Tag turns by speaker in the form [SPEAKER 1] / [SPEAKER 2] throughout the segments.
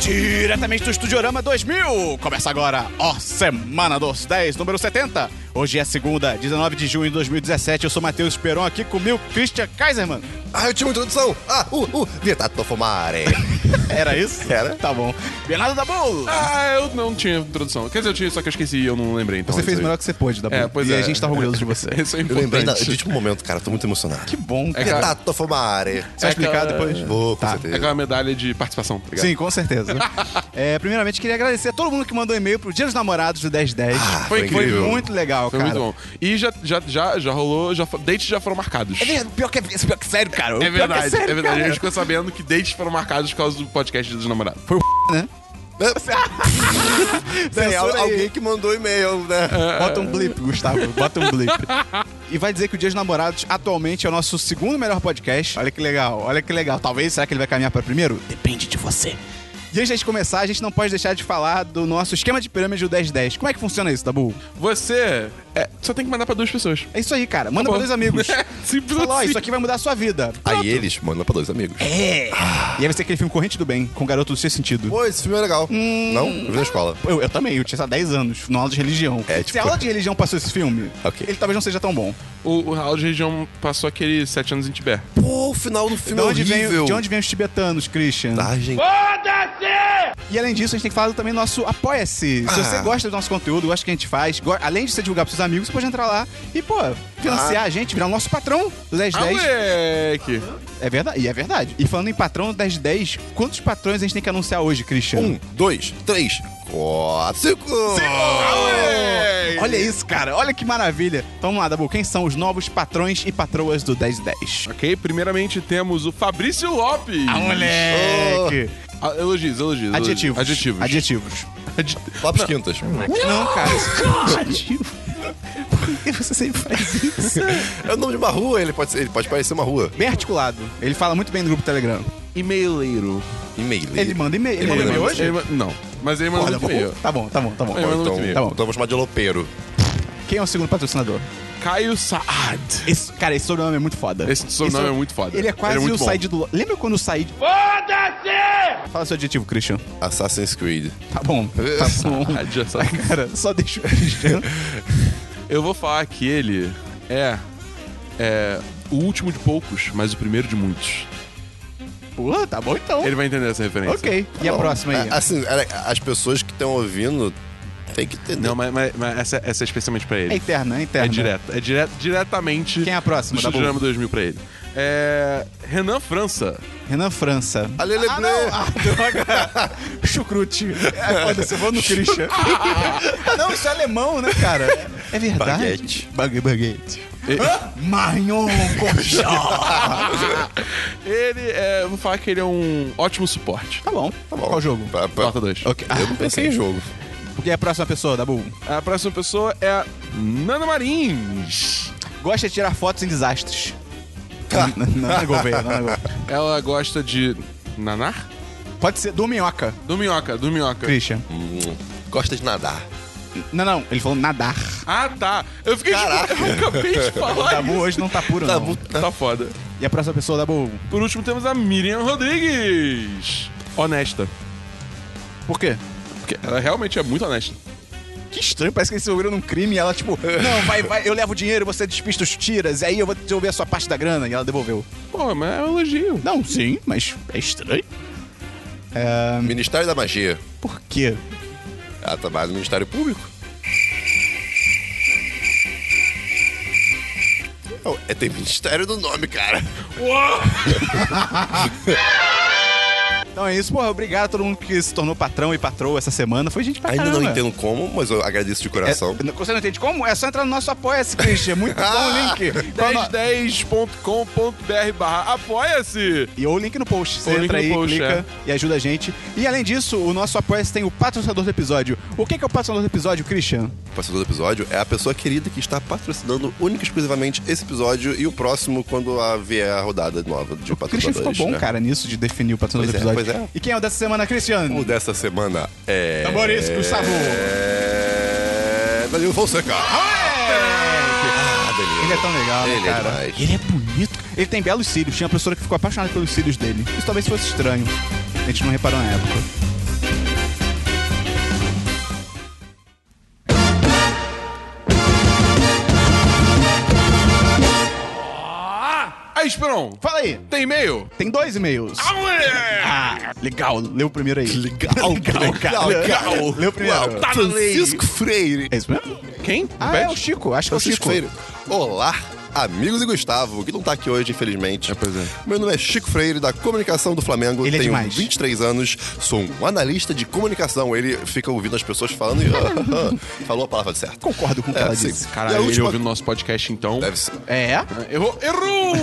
[SPEAKER 1] diretamente do Estudiorama 2000. Começa agora, ó, Semana dos 10, número 70. Hoje é segunda, 19 de junho de 2017. Eu sou Matheus Peron, aqui comigo, Christian Kaiserman.
[SPEAKER 2] Ah, eu tinha uma introdução. Ah, uh, uh, vietato fumare.
[SPEAKER 1] Era isso?
[SPEAKER 2] Era.
[SPEAKER 1] Tá bom. Bernardo da Bolo.
[SPEAKER 3] Ah, eu não tinha introdução. Quer dizer, eu tinha, só que eu esqueci e eu não lembrei. Então,
[SPEAKER 1] Você
[SPEAKER 3] isso
[SPEAKER 1] fez o
[SPEAKER 3] aí.
[SPEAKER 1] melhor que você pôde, da
[SPEAKER 3] É, pois
[SPEAKER 1] E
[SPEAKER 3] é.
[SPEAKER 1] a gente tá orgulhoso de você.
[SPEAKER 3] Isso é
[SPEAKER 2] Eu lembrei da,
[SPEAKER 3] importante.
[SPEAKER 2] do último momento, cara. Tô muito emocionado.
[SPEAKER 1] Que bom.
[SPEAKER 3] É,
[SPEAKER 1] É,
[SPEAKER 3] cara.
[SPEAKER 2] Vietato fumare.
[SPEAKER 1] Você vai explicar
[SPEAKER 3] aquela-
[SPEAKER 1] depois?
[SPEAKER 2] Vou, com
[SPEAKER 1] Tá.
[SPEAKER 3] É
[SPEAKER 2] certeza.
[SPEAKER 3] aquela medalha de participação, tá ligado?
[SPEAKER 1] Sim, com certeza. É, primeiramente, queria agradecer a todo mundo que mandou e-mail pro Dia dos Namorados do 1010.
[SPEAKER 2] Ah,
[SPEAKER 3] foi
[SPEAKER 1] Foi
[SPEAKER 3] incrível.
[SPEAKER 1] muito legal,
[SPEAKER 3] Foi
[SPEAKER 1] cara.
[SPEAKER 3] muito bom. E já, já, já, já rolou, já, fo- dates já foram marcados.
[SPEAKER 1] É verdade, pior que é, pior que é sério, cara.
[SPEAKER 3] É verdade, é,
[SPEAKER 1] sério,
[SPEAKER 3] verdade. A
[SPEAKER 1] cara.
[SPEAKER 3] gente ficou sabendo que dates foram marcados por causa do podcast Dia dos namorados. um
[SPEAKER 2] É, Tem al-
[SPEAKER 1] Censura aí.
[SPEAKER 2] alguém que mandou e-mail, né?
[SPEAKER 1] Bota um blip, Gustavo. Bota um blip. E vai dizer que o Dia dos Namorados atualmente é o nosso segundo melhor podcast. Olha que legal, olha que legal. Talvez, será que ele vai caminhar para primeiro? Depende de você. E antes da gente começar, a gente não pode deixar de falar do nosso esquema de pirâmide do 1010. Como é que funciona isso, Dabu?
[SPEAKER 3] Você é, só tem que mandar pra duas pessoas.
[SPEAKER 1] É isso aí, cara.
[SPEAKER 2] Tá
[SPEAKER 1] Manda
[SPEAKER 3] Bom.
[SPEAKER 1] pra dois amigos.
[SPEAKER 3] Simples
[SPEAKER 1] Fala, ó,
[SPEAKER 3] assim.
[SPEAKER 1] isso aqui vai mudar a sua vida.
[SPEAKER 2] Aí eles mandam pra dois amigos.
[SPEAKER 1] É. E aí vai ser aquele filme Corrente do Bem, com o garoto do seu sentido.
[SPEAKER 2] Pô, esse filme é legal.
[SPEAKER 1] Hum.
[SPEAKER 2] Não? Eu vi na escola.
[SPEAKER 1] Eu, eu também, eu tinha só 10 anos, na aula de religião.
[SPEAKER 2] É, tipo-
[SPEAKER 1] Se a aula de religião passou esse filme,
[SPEAKER 2] Ok.
[SPEAKER 1] ele talvez não seja tão bom.
[SPEAKER 3] O, o Raul de Região passou aquele sete anos em Tibete.
[SPEAKER 2] Pô, o final do
[SPEAKER 1] De
[SPEAKER 2] filme é
[SPEAKER 1] onde, vem,
[SPEAKER 2] horrível.
[SPEAKER 1] de onde vem os tibetanos, Christian?
[SPEAKER 2] Ah, gente.
[SPEAKER 1] E além disso, a gente tem que falar também do nosso Apoia-se. Se
[SPEAKER 2] Ah.
[SPEAKER 1] você gosta do nosso conteúdo, gosta do que a gente faz, go- além de você divulgar pros seus amigos, você pode entrar lá e, pô, financiar a gente, virar o nosso patrão do 1010.
[SPEAKER 3] Ah, moleque!
[SPEAKER 1] É verdade, e é verdade. E falando em patrão do 1010, quantos patrões a gente tem que anunciar hoje, Christian?
[SPEAKER 2] Um, dois, três, quatro, cinco.
[SPEAKER 1] Oh! Olha isso, cara. Olha que maravilha. Então vamos lá, Dabu. Quem são os novos patrões e patroas do 1010?
[SPEAKER 3] Ok, primeiramente temos o Fabrício Lopes.
[SPEAKER 1] moleque!
[SPEAKER 3] Ah, Elogios, elogios.
[SPEAKER 1] Oh! Adjetivos.
[SPEAKER 3] Adjetivos.
[SPEAKER 1] Adjetivos.
[SPEAKER 3] Adjet-
[SPEAKER 2] Lá pros quintas.
[SPEAKER 1] Não, cara. Adjetivo. Por que você sempre faz isso?
[SPEAKER 2] É o nome de uma rua, ele pode, ser- ele pode parecer uma rua.
[SPEAKER 1] Bem articulado. Ele fala muito bem no grupo Telegram.
[SPEAKER 3] E-maileiro.
[SPEAKER 2] E-mail.
[SPEAKER 1] Ele manda e-mail. Ele manda
[SPEAKER 2] manda
[SPEAKER 1] e-mail
[SPEAKER 2] e-mail.
[SPEAKER 1] hoje?
[SPEAKER 3] Ele ma- Não, mas ele mandou
[SPEAKER 1] Olha,
[SPEAKER 3] muito e-mail.
[SPEAKER 1] tá bom, tá bom, tá bom.
[SPEAKER 3] Ele mandou
[SPEAKER 2] Então,
[SPEAKER 3] muito
[SPEAKER 1] Tá bom.
[SPEAKER 2] então vamos chamar de lopeiro.
[SPEAKER 1] Quem é o segundo patrocinador?
[SPEAKER 3] Caio Saad.
[SPEAKER 1] Esse, cara, esse sobrenome é muito foda.
[SPEAKER 3] Esse sobrenome é muito foda.
[SPEAKER 1] Ele é quase
[SPEAKER 3] Ele é muito
[SPEAKER 1] o
[SPEAKER 3] bom.
[SPEAKER 1] Said do... Lo- Lembra quando o Said... Foda-se! Fala seu adjetivo, Christian.
[SPEAKER 2] Assassin's Creed.
[SPEAKER 1] Tá bom, tá bom.
[SPEAKER 3] Saad, já sabe.
[SPEAKER 1] Ai, Cara, só deixa o Christian.
[SPEAKER 3] Eu vou falar que ele é, é o último de poucos, mas o primeiro de muitos.
[SPEAKER 1] Pula, tá bom então.
[SPEAKER 3] Ele vai Tá entender essa referência.
[SPEAKER 1] Ok. E a
[SPEAKER 2] Bom,
[SPEAKER 1] próxima aí?
[SPEAKER 2] a- Assim, a- as pessoas que estão ouvindo tem que entender.
[SPEAKER 3] Não, mas, mas- mas essa, essa é especialmente pra ele.
[SPEAKER 1] É interna, é interna.
[SPEAKER 3] É direta. É direto, diretamente.
[SPEAKER 1] Quem é a próxima,
[SPEAKER 3] Do
[SPEAKER 1] Dabu?
[SPEAKER 3] Programa 2000 pra ele. É. Renan França.
[SPEAKER 1] Renan França.
[SPEAKER 2] Ale Leblé.
[SPEAKER 1] Ah, não. Ah, droga. Chucrute. É, Foda-se, eu vou no Christian. Ah, não, isso é alemão, né, cara? É verdade.
[SPEAKER 2] Baguete.
[SPEAKER 1] Baguete. Baguete.
[SPEAKER 3] E-
[SPEAKER 1] Marion
[SPEAKER 3] Ele é. Vou falar que ele é um ótimo suporte.
[SPEAKER 1] Tá bom, tá bom. Qual jogo?
[SPEAKER 2] Pra- pra-
[SPEAKER 3] Nota 2.
[SPEAKER 1] Ok.
[SPEAKER 2] Eu não pensei em jogo.
[SPEAKER 1] E a próxima pessoa, Dabu?
[SPEAKER 3] A próxima pessoa é a Nana Marins.
[SPEAKER 1] Gosta de tirar fotos em desastres. Não, não, não é Gouveia, não é Gouveia.
[SPEAKER 3] Ela gosta de. Nanar?
[SPEAKER 1] Pode ser do Minhoca,
[SPEAKER 3] Do minhoca, do minhoca.
[SPEAKER 1] Christian.
[SPEAKER 2] Hum, gosta de nadar.
[SPEAKER 1] Não, não, ele falou nadar.
[SPEAKER 3] Ah, tá. Eu fiquei.
[SPEAKER 2] Caraca.
[SPEAKER 3] Eu acabei de falar.
[SPEAKER 1] Dabu hoje não tá puro, não.
[SPEAKER 2] Dabu-
[SPEAKER 3] isso. Tá foda.
[SPEAKER 1] E a próxima pessoa, Dabu?
[SPEAKER 3] Por último, temos a Miriam Rodrigues. Honesta.
[SPEAKER 1] Por quê?
[SPEAKER 3] Porque ela realmente é muito honesta.
[SPEAKER 1] Que estranho, parece que eles se envolveram num crime e ela, tipo, não, vai, vai, eu levo o dinheiro, você despista os tiras, e aí eu vou devolver a sua parte da grana. E ela devolveu.
[SPEAKER 3] Pô, mas é um elogio.
[SPEAKER 1] Não, sim, mas é estranho. Um.
[SPEAKER 2] Ministério da Magia.
[SPEAKER 1] Por quê?
[SPEAKER 2] Ela trabalha no Ministério Público. Não, é, tem Ministério do nome, cara.
[SPEAKER 1] Então é isso, porra, obrigado a todo mundo que se tornou patrão e patroa essa semana. Foi gente pra
[SPEAKER 2] Ainda
[SPEAKER 1] caramba.
[SPEAKER 2] não entendo como, mas eu agradeço de
[SPEAKER 1] É,
[SPEAKER 2] coração.
[SPEAKER 1] você não entende como? É só entrar no nosso Apoia-se, Christian. É Muito bom o link. Qual é o no-
[SPEAKER 3] 1010.com.br barra apoia-se.
[SPEAKER 1] E ou o link no post. Você
[SPEAKER 3] Ou o link
[SPEAKER 1] entra
[SPEAKER 3] no
[SPEAKER 1] aí,
[SPEAKER 3] post, é.
[SPEAKER 1] clica e ajuda a gente. E além disso, o nosso Apoia-se tem o patrocinador do episódio. O que que é o patrocinador do episódio, Christian?
[SPEAKER 2] O Patrocinador do episódio é a pessoa querida que está patrocinando única e exclusivamente esse episódio e o próximo quando a vier a rodada nova de
[SPEAKER 1] O Christian ficou
[SPEAKER 2] patrocinadores.
[SPEAKER 1] bom,
[SPEAKER 2] né?
[SPEAKER 1] cara, nisso de definir o patrocinador
[SPEAKER 2] Pois
[SPEAKER 1] do
[SPEAKER 2] é,
[SPEAKER 1] episódio.
[SPEAKER 2] pois é.
[SPEAKER 1] E quem é o dessa semana, Christian?
[SPEAKER 2] O dessa semana é...
[SPEAKER 1] Tamborins, Gustavo.
[SPEAKER 2] É... Danilo Fonseca. Ah, Danilo.
[SPEAKER 1] Ele é tão legal, né,
[SPEAKER 2] Ele é
[SPEAKER 1] cara.
[SPEAKER 2] demais.
[SPEAKER 1] ele é bonito. Ele tem belos cílios. Tinha uma professora que ficou apaixonada pelos cílios dele. Isso talvez fosse estranho. A gente não reparou na época.
[SPEAKER 3] Esperon,
[SPEAKER 1] Fala aí.
[SPEAKER 3] tem e-mail?
[SPEAKER 1] Tem dois e-mails. Ah, legal. Lê o primeiro aí.
[SPEAKER 2] Legal, legal,
[SPEAKER 1] é cara.
[SPEAKER 2] legal.
[SPEAKER 1] Lê o primeiro.
[SPEAKER 3] Tá na lei.
[SPEAKER 2] Francisco Freire.
[SPEAKER 1] É isso mesmo?
[SPEAKER 3] Quem?
[SPEAKER 1] Ah, é o
[SPEAKER 3] Repete?
[SPEAKER 1] Chico. Acho que é o
[SPEAKER 2] Francisco
[SPEAKER 1] Chico.
[SPEAKER 2] Freire. Olá, amigos e Gustavo, que não tá aqui hoje, infelizmente.
[SPEAKER 3] É, pois é.
[SPEAKER 2] Meu nome é Chico Freire, da Comunicação do Flamengo.
[SPEAKER 1] Ele é
[SPEAKER 2] Tenho
[SPEAKER 1] demais.
[SPEAKER 2] 23 anos, sou um analista de comunicação. Ele fica ouvindo as pessoas falando e... ah, ah, ah, falou a palavra certa.
[SPEAKER 1] Concordo com o que
[SPEAKER 2] É,
[SPEAKER 1] ela
[SPEAKER 2] sim. Ah,
[SPEAKER 1] disse.
[SPEAKER 2] E a
[SPEAKER 3] Caralho, ele
[SPEAKER 2] última-
[SPEAKER 3] ouvindo nosso podcast então. Ah,
[SPEAKER 2] Deve ser.
[SPEAKER 1] É?
[SPEAKER 3] Errou, errou,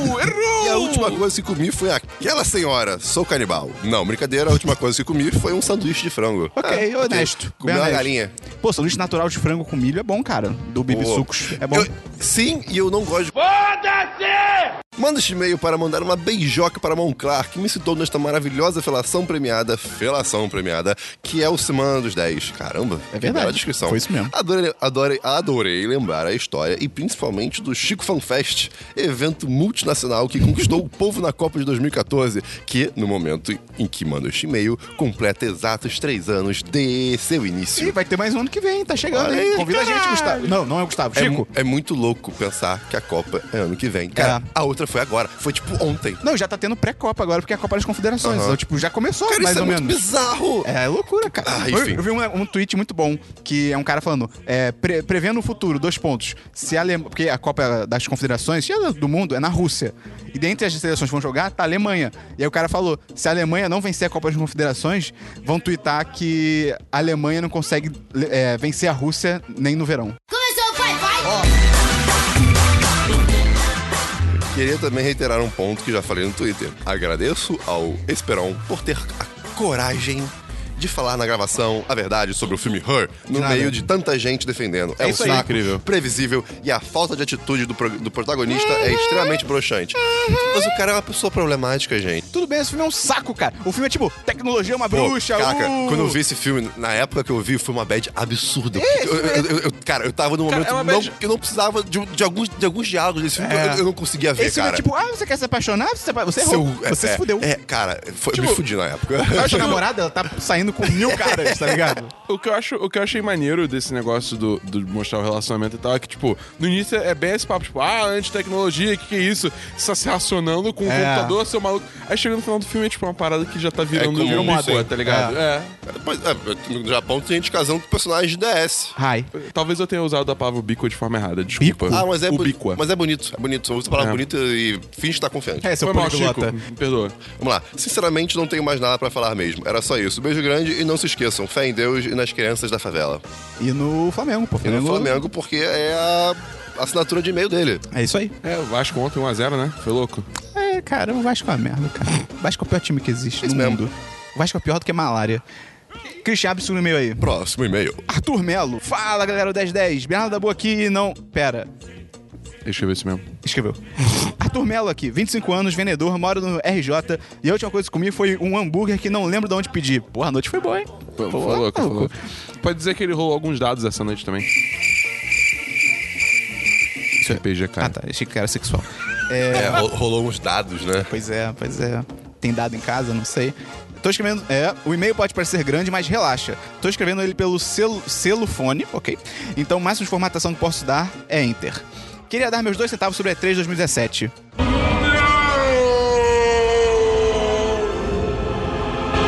[SPEAKER 3] errou!
[SPEAKER 2] E a última coisa que comi foi aquela senhora. Sou canibal. Não, brincadeira, a última coisa que comi foi um sanduíche de frango.
[SPEAKER 1] Ok,
[SPEAKER 2] Ah,
[SPEAKER 1] honesto.
[SPEAKER 2] Comi
[SPEAKER 1] bem
[SPEAKER 2] uma
[SPEAKER 1] honesto.
[SPEAKER 2] galinha.
[SPEAKER 1] Pô, sanduíche natural de frango com milho é bom, cara. Do Bibi
[SPEAKER 2] Boa.
[SPEAKER 1] Sucos. É bom.
[SPEAKER 2] Eu- sim, e eu não gosto de. Foda-se! Manda este e-mail para mandar uma beijoca para Monclar, que me citou nesta maravilhosa felação premiada, felação premiada, que é o Semana dos 10. Caramba, que
[SPEAKER 1] É verdade.
[SPEAKER 2] bela descrição.
[SPEAKER 1] Foi isso mesmo.
[SPEAKER 2] Adorei, adorei, adorei lembrar a história e principalmente do Chico FanFest, evento multinacional que conquistou o povo na Copa de 2014, que, no momento em que manda este e-mail, completa exatos três anos de seu início.
[SPEAKER 1] Ih, vai ter mais um ano que vem, tá chegando,
[SPEAKER 2] Olha
[SPEAKER 1] hein?
[SPEAKER 2] aí,
[SPEAKER 1] Convida a gente,
[SPEAKER 2] caralho.
[SPEAKER 1] Gustavo. Não, não é o Gustavo.
[SPEAKER 2] É
[SPEAKER 1] Chico.
[SPEAKER 2] mu- É, muito louco pensar que a Copa é ano que vem. Cara,
[SPEAKER 1] É.
[SPEAKER 2] a outra foi agora. Foi tipo ontem.
[SPEAKER 1] Não, já tá tendo pré-copa agora, porque é a Copa das Confederações.
[SPEAKER 2] Aham.
[SPEAKER 1] Então, tipo, já começou,
[SPEAKER 2] Cara,
[SPEAKER 1] mais
[SPEAKER 2] isso é
[SPEAKER 1] ou
[SPEAKER 2] muito
[SPEAKER 1] menos.
[SPEAKER 2] bizarro.
[SPEAKER 1] É loucura, cara.
[SPEAKER 2] Ah,
[SPEAKER 1] eu,
[SPEAKER 2] enfim.
[SPEAKER 1] eu vi um, um tweet muito bom, que é um cara falando, é, pre- prevendo o futuro, dois pontos. Se a Alema- Porque a Copa das Confederações, se é do mundo, é na Rússia. E dentre as seleções que vão jogar, tá a Alemanha. E aí o cara falou, se a Alemanha não vencer a Copa das Confederações, vão tweetar que a Alemanha não consegue é, vencer a Rússia nem no verão.
[SPEAKER 4] Começou, vai, vai!
[SPEAKER 2] Queria também reiterar um ponto que já falei no Twitter. Agradeço ao Esperon por ter a coragem de falar na gravação a verdade sobre o filme Her, no
[SPEAKER 1] nada.
[SPEAKER 2] meio de tanta gente defendendo. É, um
[SPEAKER 1] isso aí.
[SPEAKER 2] saco,
[SPEAKER 3] Incrível.
[SPEAKER 2] previsível, e a falta de atitude do, pro- do protagonista é extremamente broxante. Mas o cara é uma pessoa problemática, gente.
[SPEAKER 1] Tudo bem, esse filme é um saco, cara. O filme é tipo, tecnologia é uma
[SPEAKER 2] Pô,
[SPEAKER 1] bruxa.
[SPEAKER 2] Caraca,
[SPEAKER 1] uh.
[SPEAKER 2] quando eu vi esse filme, na época que eu vi, foi uma bad absurda. Eu- eu- eu- eu- cara, eu tava num
[SPEAKER 3] Cara,
[SPEAKER 2] momento
[SPEAKER 3] é uma
[SPEAKER 2] não-
[SPEAKER 3] bad-
[SPEAKER 2] que eu não precisava de, de alguns, de alguns diálogos desse filme,
[SPEAKER 1] É.
[SPEAKER 2] eu, eu não conseguia ver,
[SPEAKER 1] Esse filme
[SPEAKER 2] cara.
[SPEAKER 1] é tipo, ah, você quer se apaixonar? Você, se apa- você
[SPEAKER 2] Seu-
[SPEAKER 1] errou.
[SPEAKER 2] é,
[SPEAKER 1] você
[SPEAKER 2] é,
[SPEAKER 1] se fudeu.
[SPEAKER 2] É, cara, foi,
[SPEAKER 3] Tipo,
[SPEAKER 2] me fudi na época.
[SPEAKER 1] A
[SPEAKER 3] acho
[SPEAKER 1] sua
[SPEAKER 3] que-
[SPEAKER 1] namorada, ela tá saindo com
[SPEAKER 2] É,
[SPEAKER 1] mil caras, tá ligado?
[SPEAKER 3] O que, eu acho, o que eu achei maneiro desse negócio do, do mostrar o relacionamento e tal é que, tipo, no início é bem esse papo, tipo, ah, anti-tecnologia, que que é isso? Você tá se racionando com
[SPEAKER 1] É.
[SPEAKER 3] o computador, seu maluco. Aí chega no final do filme é tipo uma parada que já tá virando
[SPEAKER 2] É comum,
[SPEAKER 3] um bico,
[SPEAKER 2] sim.
[SPEAKER 3] tá ligado? É.
[SPEAKER 2] Depois, é, no Japão tem gente casando com personagens de DS.
[SPEAKER 1] Hi.
[SPEAKER 3] Talvez eu tenha usado a palavra bico de forma errada, desculpa.
[SPEAKER 1] Bico?
[SPEAKER 2] Ah, mas é,
[SPEAKER 3] o
[SPEAKER 2] boni-
[SPEAKER 3] bico.
[SPEAKER 2] mas é bonito, é bonito. Usa a palavra
[SPEAKER 3] É.
[SPEAKER 2] bonita e finge estar confiante.
[SPEAKER 1] É, seu
[SPEAKER 3] Foi mal, Chico.
[SPEAKER 1] poliglota.
[SPEAKER 3] Me perdoa.
[SPEAKER 2] Vamos lá. Sinceramente, não tenho mais nada pra falar mesmo. Era só isso. Beijo grande e não se esqueçam. Fé em Deus e nas crianças da favela.
[SPEAKER 1] E no Flamengo, pô.
[SPEAKER 2] E no
[SPEAKER 1] Flamengo,
[SPEAKER 2] Flamengo, porque é a assinatura de e-mail dele.
[SPEAKER 1] É isso aí.
[SPEAKER 3] É, o Vasco ontem 1x0, né? Foi louco.
[SPEAKER 1] É, cara, o Vasco é uma merda, cara. O Vasco é o pior time que existe no
[SPEAKER 2] Isso mesmo.
[SPEAKER 1] mundo. O Vasco é pior do que malária. Cristian, abre o segundo e-mail aí.
[SPEAKER 2] Próximo e-mail.
[SPEAKER 1] Arthur Melo. Fala, galera, o 1010. Bernardo da Boa aqui e não... Pera.
[SPEAKER 3] Deixa eu ver isso mesmo.
[SPEAKER 1] Escreveu. Arthur Melo aqui, 25 anos, vendedor, moro no RJ. E a última coisa que comi foi um hambúrguer que não lembro de onde pedi. Porra, a noite foi boa, tá hein?
[SPEAKER 3] Foi, foi
[SPEAKER 1] Porra,
[SPEAKER 3] louco, foi
[SPEAKER 1] maluco.
[SPEAKER 3] louco. Pode dizer que ele rolou alguns dados essa noite também. Isso é PG, cara.
[SPEAKER 1] Ah, tá. Achei que era sexual.
[SPEAKER 2] É, ro- rolou uns dados, né?
[SPEAKER 1] Pois é, pois é. Tem dado em casa, não sei. Tô escrevendo. É, o e-mail pode parecer grande, mas relaxa. Tô escrevendo ele pelo selo, selo fone, ok? Então, o máximo de formatação que posso dar é Enter. Queria dar meus dois centavos sobre a E3 2017.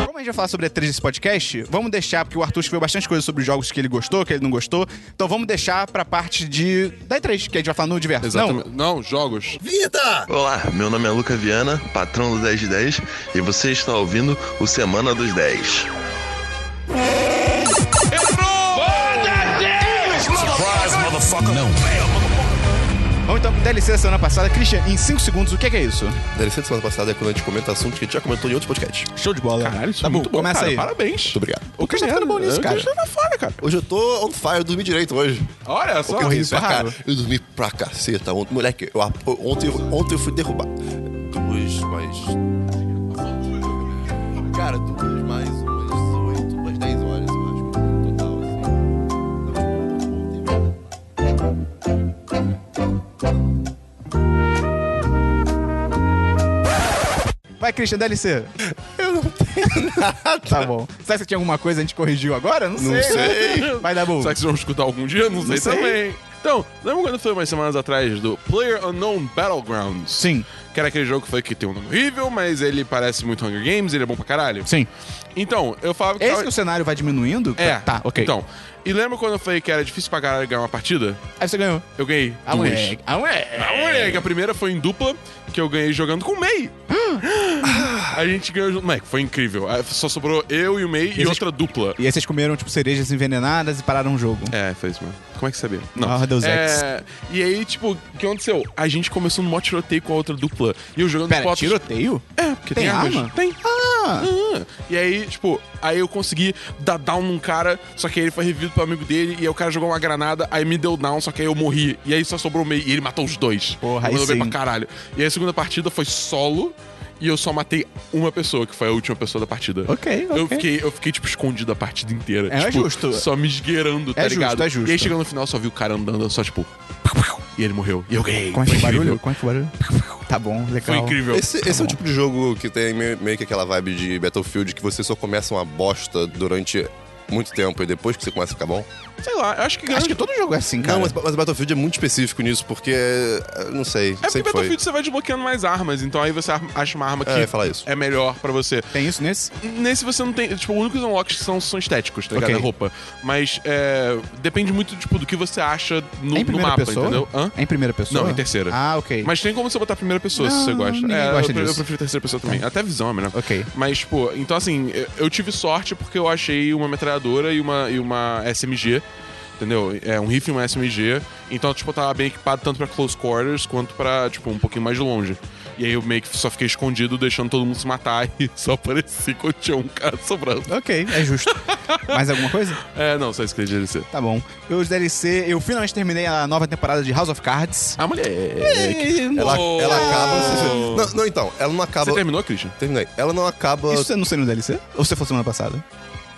[SPEAKER 1] Como a gente vai falar sobre a E3 desse podcast, vamos deixar, porque o Arthur escreveu bastante coisa sobre os jogos que ele gostou, que ele não gostou. Então vamos deixar pra parte de. da E3, que a gente vai falar no diverso. Não,
[SPEAKER 3] Exatamente. Não, jogos.
[SPEAKER 5] Olá, meu nome é Luca Viana, patrão do 10 de 10, e você está ouvindo o Semana dos 10.
[SPEAKER 1] vamos então pro DLC da semana passada. Christian, em 5 segundos, o que é, que é isso?
[SPEAKER 2] DLC da semana passada é quando a gente comenta assuntos que a gente já comentou em outros podcasts.
[SPEAKER 1] Show de bola.
[SPEAKER 3] Caralho, isso
[SPEAKER 1] Tá
[SPEAKER 3] é muito bom,
[SPEAKER 1] Começa
[SPEAKER 3] cara.
[SPEAKER 1] aí.
[SPEAKER 3] Parabéns.
[SPEAKER 2] Muito obrigado.
[SPEAKER 1] O Christian tá ficando bom nisso, cara.
[SPEAKER 3] tá fora, cara.
[SPEAKER 2] Hoje eu tô on fire, eu dormi direito hoje.
[SPEAKER 3] Olha só.
[SPEAKER 1] Porra,
[SPEAKER 2] Dormi
[SPEAKER 1] isso é
[SPEAKER 2] pra
[SPEAKER 1] raro.
[SPEAKER 2] cara- Eu dormi pra caceta ontem. Moleque, eu- eu- ontem, eu- ontem eu fui derrubar. Duas, mais. Cara, duas mais umas oito, umas dez horas, eu acho. Total, Então, assim.
[SPEAKER 1] Vai, Christian, DLC.
[SPEAKER 2] Eu não tenho nada.
[SPEAKER 1] Tá bom. Será que você tinha alguma coisa que a gente corrigiu agora? Não,
[SPEAKER 2] Não sei.
[SPEAKER 1] Vai dar bom.
[SPEAKER 3] Será que vocês vão escutar algum dia? Não, sei,
[SPEAKER 1] sei.
[SPEAKER 3] também. Então, lembra quando foi umas semanas atrás do Player Unknown Battlegrounds?
[SPEAKER 1] Sim.
[SPEAKER 3] que era aquele jogo que foi que tem um nome horrível, mas ele parece muito Hunger Games, ele é bom pra caralho.
[SPEAKER 1] Sim.
[SPEAKER 3] Então, eu falava que.
[SPEAKER 1] É isso que o cenário vai diminuindo?
[SPEAKER 3] É.
[SPEAKER 1] Tá, ok.
[SPEAKER 3] Então, e lembra quando eu falei que era difícil pra caralho ganhar uma partida?
[SPEAKER 1] Aí você ganhou.
[SPEAKER 3] Eu ganhei
[SPEAKER 1] Ah,
[SPEAKER 3] duas.
[SPEAKER 1] moleque. Ah, moleque.
[SPEAKER 3] Ah, moleque, a primeira foi em dupla, que eu ganhei jogando com o May. a gente ganhou junto. Moleque, foi incrível. Ah, Só sobrou eu e o May e,
[SPEAKER 1] vocês-
[SPEAKER 3] outra dupla.
[SPEAKER 1] E aí vocês comeram, tipo, cerejas envenenadas e pararam o jogo.
[SPEAKER 3] É, foi isso mesmo. Como é que sabia?
[SPEAKER 1] Ah, Deus
[SPEAKER 3] é, E aí, tipo, o que aconteceu? A gente começou no mó tiroteio com a outra dupla. E eu jogando
[SPEAKER 1] Pera,
[SPEAKER 3] fotos.
[SPEAKER 1] tiroteio?
[SPEAKER 3] É, porque
[SPEAKER 1] Tem
[SPEAKER 3] tem, armas.
[SPEAKER 1] arma?
[SPEAKER 3] Tem.
[SPEAKER 1] Ah!
[SPEAKER 3] Ah, E aí, tipo, aí eu consegui dar down num cara, só que aí ele foi revivido pelo amigo dele, e aí o cara jogou uma granada, aí me deu down, só que aí eu morri. E aí só sobrou o meio, e ele matou os dois.
[SPEAKER 1] Porra, aí
[SPEAKER 3] eu bem
[SPEAKER 1] sim.
[SPEAKER 3] pra caralho. E aí a segunda partida foi solo, e eu só matei uma pessoa, que foi a última pessoa da partida.
[SPEAKER 1] Ok, ok.
[SPEAKER 3] Eu fiquei, eu fiquei tipo, escondido a partida inteira.
[SPEAKER 1] É
[SPEAKER 3] tipo,
[SPEAKER 1] justo.
[SPEAKER 3] Só me esgueirando, tá
[SPEAKER 1] É justo,
[SPEAKER 3] ligado?
[SPEAKER 1] é justo.
[SPEAKER 3] E aí chegando no final, só vi o cara andando, só tipo... E ele morreu. E eu ganhei.
[SPEAKER 1] Como é que é
[SPEAKER 3] Foi
[SPEAKER 1] o barulho?
[SPEAKER 3] incrível.
[SPEAKER 1] Como é que é o barulho? Tá bom, legal.
[SPEAKER 3] Foi incrível.
[SPEAKER 2] Esse, esse é o tipo de jogo que tem meio, meio que aquela vibe de Battlefield que você só começa uma bosta durante muito tempo e depois que você começa a ficar bom.
[SPEAKER 3] Sei lá, eu acho que
[SPEAKER 1] Acho
[SPEAKER 3] grande
[SPEAKER 1] que todo jogo é assim, cara.
[SPEAKER 2] Não, mas, mas Battlefield é muito específico nisso, porque. eh, Não sei,
[SPEAKER 3] É porque
[SPEAKER 2] sempre foi.
[SPEAKER 3] Battlefield você vai desbloqueando mais armas, então aí você ar- acha uma arma que
[SPEAKER 2] É, eu ia falar isso.
[SPEAKER 3] é melhor pra você.
[SPEAKER 1] Tem isso nesse?
[SPEAKER 3] Nesse você não tem. Tipo, os únicos unlocks que são, são estéticos, tá ligado?
[SPEAKER 1] Ok.
[SPEAKER 3] É roupa. Mas é, depende muito tipo, do que você acha no,
[SPEAKER 1] É em
[SPEAKER 3] no
[SPEAKER 1] primeira
[SPEAKER 3] mapa,
[SPEAKER 1] pessoa?
[SPEAKER 3] entendeu? Hã?
[SPEAKER 1] É em primeira pessoa?
[SPEAKER 3] Não, em terceira.
[SPEAKER 1] Ah, ok.
[SPEAKER 3] Mas tem como você botar a primeira pessoa
[SPEAKER 1] Não,
[SPEAKER 3] se você gosta. É,
[SPEAKER 1] ninguém
[SPEAKER 3] eu
[SPEAKER 1] gosta
[SPEAKER 3] pre- eu,
[SPEAKER 1] disso. Tá.
[SPEAKER 3] prefiro terceira pessoa também. Até visão é melhor.
[SPEAKER 1] Ok.
[SPEAKER 3] Mas, tipo, então assim, eu- eu tive sorte porque eu achei uma metralhadora e uma, e uma SMG. Entendeu? É um rifle e uma SMG. Então, tipo, eu tava bem equipado tanto pra close quarters quanto pra, tipo, um pouquinho mais de longe. E aí eu meio que só fiquei escondido, deixando todo mundo se matar e só apareci quando tinha um cara sobrando.
[SPEAKER 1] Ok, é justo. Mais alguma coisa?
[SPEAKER 3] É, não, só isso que eu queria dizer.
[SPEAKER 1] Tá bom. Eu, os DLC, eu finalmente terminei a nova temporada de House of Cards. É,
[SPEAKER 3] A mulher.
[SPEAKER 2] Ela,
[SPEAKER 3] Oh.
[SPEAKER 2] ela acaba. Não, não, então, ela não acaba.
[SPEAKER 3] Você terminou, Christian?
[SPEAKER 2] Terminei. Ela não acaba.
[SPEAKER 1] Isso você não saiu no DLC? Ou você foi semana passada?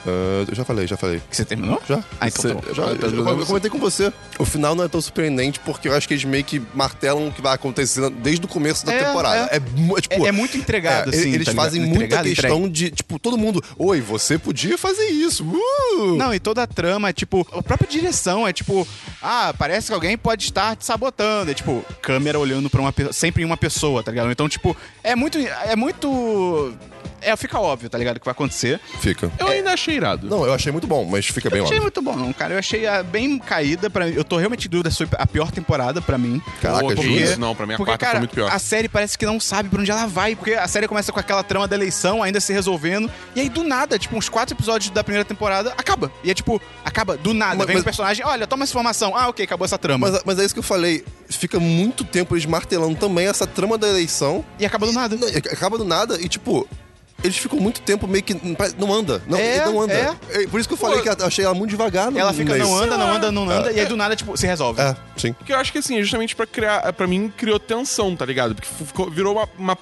[SPEAKER 2] Ah, eu já falei, já falei.
[SPEAKER 1] Que você terminou?
[SPEAKER 2] Já?
[SPEAKER 1] Ah, então tá bom.
[SPEAKER 2] Eu já,
[SPEAKER 3] Ah, tá,
[SPEAKER 2] eu-
[SPEAKER 3] já-
[SPEAKER 2] eu, eu comentei com você. O final não é tão surpreendente porque eu acho que eles meio que martelam o que vai acontecendo desde o começo da
[SPEAKER 1] É,
[SPEAKER 2] temporada.
[SPEAKER 1] é.
[SPEAKER 2] É, mu- tipo,
[SPEAKER 1] É- é muito entregado, assim,
[SPEAKER 2] Eles
[SPEAKER 1] tá ligado?
[SPEAKER 2] fazem muita
[SPEAKER 1] Entregado,
[SPEAKER 2] questão de, tipo, todo mundo. Oi, você podia fazer isso. Uh!
[SPEAKER 1] Não, e toda a trama é tipo. A própria direção é tipo. Ah, parece que alguém pode estar te sabotando. É tipo, câmera olhando pra uma pessoa. Sempre em uma pessoa, tá ligado? Então, tipo, é muito. É muito. É, fica óbvio, tá ligado? O que vai acontecer.
[SPEAKER 2] Fica.
[SPEAKER 3] Eu ainda achei irado.
[SPEAKER 2] Não, eu achei muito bom, mas fica bem
[SPEAKER 1] Eu achei
[SPEAKER 2] óbvio.
[SPEAKER 1] muito bom, não, cara. Eu achei ah, bem caída. Pra... Eu tô realmente em dúvida se foi a pior temporada pra mim.
[SPEAKER 2] Caraca,
[SPEAKER 3] Pô, que
[SPEAKER 2] jura?
[SPEAKER 3] isso? Não, pra mim a
[SPEAKER 1] porque,
[SPEAKER 3] quarta
[SPEAKER 1] cara,
[SPEAKER 3] foi muito pior.
[SPEAKER 1] A série parece que não sabe pra onde ela vai, porque a série começa com aquela trama da eleição ainda se resolvendo, e aí do nada, tipo, uns quatro episódios da primeira temporada, acaba. E é tipo, acaba, do nada.
[SPEAKER 2] Mas-
[SPEAKER 1] Vem
[SPEAKER 2] mas-
[SPEAKER 1] o personagem, olha, toma essa informação. Ah, ok, acabou essa trama.
[SPEAKER 2] Mas, mas é isso que eu falei. Fica muito tempo eles martelando também essa trama da eleição.
[SPEAKER 1] E acaba do nada.
[SPEAKER 2] Não, e acaba do nada e, tipo, eles ficam muito tempo meio que. Não anda. Não,
[SPEAKER 1] É,
[SPEAKER 2] não anda.
[SPEAKER 1] é.
[SPEAKER 2] É por isso que eu falei
[SPEAKER 3] Pô.
[SPEAKER 2] que eu achei ela muito devagar. no-
[SPEAKER 1] Ela fica,
[SPEAKER 2] nesse.
[SPEAKER 1] não anda, não anda,
[SPEAKER 3] Ah,
[SPEAKER 1] não anda, e aí do nada, tipo, se resolve.
[SPEAKER 2] É, sim.
[SPEAKER 3] Porque eu acho que assim, é justamente pra criar. Pra mim, criou tensão, tá ligado? Porque ficou, virou uma, uma-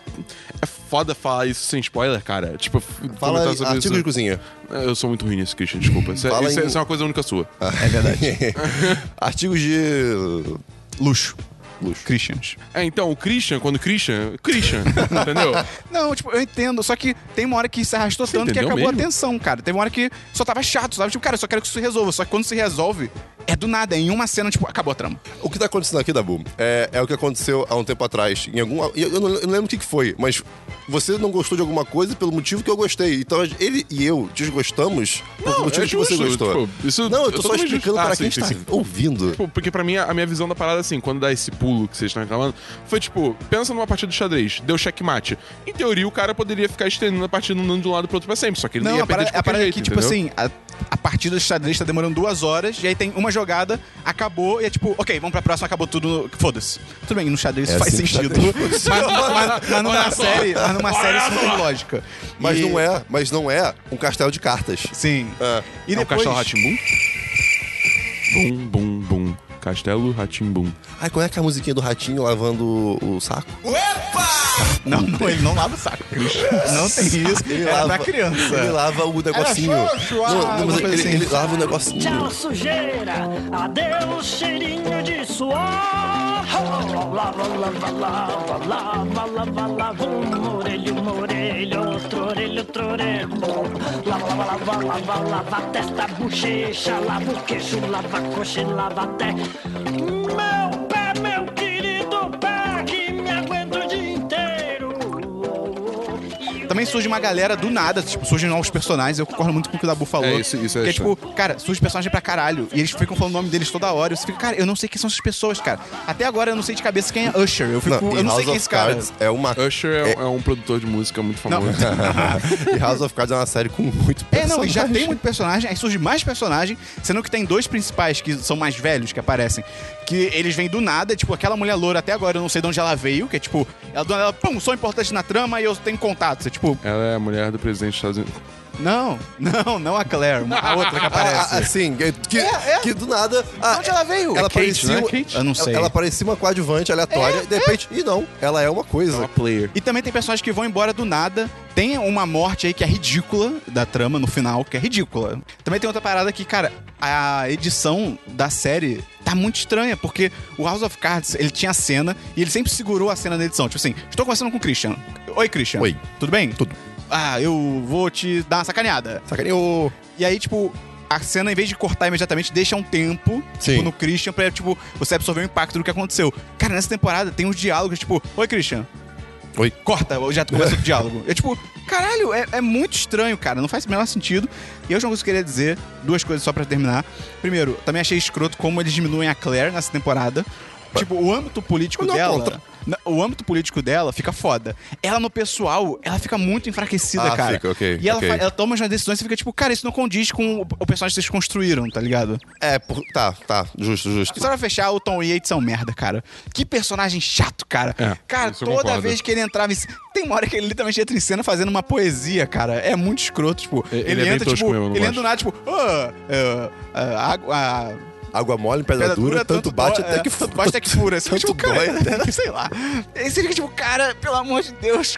[SPEAKER 3] É foda falar isso sem spoiler, cara. Tipo, f-
[SPEAKER 2] Fala
[SPEAKER 3] comentar
[SPEAKER 2] aí,
[SPEAKER 3] sobre
[SPEAKER 2] artigo
[SPEAKER 3] isso. É,
[SPEAKER 2] de cozinha.
[SPEAKER 3] Eu sou muito ruim nisso, Christian, desculpa. Isso, é-
[SPEAKER 2] Fala
[SPEAKER 3] isso é-
[SPEAKER 2] em-
[SPEAKER 3] isso é uma coisa única sua.
[SPEAKER 2] É verdade. Artigos de luxo. Luxo.
[SPEAKER 1] Christians.
[SPEAKER 3] É, então, o Christian, quando Christian. Christian, entendeu?
[SPEAKER 1] Não, tipo, eu entendo, só que tem uma hora que se arrastou
[SPEAKER 3] Você
[SPEAKER 1] tanto que
[SPEAKER 3] entendeu
[SPEAKER 1] acabou a
[SPEAKER 3] mesmo?
[SPEAKER 1] tensão, cara. Teve uma hora que só tava chato, sabe? Tipo, cara, eu só quero que isso se resolva. Só que quando se resolve, é do nada, é em uma cena, tipo, acabou a trama.
[SPEAKER 2] O que tá acontecendo aqui, Dabu, é, é o que aconteceu há um tempo atrás. Em algum, eu, eu não, eu não lembro o que, que foi, mas você não gostou de alguma coisa pelo motivo que eu gostei. Então ele e eu desgostamos pelo
[SPEAKER 3] Não,
[SPEAKER 2] motivo
[SPEAKER 3] é
[SPEAKER 2] que você
[SPEAKER 3] justo,
[SPEAKER 2] gostou.
[SPEAKER 3] tipo, isso
[SPEAKER 2] não, eu
[SPEAKER 3] é
[SPEAKER 2] tô só
[SPEAKER 3] totalmente
[SPEAKER 2] explicando
[SPEAKER 3] justo. Ah,
[SPEAKER 2] para
[SPEAKER 3] sim,
[SPEAKER 2] quem
[SPEAKER 3] sim,
[SPEAKER 2] está
[SPEAKER 3] sim.
[SPEAKER 2] ouvindo.
[SPEAKER 3] Tipo, porque pra mim, a minha visão da parada, assim, quando dá esse pulo que vocês estão reclamando, foi tipo, pensa numa partida de xadrez, deu checkmate. Em teoria, o cara poderia ficar estendendo a partida andando de um lado pro outro pra sempre, só que ele
[SPEAKER 1] Não,
[SPEAKER 3] ia
[SPEAKER 1] a parada,
[SPEAKER 3] perder de
[SPEAKER 1] a
[SPEAKER 3] qualquer
[SPEAKER 1] parada é
[SPEAKER 3] jeito,
[SPEAKER 1] que, tipo
[SPEAKER 3] entendeu?
[SPEAKER 1] assim, a, a partida de xadrez tá demorando duas horas, e aí tem uma jogada, acabou, e é tipo, ok, vamos pra próxima, acabou tudo, foda-se. Tudo bem, no xadrez
[SPEAKER 2] É
[SPEAKER 1] isso faz
[SPEAKER 2] assim que
[SPEAKER 1] sentido.
[SPEAKER 2] xadrez
[SPEAKER 1] mas, mas- mas numa série, mas numa série isso não tem lógica.
[SPEAKER 2] mas
[SPEAKER 1] E-
[SPEAKER 2] não é, mas não é um castelo de cartas.
[SPEAKER 1] Sim.
[SPEAKER 2] É.
[SPEAKER 1] E
[SPEAKER 3] é o
[SPEAKER 1] depois,
[SPEAKER 3] Castelo Ratimbum? Bum, bum, bum. Castelo Ratimbum.
[SPEAKER 2] Ai, qual é que é a musiquinha do ratinho lavando o, o saco?
[SPEAKER 1] Não, não, ele não lava o saco. não tem isso.
[SPEAKER 2] Ele
[SPEAKER 1] Era
[SPEAKER 2] lava,
[SPEAKER 1] pra criança.
[SPEAKER 2] Ele lava o negocinho.
[SPEAKER 1] xoxo, ah,
[SPEAKER 2] não, não, mas
[SPEAKER 1] alguma
[SPEAKER 2] ele,
[SPEAKER 1] coisa assim.
[SPEAKER 2] ele lava o negocinho.
[SPEAKER 4] Tchau, sujeira. Adeus, cheirinho de suor. Oh, Lava, lava, lava, lava, lava, lava. Uma orelha, uma orelha, outra orelha, outra orelha. Lava, lava, lava, lava, lava a testa, a bochecha, lava o queixo, lava a coxa e lava até. Meu pé, meu querido pé, que me aguenta o dia inteiro.
[SPEAKER 1] Também surge uma galera do nada, tipo, surgem novos personagens. Eu concordo muito com o que o Dabu falou.
[SPEAKER 3] É, isso- isso é
[SPEAKER 1] que tipo, cara, surge personagem pra caralho. E eles ficam falando o nome deles toda hora. E você fica, cara, eu não sei quem são essas pessoas, cara. Até agora eu não sei de cabeça quem é Usher. Eu fico,
[SPEAKER 2] e
[SPEAKER 1] eu não
[SPEAKER 2] House
[SPEAKER 1] sei quem é
[SPEAKER 2] of
[SPEAKER 1] esse cara.
[SPEAKER 2] Cards é uma.
[SPEAKER 3] Usher é, é um produtor de música muito famoso.
[SPEAKER 2] e House of Cards é uma série com muito
[SPEAKER 1] É, não, e já
[SPEAKER 2] personagem.
[SPEAKER 1] tem muito personagem, aí surge mais personagem, sendo que tem dois principais que são mais velhos que aparecem, que eles vêm do nada, tipo, aquela mulher loura até agora, eu não sei de onde ela veio, que é tipo, ela, do nada, ela pum, sou importante na trama e eu tenho contato. Você, tipo,
[SPEAKER 3] Ela é a mulher do presidente dos Estados Unidos.
[SPEAKER 1] não, não, não a Claire, a outra que
[SPEAKER 2] Ah, ah,
[SPEAKER 1] aparece.
[SPEAKER 2] assim, é- que,
[SPEAKER 1] É, é.
[SPEAKER 2] que do nada. ah,
[SPEAKER 1] onde ela veio?
[SPEAKER 2] Ela
[SPEAKER 1] É Kate,
[SPEAKER 2] parecia.
[SPEAKER 1] não é
[SPEAKER 2] um-
[SPEAKER 1] Kate?
[SPEAKER 2] Ela-
[SPEAKER 1] Eu não sei.
[SPEAKER 2] Ela parecia uma coadjuvante aleatória,
[SPEAKER 1] é.
[SPEAKER 2] e de repente. E não, ela é uma coisa.
[SPEAKER 3] Uma player.
[SPEAKER 1] E também tem personagens que vão embora do nada. Tem uma morte aí que é ridícula da trama no final, que é ridícula. Também tem outra parada que, cara, a edição da série tá muito estranha, porque o House of Cards, ele tinha a cena e ele sempre segurou a cena na edição. Tipo assim, estou conversando com o Christian. Oi, Christian.
[SPEAKER 2] Oi.
[SPEAKER 1] Tudo bem? Tudo. Ah, eu vou te dar uma sacaneada.
[SPEAKER 2] Sacaneou.
[SPEAKER 1] E aí, tipo, a cena, em vez de cortar imediatamente, deixa um tempo,
[SPEAKER 2] Sim.
[SPEAKER 1] tipo, no Christian, pra, tipo, você absorver o impacto do que aconteceu. Cara, nessa temporada tem uns diálogos, tipo, Oi, Christian.
[SPEAKER 2] Oi.
[SPEAKER 1] Corta, já começa o diálogo. Eu, tipo, caralho, é, é muito estranho, cara. Não faz o menor sentido. E eu, João Gusso, queria dizer duas coisas só pra terminar. Primeiro, também achei escroto como eles diminuem a Claire nessa temporada. Tipo, o âmbito político
[SPEAKER 2] Eu não
[SPEAKER 1] dela.
[SPEAKER 2] contra.
[SPEAKER 1] na- O âmbito político dela fica foda. Ela no pessoal, ela fica muito enfraquecida,
[SPEAKER 2] Ah,
[SPEAKER 1] cara.
[SPEAKER 2] fica, ok,
[SPEAKER 1] E ela,
[SPEAKER 2] ok.
[SPEAKER 1] fa- ela toma umas decisões e fica tipo, cara, isso não condiz com o- o personagem que vocês construíram, tá ligado?
[SPEAKER 2] É, por- tá, tá, justo, justo.
[SPEAKER 1] Só pra fechar, o Tom Yates é um merda, cara. Que personagem chato, cara.
[SPEAKER 3] É,
[SPEAKER 1] cara,
[SPEAKER 3] isso eu
[SPEAKER 1] toda
[SPEAKER 3] concordo.
[SPEAKER 1] vez que ele entrava em c- Tem uma hora que ele literalmente entra em cena fazendo uma poesia, cara. É muito escroto, tipo.
[SPEAKER 3] E- ele é bem
[SPEAKER 1] entra,
[SPEAKER 3] tosco
[SPEAKER 1] tipo,
[SPEAKER 3] mesmo, eu não
[SPEAKER 1] ele entra do
[SPEAKER 3] gosto.
[SPEAKER 1] nada, tipo, ah, ah, ah, água. ah,
[SPEAKER 2] Água mole, pedra,
[SPEAKER 1] pedra
[SPEAKER 2] dura, tanto, bate
[SPEAKER 1] dó-
[SPEAKER 2] até
[SPEAKER 1] é,
[SPEAKER 2] que
[SPEAKER 1] tanto bate até que fura. Você fica,
[SPEAKER 2] Tanto
[SPEAKER 1] tipo, cara,
[SPEAKER 2] dói até
[SPEAKER 1] sei lá. Aí você fica tipo, cara, pelo amor de Deus,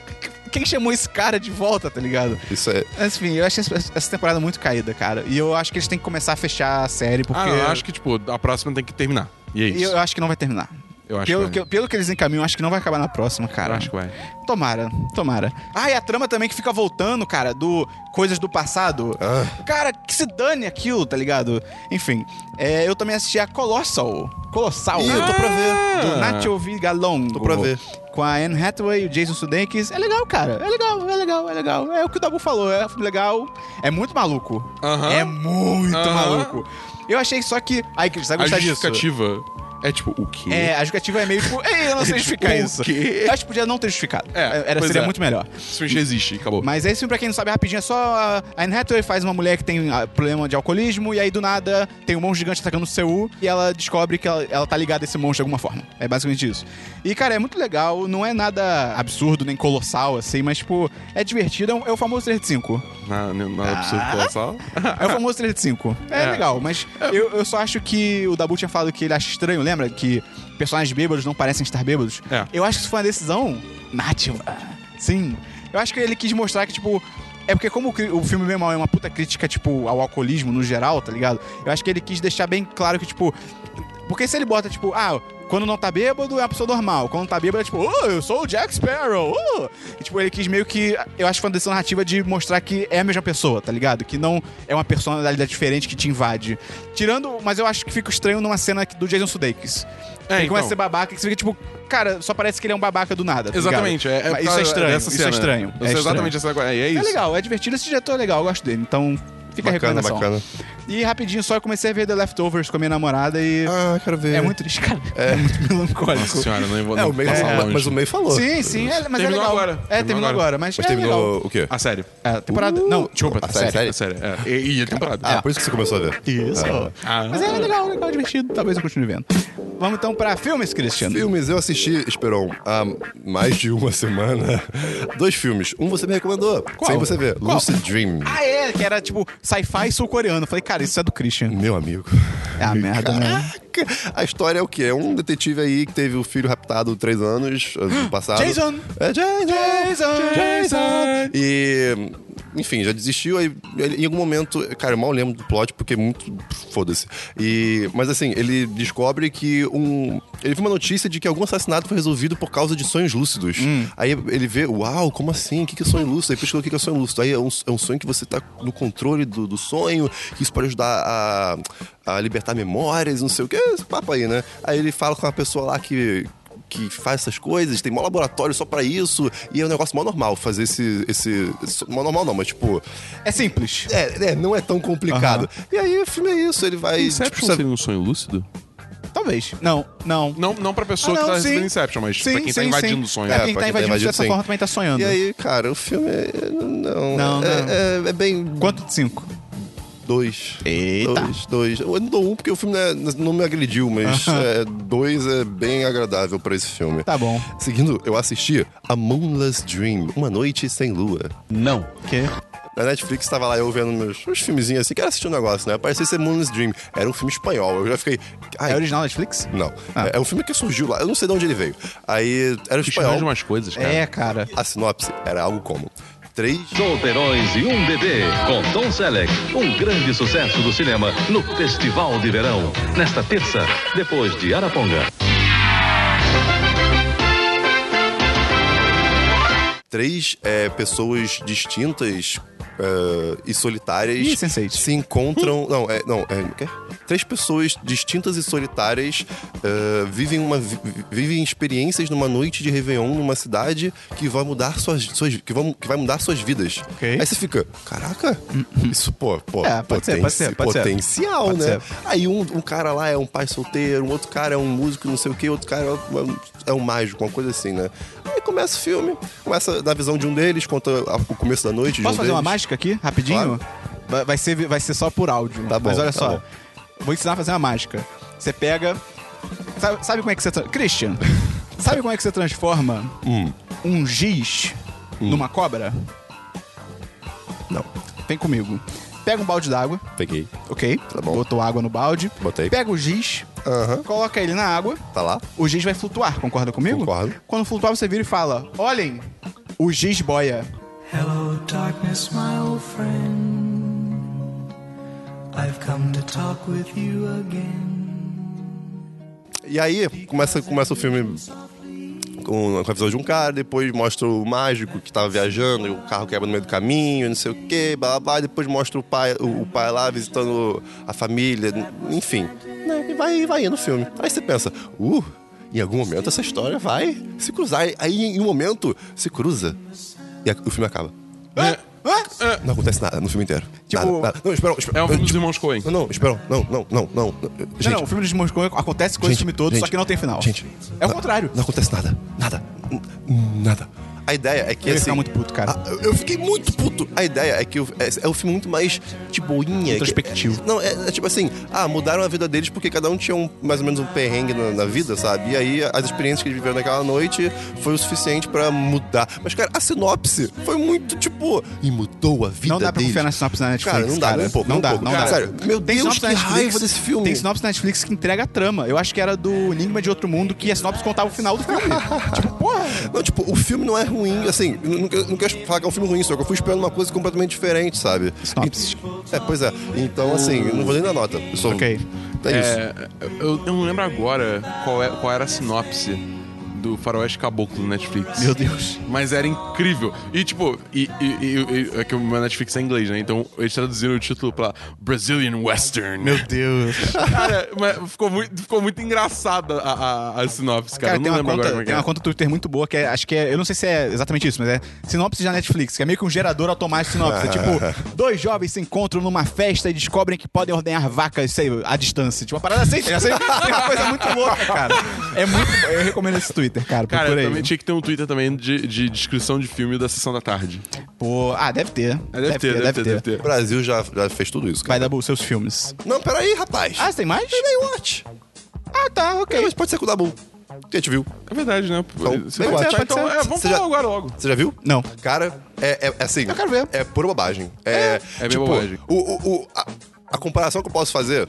[SPEAKER 1] quem chamou esse cara de volta, tá ligado?
[SPEAKER 2] Isso é.
[SPEAKER 1] Mas, enfim, eu achei essa essa temporada muito caída, cara. E eu acho que eles têm que começar a fechar a série, porque.
[SPEAKER 3] Ah, eu acho que, tipo, a próxima tem que terminar. E é
[SPEAKER 1] E
[SPEAKER 3] isso.
[SPEAKER 1] eu acho que não vai terminar.
[SPEAKER 3] Eu acho
[SPEAKER 1] pelo,
[SPEAKER 3] que vai.
[SPEAKER 1] que- pelo que eles encaminham, acho que não vai acabar na próxima, cara.
[SPEAKER 3] Eu acho que vai.
[SPEAKER 1] Tomara, tomara. Ah, e a trama também que fica voltando, cara, do coisas do passado.
[SPEAKER 2] Ah.
[SPEAKER 1] Cara, que se dane aquilo, tá ligado? Enfim, é, eu também assisti a Colossal. Colossal. Ah.
[SPEAKER 2] Ih, eu tô pra ver.
[SPEAKER 1] Do Nacho Vigalongo.
[SPEAKER 2] Tô pra ver.
[SPEAKER 1] Com a Anne Hathaway e o Jason Sudeikis. É legal, cara. É legal, é legal, é legal. É o que o Dabu falou. É legal. É muito maluco.
[SPEAKER 3] Aham.
[SPEAKER 1] É muito
[SPEAKER 3] Aham.
[SPEAKER 1] maluco. Eu achei só que... Ai, Cris, vai
[SPEAKER 3] A
[SPEAKER 1] gostar disso.
[SPEAKER 3] justificativa é tipo, o quê?
[SPEAKER 1] É, a justificativa é meio tipo, ei, eu não sei justificar isso.
[SPEAKER 3] quê?
[SPEAKER 1] Eu acho que podia não ter justificado.
[SPEAKER 3] É,
[SPEAKER 1] Era,
[SPEAKER 3] pois
[SPEAKER 1] seria
[SPEAKER 3] é.
[SPEAKER 1] muito melhor.
[SPEAKER 3] Esse filme já existe, acabou.
[SPEAKER 1] Mas esse filme, pra quem não sabe rapidinho, é só a- a Anne Hathaway faz uma mulher que tem ah, problema de alcoolismo e aí do nada tem um monstro gigante atacando o Seul e ela descobre que ela, ela tá ligada a esse monstro de alguma forma. É basicamente isso. E, cara, é muito legal, não é nada absurdo nem colossal, assim, mas, tipo, é divertido, é, um- é o famoso 35.
[SPEAKER 3] Na, na, tá na
[SPEAKER 1] Ah.
[SPEAKER 3] absurdo colossal.
[SPEAKER 1] É o famoso 35. É,
[SPEAKER 3] É.
[SPEAKER 1] legal, mas eu, eu só acho que o Dabu tinha falado que ele acha estranho, lembra? Que personagens bêbados não parecem estar bêbados.
[SPEAKER 3] É.
[SPEAKER 1] Eu acho que isso foi uma decisão nativa. Sim. Eu acho que ele quis mostrar que, tipo. É porque como o cri- o filme mesmo é uma puta crítica, tipo, ao alcoolismo no geral, tá ligado? Eu acho que ele quis deixar bem claro que, tipo. Porque se ele bota, tipo, ah, quando não tá bêbado é uma pessoa normal. Quando tá bêbado é tipo, oh, eu sou o Jack Sparrow. oh." E, tipo, ele quis meio que. Eu acho que foi uma decisão narrativa de mostrar que é a mesma pessoa, tá ligado? Que não é uma personalidade diferente que te invade. Tirando. Mas eu acho que fica estranho numa cena do Jason Sudeikis.
[SPEAKER 3] É,
[SPEAKER 1] ele começa
[SPEAKER 3] então.
[SPEAKER 1] a ser babaca, que você fica, tipo, cara, só parece que ele é um babaca do nada. tá ligado?
[SPEAKER 3] Exatamente. É,
[SPEAKER 1] Mas
[SPEAKER 3] por
[SPEAKER 1] isso
[SPEAKER 3] causa
[SPEAKER 1] é estranho.
[SPEAKER 3] dessa
[SPEAKER 1] Isso é
[SPEAKER 3] cena.
[SPEAKER 1] estranho.
[SPEAKER 3] Eu
[SPEAKER 1] é
[SPEAKER 3] sei
[SPEAKER 1] estranho.
[SPEAKER 3] exatamente essa agora. E é
[SPEAKER 1] É
[SPEAKER 3] isso.
[SPEAKER 1] legal, é divertido. Esse diretor é legal, eu gosto dele. Então, fica a
[SPEAKER 2] Bacana,
[SPEAKER 1] recomendação.
[SPEAKER 2] bacana.
[SPEAKER 1] E rapidinho, só eu comecei a ver The Leftovers com a minha namorada e.
[SPEAKER 2] Ah, quero ver.
[SPEAKER 1] É muito triste, cara. É, muito melancólico.
[SPEAKER 3] Nossa senhora, não vou
[SPEAKER 2] É,
[SPEAKER 3] não
[SPEAKER 2] o meio,
[SPEAKER 3] passar
[SPEAKER 2] é,
[SPEAKER 3] longe.
[SPEAKER 2] mas o meio falou.
[SPEAKER 1] Sim, sim, é, mas é
[SPEAKER 3] Terminou
[SPEAKER 1] legal.
[SPEAKER 3] agora.
[SPEAKER 1] É,
[SPEAKER 3] Terminou
[SPEAKER 1] terminou agora,
[SPEAKER 3] agora.
[SPEAKER 1] mas,
[SPEAKER 2] Mas
[SPEAKER 1] é
[SPEAKER 2] terminou
[SPEAKER 1] legal.
[SPEAKER 2] o quê?
[SPEAKER 3] A Ah, sério.
[SPEAKER 1] É, a temporada.
[SPEAKER 2] Uh,
[SPEAKER 1] não, desculpa,
[SPEAKER 2] a
[SPEAKER 1] a
[SPEAKER 2] série,
[SPEAKER 1] série.
[SPEAKER 2] série.
[SPEAKER 3] A sério. É. E, e a temporada.
[SPEAKER 2] Ah, por isso que você começou a ver.
[SPEAKER 1] Isso.
[SPEAKER 3] Ah.
[SPEAKER 1] Mas é legal, legal, divertido. Talvez eu continue vendo. Vamos então pra filmes, Cristiano.
[SPEAKER 2] Filmes eu assisti, Esperon, há mais de uma semana. Dois filmes. Um você me recomendou, sem você ver.
[SPEAKER 1] Qual?
[SPEAKER 2] Lucid Dream.
[SPEAKER 1] Ah, é, que era tipo sci-fi sul-coreano. Eu Falei, cara, isso é do Christian.
[SPEAKER 2] Meu amigo.
[SPEAKER 1] É a merda, né?
[SPEAKER 2] Caraca. A história é o quê? É um detetive aí que teve o filho raptado três anos eh, no passado.
[SPEAKER 1] Jason!
[SPEAKER 2] É Jason!
[SPEAKER 1] Jason!
[SPEAKER 2] Jason! E. Enfim, já desistiu, aí ele- em algum momento, cara, eu mal lembro do plot, porque é muito. Foda-se. E. Mas assim, ele descobre que um. Ele viu uma notícia de que algum assassinato foi resolvido por causa de sonhos lúcidos. Aí ele vê, uau, como assim? O que que é sonho lúcido? Aí pesquisou o que que é sonho lúcido. Aí é um, é um sonho que você tá no controle do, do sonho, que isso pode ajudar a, a libertar memórias, não sei o quê, esse papo aí, né? Aí ele fala com uma pessoa lá que que faz essas coisas, tem mó laboratório só pra isso, e é um negócio mó normal fazer esse. esse esse- mó normal não, mas tipo.
[SPEAKER 1] É simples.
[SPEAKER 2] É, é, não é tão complicado. E aí o filme é isso, ele vai. tipo,
[SPEAKER 3] Inception
[SPEAKER 2] sabe-
[SPEAKER 3] seria um sonho lúcido?
[SPEAKER 1] Talvez. Não, não.
[SPEAKER 3] Não, não pra pessoa
[SPEAKER 1] Ah,
[SPEAKER 3] que
[SPEAKER 1] não,
[SPEAKER 3] tá
[SPEAKER 1] sim.
[SPEAKER 3] recebendo Inception, mas pra quem tá invadindo o sonho.
[SPEAKER 1] É, quem
[SPEAKER 2] É,
[SPEAKER 1] tá
[SPEAKER 2] pra quem tá
[SPEAKER 1] invadindo
[SPEAKER 2] invadindo,
[SPEAKER 1] dessa
[SPEAKER 2] sim.
[SPEAKER 1] forma também tá sonhando.
[SPEAKER 2] E aí, cara, o filme é. Não,
[SPEAKER 1] Não,
[SPEAKER 2] é,
[SPEAKER 1] não.
[SPEAKER 2] é- é bem.
[SPEAKER 1] Quanto de cinco?
[SPEAKER 2] Dois.
[SPEAKER 1] Eita.
[SPEAKER 2] Dois, dois. Eu não dou um porque o filme não, é- não me agrediu, mas é, dois é bem agradável pra esse filme.
[SPEAKER 1] Tá bom.
[SPEAKER 2] Seguindo, eu assisti A Moonless Dream, Uma Noite Sem Lua.
[SPEAKER 1] Não. Que?
[SPEAKER 2] Na Netflix tava lá eu vendo meus, meus filmezinhos assim, quero assistir um negócio, né? Parecia ser Moonless Dream. Era um filme espanhol. Eu já fiquei.
[SPEAKER 1] É
[SPEAKER 2] Ai,
[SPEAKER 1] original Netflix?
[SPEAKER 2] Não. É, é um filme que surgiu lá. Eu não sei de onde ele veio. Aí era espanhol.
[SPEAKER 3] Espanhol. umas coisas, cara.
[SPEAKER 1] É, cara.
[SPEAKER 2] A sinopse era algo como. Três.
[SPEAKER 6] Solteirões e um bebê, com Tom Selleck, um grande sucesso do cinema no Festival de Verão, nesta terça, depois de Araponga.
[SPEAKER 2] três é, pessoas distintas é, e solitárias
[SPEAKER 1] Ih, Hum? Sense8.
[SPEAKER 2] se encontram. não, é, não, é. o quê? Três pessoas distintas e solitárias é, vivem, uma, vi- vivem experiências numa noite de Réveillon numa cidade que vai mudar suas. suas- que, vão, que vai mudar suas vidas.
[SPEAKER 1] Ok. Hum,
[SPEAKER 2] Aí você fica, caraca, isso, pô, pô,
[SPEAKER 1] É, pode ser, pode
[SPEAKER 2] poten-
[SPEAKER 1] ser, pode ser.
[SPEAKER 2] potencial,
[SPEAKER 1] Pode
[SPEAKER 2] né?
[SPEAKER 1] ser.
[SPEAKER 2] Aí um, um cara lá é um pai solteiro, um outro cara é um músico, não sei o quê, outro cara é um, é um mágico, uma coisa assim, né? Aí começa o filme, começa da visão de um deles, conta a- o começo da noite de um
[SPEAKER 1] Posso fazer uma
[SPEAKER 2] deles.
[SPEAKER 1] mágica aqui, rapidinho?
[SPEAKER 2] Claro.
[SPEAKER 1] Vai- Vai ser, vai ser só por áudio.
[SPEAKER 2] Tá bom,
[SPEAKER 1] Mas olha
[SPEAKER 2] tá
[SPEAKER 1] só.
[SPEAKER 2] bom.
[SPEAKER 1] Vou ensinar a fazer uma mágica. Você pega. Sabe, sabe como é que você. tra- Christian, sabe como é que você transforma
[SPEAKER 3] Hum.
[SPEAKER 1] um giz numa cobra?
[SPEAKER 2] Não,
[SPEAKER 1] Vem comigo. Pega um balde d'água,
[SPEAKER 2] peguei.
[SPEAKER 1] ok?
[SPEAKER 2] Tá bom.
[SPEAKER 1] Botou água no balde.
[SPEAKER 2] Botei.
[SPEAKER 1] Pega o giz,
[SPEAKER 2] Aham.
[SPEAKER 1] coloca ele na água.
[SPEAKER 2] Tá lá?
[SPEAKER 1] O giz vai flutuar, concorda comigo?
[SPEAKER 2] Concordo.
[SPEAKER 1] Quando flutuar, você vira e fala: Olhem, o giz boia.
[SPEAKER 7] Hello, darkness, my old friend. I've come to talk with you again.
[SPEAKER 2] E aí começa, começa o filme com com a visão de um cara, depois mostra o mágico que tava viajando, e o carro quebra no meio do caminho, não sei o quê, blá blá blá, e depois mostra o pai, o, o pai lá visitando a família, n- enfim. né? E vai, vai indo o filme. Aí você pensa, uh, em algum momento essa história vai se cruzar. Aí em um momento se cruza e a- o filme acaba.
[SPEAKER 1] Hã? Hã?
[SPEAKER 2] Não acontece nada no filme inteiro.
[SPEAKER 1] Tipo-
[SPEAKER 2] Nada, nada. Não, espera, espera.
[SPEAKER 3] É um filme dos
[SPEAKER 2] Tipo,
[SPEAKER 3] irmãos Coen.
[SPEAKER 2] Não, não, espera. Não, não, não, não. Gente,
[SPEAKER 1] não, não, o filme dos Moscou acontece coisa o filme todo, só que não tem final.
[SPEAKER 2] Gente,
[SPEAKER 1] é o
[SPEAKER 2] na-
[SPEAKER 1] contrário.
[SPEAKER 2] Não acontece nada. Nada. n- Nada. A ideia é que.
[SPEAKER 1] Eu ia
[SPEAKER 2] assim,
[SPEAKER 1] ficar muito puto, cara.
[SPEAKER 2] a- eu- eu fiquei muito puto. A ideia é que o- é, é um filme muito mais de boinha.
[SPEAKER 1] Introspectivo.
[SPEAKER 2] que- não, é, é tipo assim, ah, mudaram a vida deles porque cada um tinha um, mais ou menos um perrengue na, na vida, sabe? E aí as experiências que eles viveram naquela noite foi o suficiente pra mudar. Mas, cara, a sinopse foi muito tipo. E mudou a vida
[SPEAKER 1] Não dá pra
[SPEAKER 2] deles.
[SPEAKER 1] confiar na sinopse da Netflix.
[SPEAKER 2] Cara, não dá,
[SPEAKER 1] cara.
[SPEAKER 2] nem um pouco,
[SPEAKER 1] Não
[SPEAKER 2] nem um
[SPEAKER 1] dá,
[SPEAKER 2] pouco.
[SPEAKER 1] não
[SPEAKER 2] Cara,
[SPEAKER 1] dá.
[SPEAKER 2] sério, meu
[SPEAKER 1] Tem
[SPEAKER 2] Deus,
[SPEAKER 1] sinopse
[SPEAKER 2] que
[SPEAKER 1] na Netflix-
[SPEAKER 2] raiva desse filme.
[SPEAKER 1] Tem sinopse na Netflix que entrega a trama. Eu acho que era do Enigma de Outro Mundo, que a sinopse contava o final do filme. tipo, porra.
[SPEAKER 2] Não, tipo, o filme não é ruim, assim, eu não, eu não quero falar que é um filme ruim, só que eu fui esperando uma coisa completamente diferente, sabe?
[SPEAKER 1] Sinopse.
[SPEAKER 2] É, pois é. Então, assim, eu não vou nem dar nota. Eu só...
[SPEAKER 1] Ok.
[SPEAKER 2] É isso.
[SPEAKER 3] É, eu, eu não lembro agora qual, é- qual era a sinopse do Faroeste Caboclo do Netflix.
[SPEAKER 1] Meu Deus.
[SPEAKER 3] Mas era incrível. E, tipo, e, e, e- e- é que o meu Netflix é em inglês, né? Então eles traduziram o título pra Brazilian Western. Meu
[SPEAKER 1] Deus.
[SPEAKER 3] Cara, mas ficou muito, ficou muito engraçada a, a, a sinopse, cara.
[SPEAKER 1] Cara,
[SPEAKER 3] Eu
[SPEAKER 1] tem, uma
[SPEAKER 3] não lembro
[SPEAKER 1] conta,
[SPEAKER 3] agora como é que
[SPEAKER 1] tem
[SPEAKER 3] é.
[SPEAKER 1] uma conta do Twitter muito boa, que é, acho que é. Eu não sei se é exatamente isso, mas é sinopse da Netflix, que é meio que um gerador automático de sinopse. É tipo, dois jovens se encontram numa festa e descobrem que podem ordenhar vacas, sei, à distância. Tipo, uma parada assim, assim, é uma coisa muito louca, cara. É muito. Eu recomendo esse Twitter, cara.
[SPEAKER 3] Cara,
[SPEAKER 1] procura aí.
[SPEAKER 3] eu também tinha que ter um Twitter também de, de descrição de filme da sessão da tarde.
[SPEAKER 1] Pô, ah, deve ter.
[SPEAKER 3] É, Deve, ter, deve ter, deve ter.
[SPEAKER 2] O Brasil já, já fez tudo isso,
[SPEAKER 1] Vai
[SPEAKER 2] cara.
[SPEAKER 1] dar bu- seus filmes.
[SPEAKER 2] Não, peraí, rapaz.
[SPEAKER 1] Ah, você tem mais?
[SPEAKER 2] Tem Baywatch.
[SPEAKER 1] Ah, tá,
[SPEAKER 2] É,
[SPEAKER 1] ok.
[SPEAKER 2] mas pode ser com o Dabu. Que a gente viu.
[SPEAKER 3] É verdade,
[SPEAKER 2] bem,
[SPEAKER 3] né? pode
[SPEAKER 2] pode
[SPEAKER 3] ser,
[SPEAKER 2] ser,
[SPEAKER 3] então,
[SPEAKER 1] pode ser.
[SPEAKER 3] é, vamos
[SPEAKER 2] Você
[SPEAKER 3] falar
[SPEAKER 2] já-
[SPEAKER 3] agora logo.
[SPEAKER 2] Você já viu?
[SPEAKER 1] Não.
[SPEAKER 2] Cara, é, é- é assim. Eu
[SPEAKER 1] quero ver.
[SPEAKER 2] É pura bobagem. É,
[SPEAKER 3] É bem
[SPEAKER 2] tipo,
[SPEAKER 3] bobagem.
[SPEAKER 2] O, o, o- a, a comparação que eu posso fazer,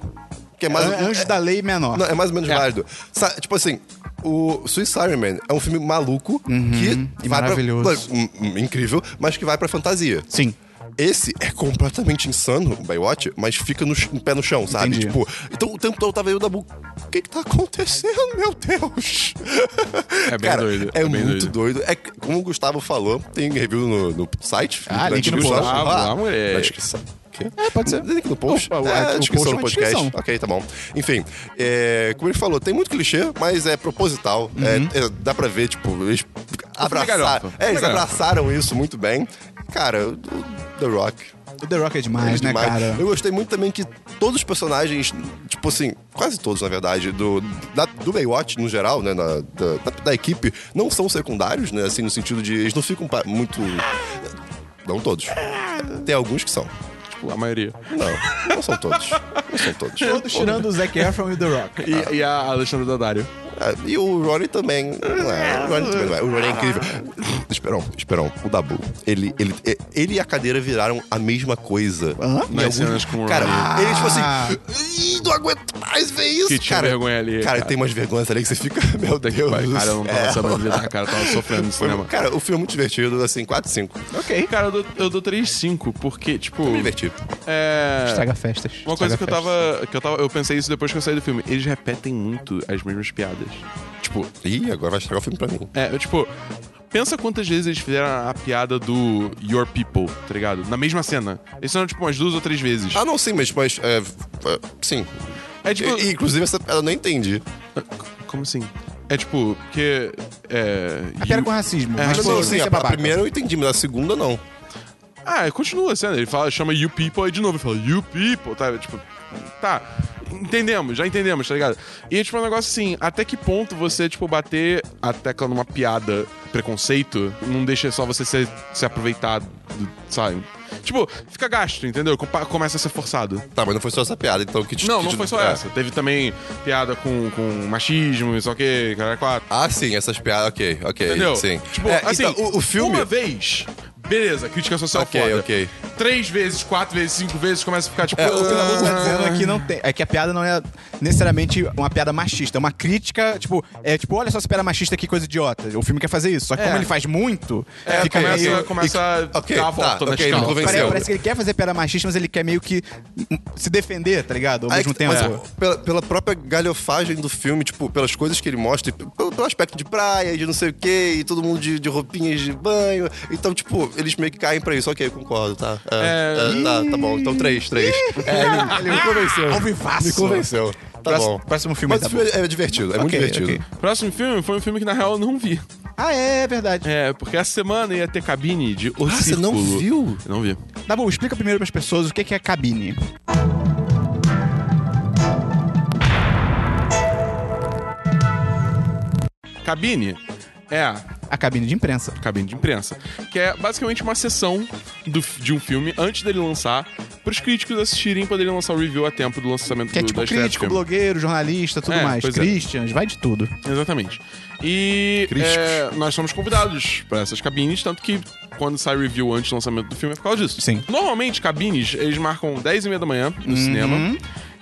[SPEAKER 2] que é mais.
[SPEAKER 1] An- Anjo da Lei Menor.
[SPEAKER 2] Não, é mais ou menos válido. Sa- tipo assim, o Suicide Man é um filme maluco que
[SPEAKER 1] E
[SPEAKER 2] vai pra-
[SPEAKER 1] maravilhoso.
[SPEAKER 2] Hum, hum, incrível, mas que vai pra fantasia.
[SPEAKER 1] Sim.
[SPEAKER 2] Esse é completamente insano, o Baywatch, mas fica no, ch- no pé no chão, sabe?
[SPEAKER 1] Entendi.
[SPEAKER 2] Tipo, então o tempo todo tava eu da bu. O que que tá acontecendo, meu Deus?
[SPEAKER 3] É bem doido,
[SPEAKER 2] É,
[SPEAKER 3] é bem
[SPEAKER 2] muito doido. É que, como o Gustavo falou, tem review no, no site.
[SPEAKER 1] Ah,
[SPEAKER 2] na
[SPEAKER 1] link no
[SPEAKER 2] descrição.
[SPEAKER 1] post.
[SPEAKER 3] Ah,
[SPEAKER 2] Ah,
[SPEAKER 3] moleque.
[SPEAKER 2] na descrição. quê?
[SPEAKER 1] É, pode ser.
[SPEAKER 2] Link no post.
[SPEAKER 1] Opa, o-
[SPEAKER 2] é,
[SPEAKER 1] o
[SPEAKER 2] descrição
[SPEAKER 1] post
[SPEAKER 2] do
[SPEAKER 1] é uma
[SPEAKER 2] podcast.
[SPEAKER 1] descrição.
[SPEAKER 2] Ok, tá bom. Enfim, é, como ele falou, tem muito clichê, mas é proposital. É, é, dá pra ver, tipo, eles
[SPEAKER 3] galhofa.
[SPEAKER 2] abraçaram. É, eles
[SPEAKER 3] Uma galhofa.
[SPEAKER 2] abraçaram isso muito bem. Cara, o The Rock.
[SPEAKER 1] O The Rock é demais, né,
[SPEAKER 2] demais.
[SPEAKER 1] cara?
[SPEAKER 2] Eu gostei muito também que todos os personagens, tipo assim, quase todos, na verdade, do, da, do Baywatch, no geral, né, na- da, da- da equipe, não são secundários, né, assim, no sentido de eles não ficam pa- muito... Não todos. Tem alguns que são.
[SPEAKER 3] Tipo, a maioria.
[SPEAKER 2] Não, não são todos. Não são todos.
[SPEAKER 1] Todos né? tirando o Zac Efron e o The Rock.
[SPEAKER 3] E, e a Alexandra Daddario.
[SPEAKER 2] Ah, E o Ronnie também. Ah, o Ronnie também vai. O Ronnie é incrível. Esperão, Esperão, o Dabu. Ele, ele, ele e a cadeira viraram a mesma coisa. Em
[SPEAKER 3] Nas cenas com o
[SPEAKER 2] Cara,
[SPEAKER 3] Ronnie.
[SPEAKER 2] ele tipo assim. "Ih, Não aguento mais ver isso.
[SPEAKER 3] Que tinha
[SPEAKER 2] cara,
[SPEAKER 3] vergonha ali,
[SPEAKER 2] Cara,
[SPEAKER 3] cara.
[SPEAKER 2] tem umas vergonhas ali que você fica. Meu
[SPEAKER 3] Puta
[SPEAKER 2] Deus.
[SPEAKER 3] que pariu.
[SPEAKER 2] do
[SPEAKER 3] Cara, eu não tava
[SPEAKER 2] céu.
[SPEAKER 3] sabendo lidar, cara. Eu tava sofrendo no
[SPEAKER 2] Foi-
[SPEAKER 3] cinema.
[SPEAKER 2] Cara, o filme é muito divertido, assim, 4, 5.
[SPEAKER 3] Ok. Cara, eu dou, eu dou 3,5, porque, tipo.
[SPEAKER 2] Me diverti.
[SPEAKER 3] É.
[SPEAKER 1] Estraga festas.
[SPEAKER 3] Uma coisa
[SPEAKER 1] Estraga
[SPEAKER 3] que eu
[SPEAKER 1] festas.
[SPEAKER 3] tava. que eu tava. Eu pensei isso depois que eu saí do filme. Eles repetem muito as mesmas piadas. Tipo,
[SPEAKER 2] Ih, agora vai estragar o filme pra mim.
[SPEAKER 3] é, eu, tipo. Pensa quantas vezes eles fizeram a piada do Your People, tá ligado? Na mesma cena. Eles fizeram, tipo, umas duas ou três vezes.
[SPEAKER 2] Ah, não, sim, mas. mas é, é, sim.
[SPEAKER 3] É tipo.
[SPEAKER 2] E- e, inclusive, essa, eu não entendi.
[SPEAKER 3] Como assim? É tipo, porque. É.
[SPEAKER 1] A piada
[SPEAKER 3] you-
[SPEAKER 1] com racismo.
[SPEAKER 3] É,
[SPEAKER 1] mas,
[SPEAKER 2] Mas
[SPEAKER 1] pô, sem
[SPEAKER 2] não, assim,
[SPEAKER 1] ser
[SPEAKER 2] a, a
[SPEAKER 1] babaca.
[SPEAKER 2] primeira eu entendi, mas a segunda não.
[SPEAKER 3] Ah, continua a cena. Ele fala, chama You People, aí de novo ele fala You People, tá? Tipo, tá. Entendemos, já entendemos, tá ligado? E é tipo um negócio assim, até que ponto você, tipo, bater a tecla numa piada, preconceito, não deixa só você ser, se aproveitar, do- sabe? Tipo, fica gasto, entendeu? Compa- Começa a ser forçado.
[SPEAKER 2] Tá, mas não foi só essa piada, então que te-
[SPEAKER 3] Não,
[SPEAKER 2] que
[SPEAKER 3] não
[SPEAKER 2] te-
[SPEAKER 3] foi só
[SPEAKER 2] é.
[SPEAKER 3] essa. Teve também piada com, com machismo, só que, cara, quatro.
[SPEAKER 2] Ah, sim, essas piadas, ok, ok.
[SPEAKER 3] Entendeu?
[SPEAKER 2] Sim.
[SPEAKER 3] Tipo,
[SPEAKER 2] É,
[SPEAKER 3] assim,
[SPEAKER 2] então, o, o filme.
[SPEAKER 3] Uma vez, beleza, crítica social
[SPEAKER 2] Ok,
[SPEAKER 3] foda.
[SPEAKER 2] ok.
[SPEAKER 3] Três vezes, quatro vezes, cinco vezes, começa a ficar tipo.
[SPEAKER 2] É,
[SPEAKER 1] O que o Dabu tá
[SPEAKER 3] "Ah".
[SPEAKER 1] dizendo é que não tem. É que a piada não é necessariamente uma piada machista, é uma crítica, tipo, é tipo, olha só essa piada machista que coisa idiota. O filme quer fazer isso. Só que
[SPEAKER 3] É.
[SPEAKER 1] como ele faz muito,
[SPEAKER 3] É,
[SPEAKER 1] fica
[SPEAKER 3] começa,
[SPEAKER 1] meio.
[SPEAKER 3] começa a
[SPEAKER 2] ok,
[SPEAKER 3] dar a
[SPEAKER 2] tá,
[SPEAKER 3] volta na
[SPEAKER 2] ok, me
[SPEAKER 3] escala.
[SPEAKER 2] convenceu.
[SPEAKER 1] Parece, parece que ele quer fazer piada machista, mas ele quer meio que hum, se defender, tá ligado? Ao
[SPEAKER 2] Aí
[SPEAKER 1] mesmo
[SPEAKER 2] que-
[SPEAKER 1] tempo.
[SPEAKER 2] mas, é, pela, pela própria galhofagem do filme, tipo, pelas coisas que ele mostra, e pelo, pelo aspecto de praia, de não sei o quê, e todo mundo de, de roupinhas de banho. Então, tipo, eles meio que caem pra isso. Ok, concordo, tá. É,
[SPEAKER 3] É,
[SPEAKER 2] é, tá, tá bom. Então, três, três. É, ele, ele me convenceu.
[SPEAKER 1] Ao vivaço.
[SPEAKER 2] Me convenceu. Tá
[SPEAKER 1] Próximo-
[SPEAKER 2] bom.
[SPEAKER 1] próximo filme,
[SPEAKER 2] Mas
[SPEAKER 1] tá
[SPEAKER 2] o filme é, é divertido, é muito
[SPEAKER 1] Ok,
[SPEAKER 2] divertido.
[SPEAKER 1] ok.
[SPEAKER 3] Próximo filme foi um filme que na real eu não vi.
[SPEAKER 1] Ah, é, é verdade.
[SPEAKER 3] É, porque essa semana ia ter cabine de O
[SPEAKER 2] Ah, você não
[SPEAKER 3] Círculo.
[SPEAKER 2] viu?
[SPEAKER 3] Eu não vi.
[SPEAKER 1] Dabu, explica primeiro pras pessoas o que que é cabine.
[SPEAKER 3] Cabine é a
[SPEAKER 1] A cabine de imprensa.
[SPEAKER 3] cabine de imprensa, que é basicamente uma sessão do- de um filme antes dele lançar, para os críticos assistirem e poderem lançar o review a tempo do lançamento
[SPEAKER 1] Que é
[SPEAKER 3] do,
[SPEAKER 1] tipo
[SPEAKER 3] da estreia do
[SPEAKER 1] crítico,
[SPEAKER 3] filme.
[SPEAKER 1] blogueiro, jornalista, tudo
[SPEAKER 3] É,
[SPEAKER 1] mais.
[SPEAKER 3] pois é.
[SPEAKER 1] Christians, vai de tudo.
[SPEAKER 3] Exatamente. E
[SPEAKER 2] Críticos.
[SPEAKER 3] é, nós somos convidados para essas cabines, tanto que quando sai review antes do lançamento do filme é por causa disso.
[SPEAKER 1] Sim.
[SPEAKER 3] Normalmente, cabines, eles marcam 10 e meia da manhã no
[SPEAKER 1] Uhum.
[SPEAKER 3] cinema.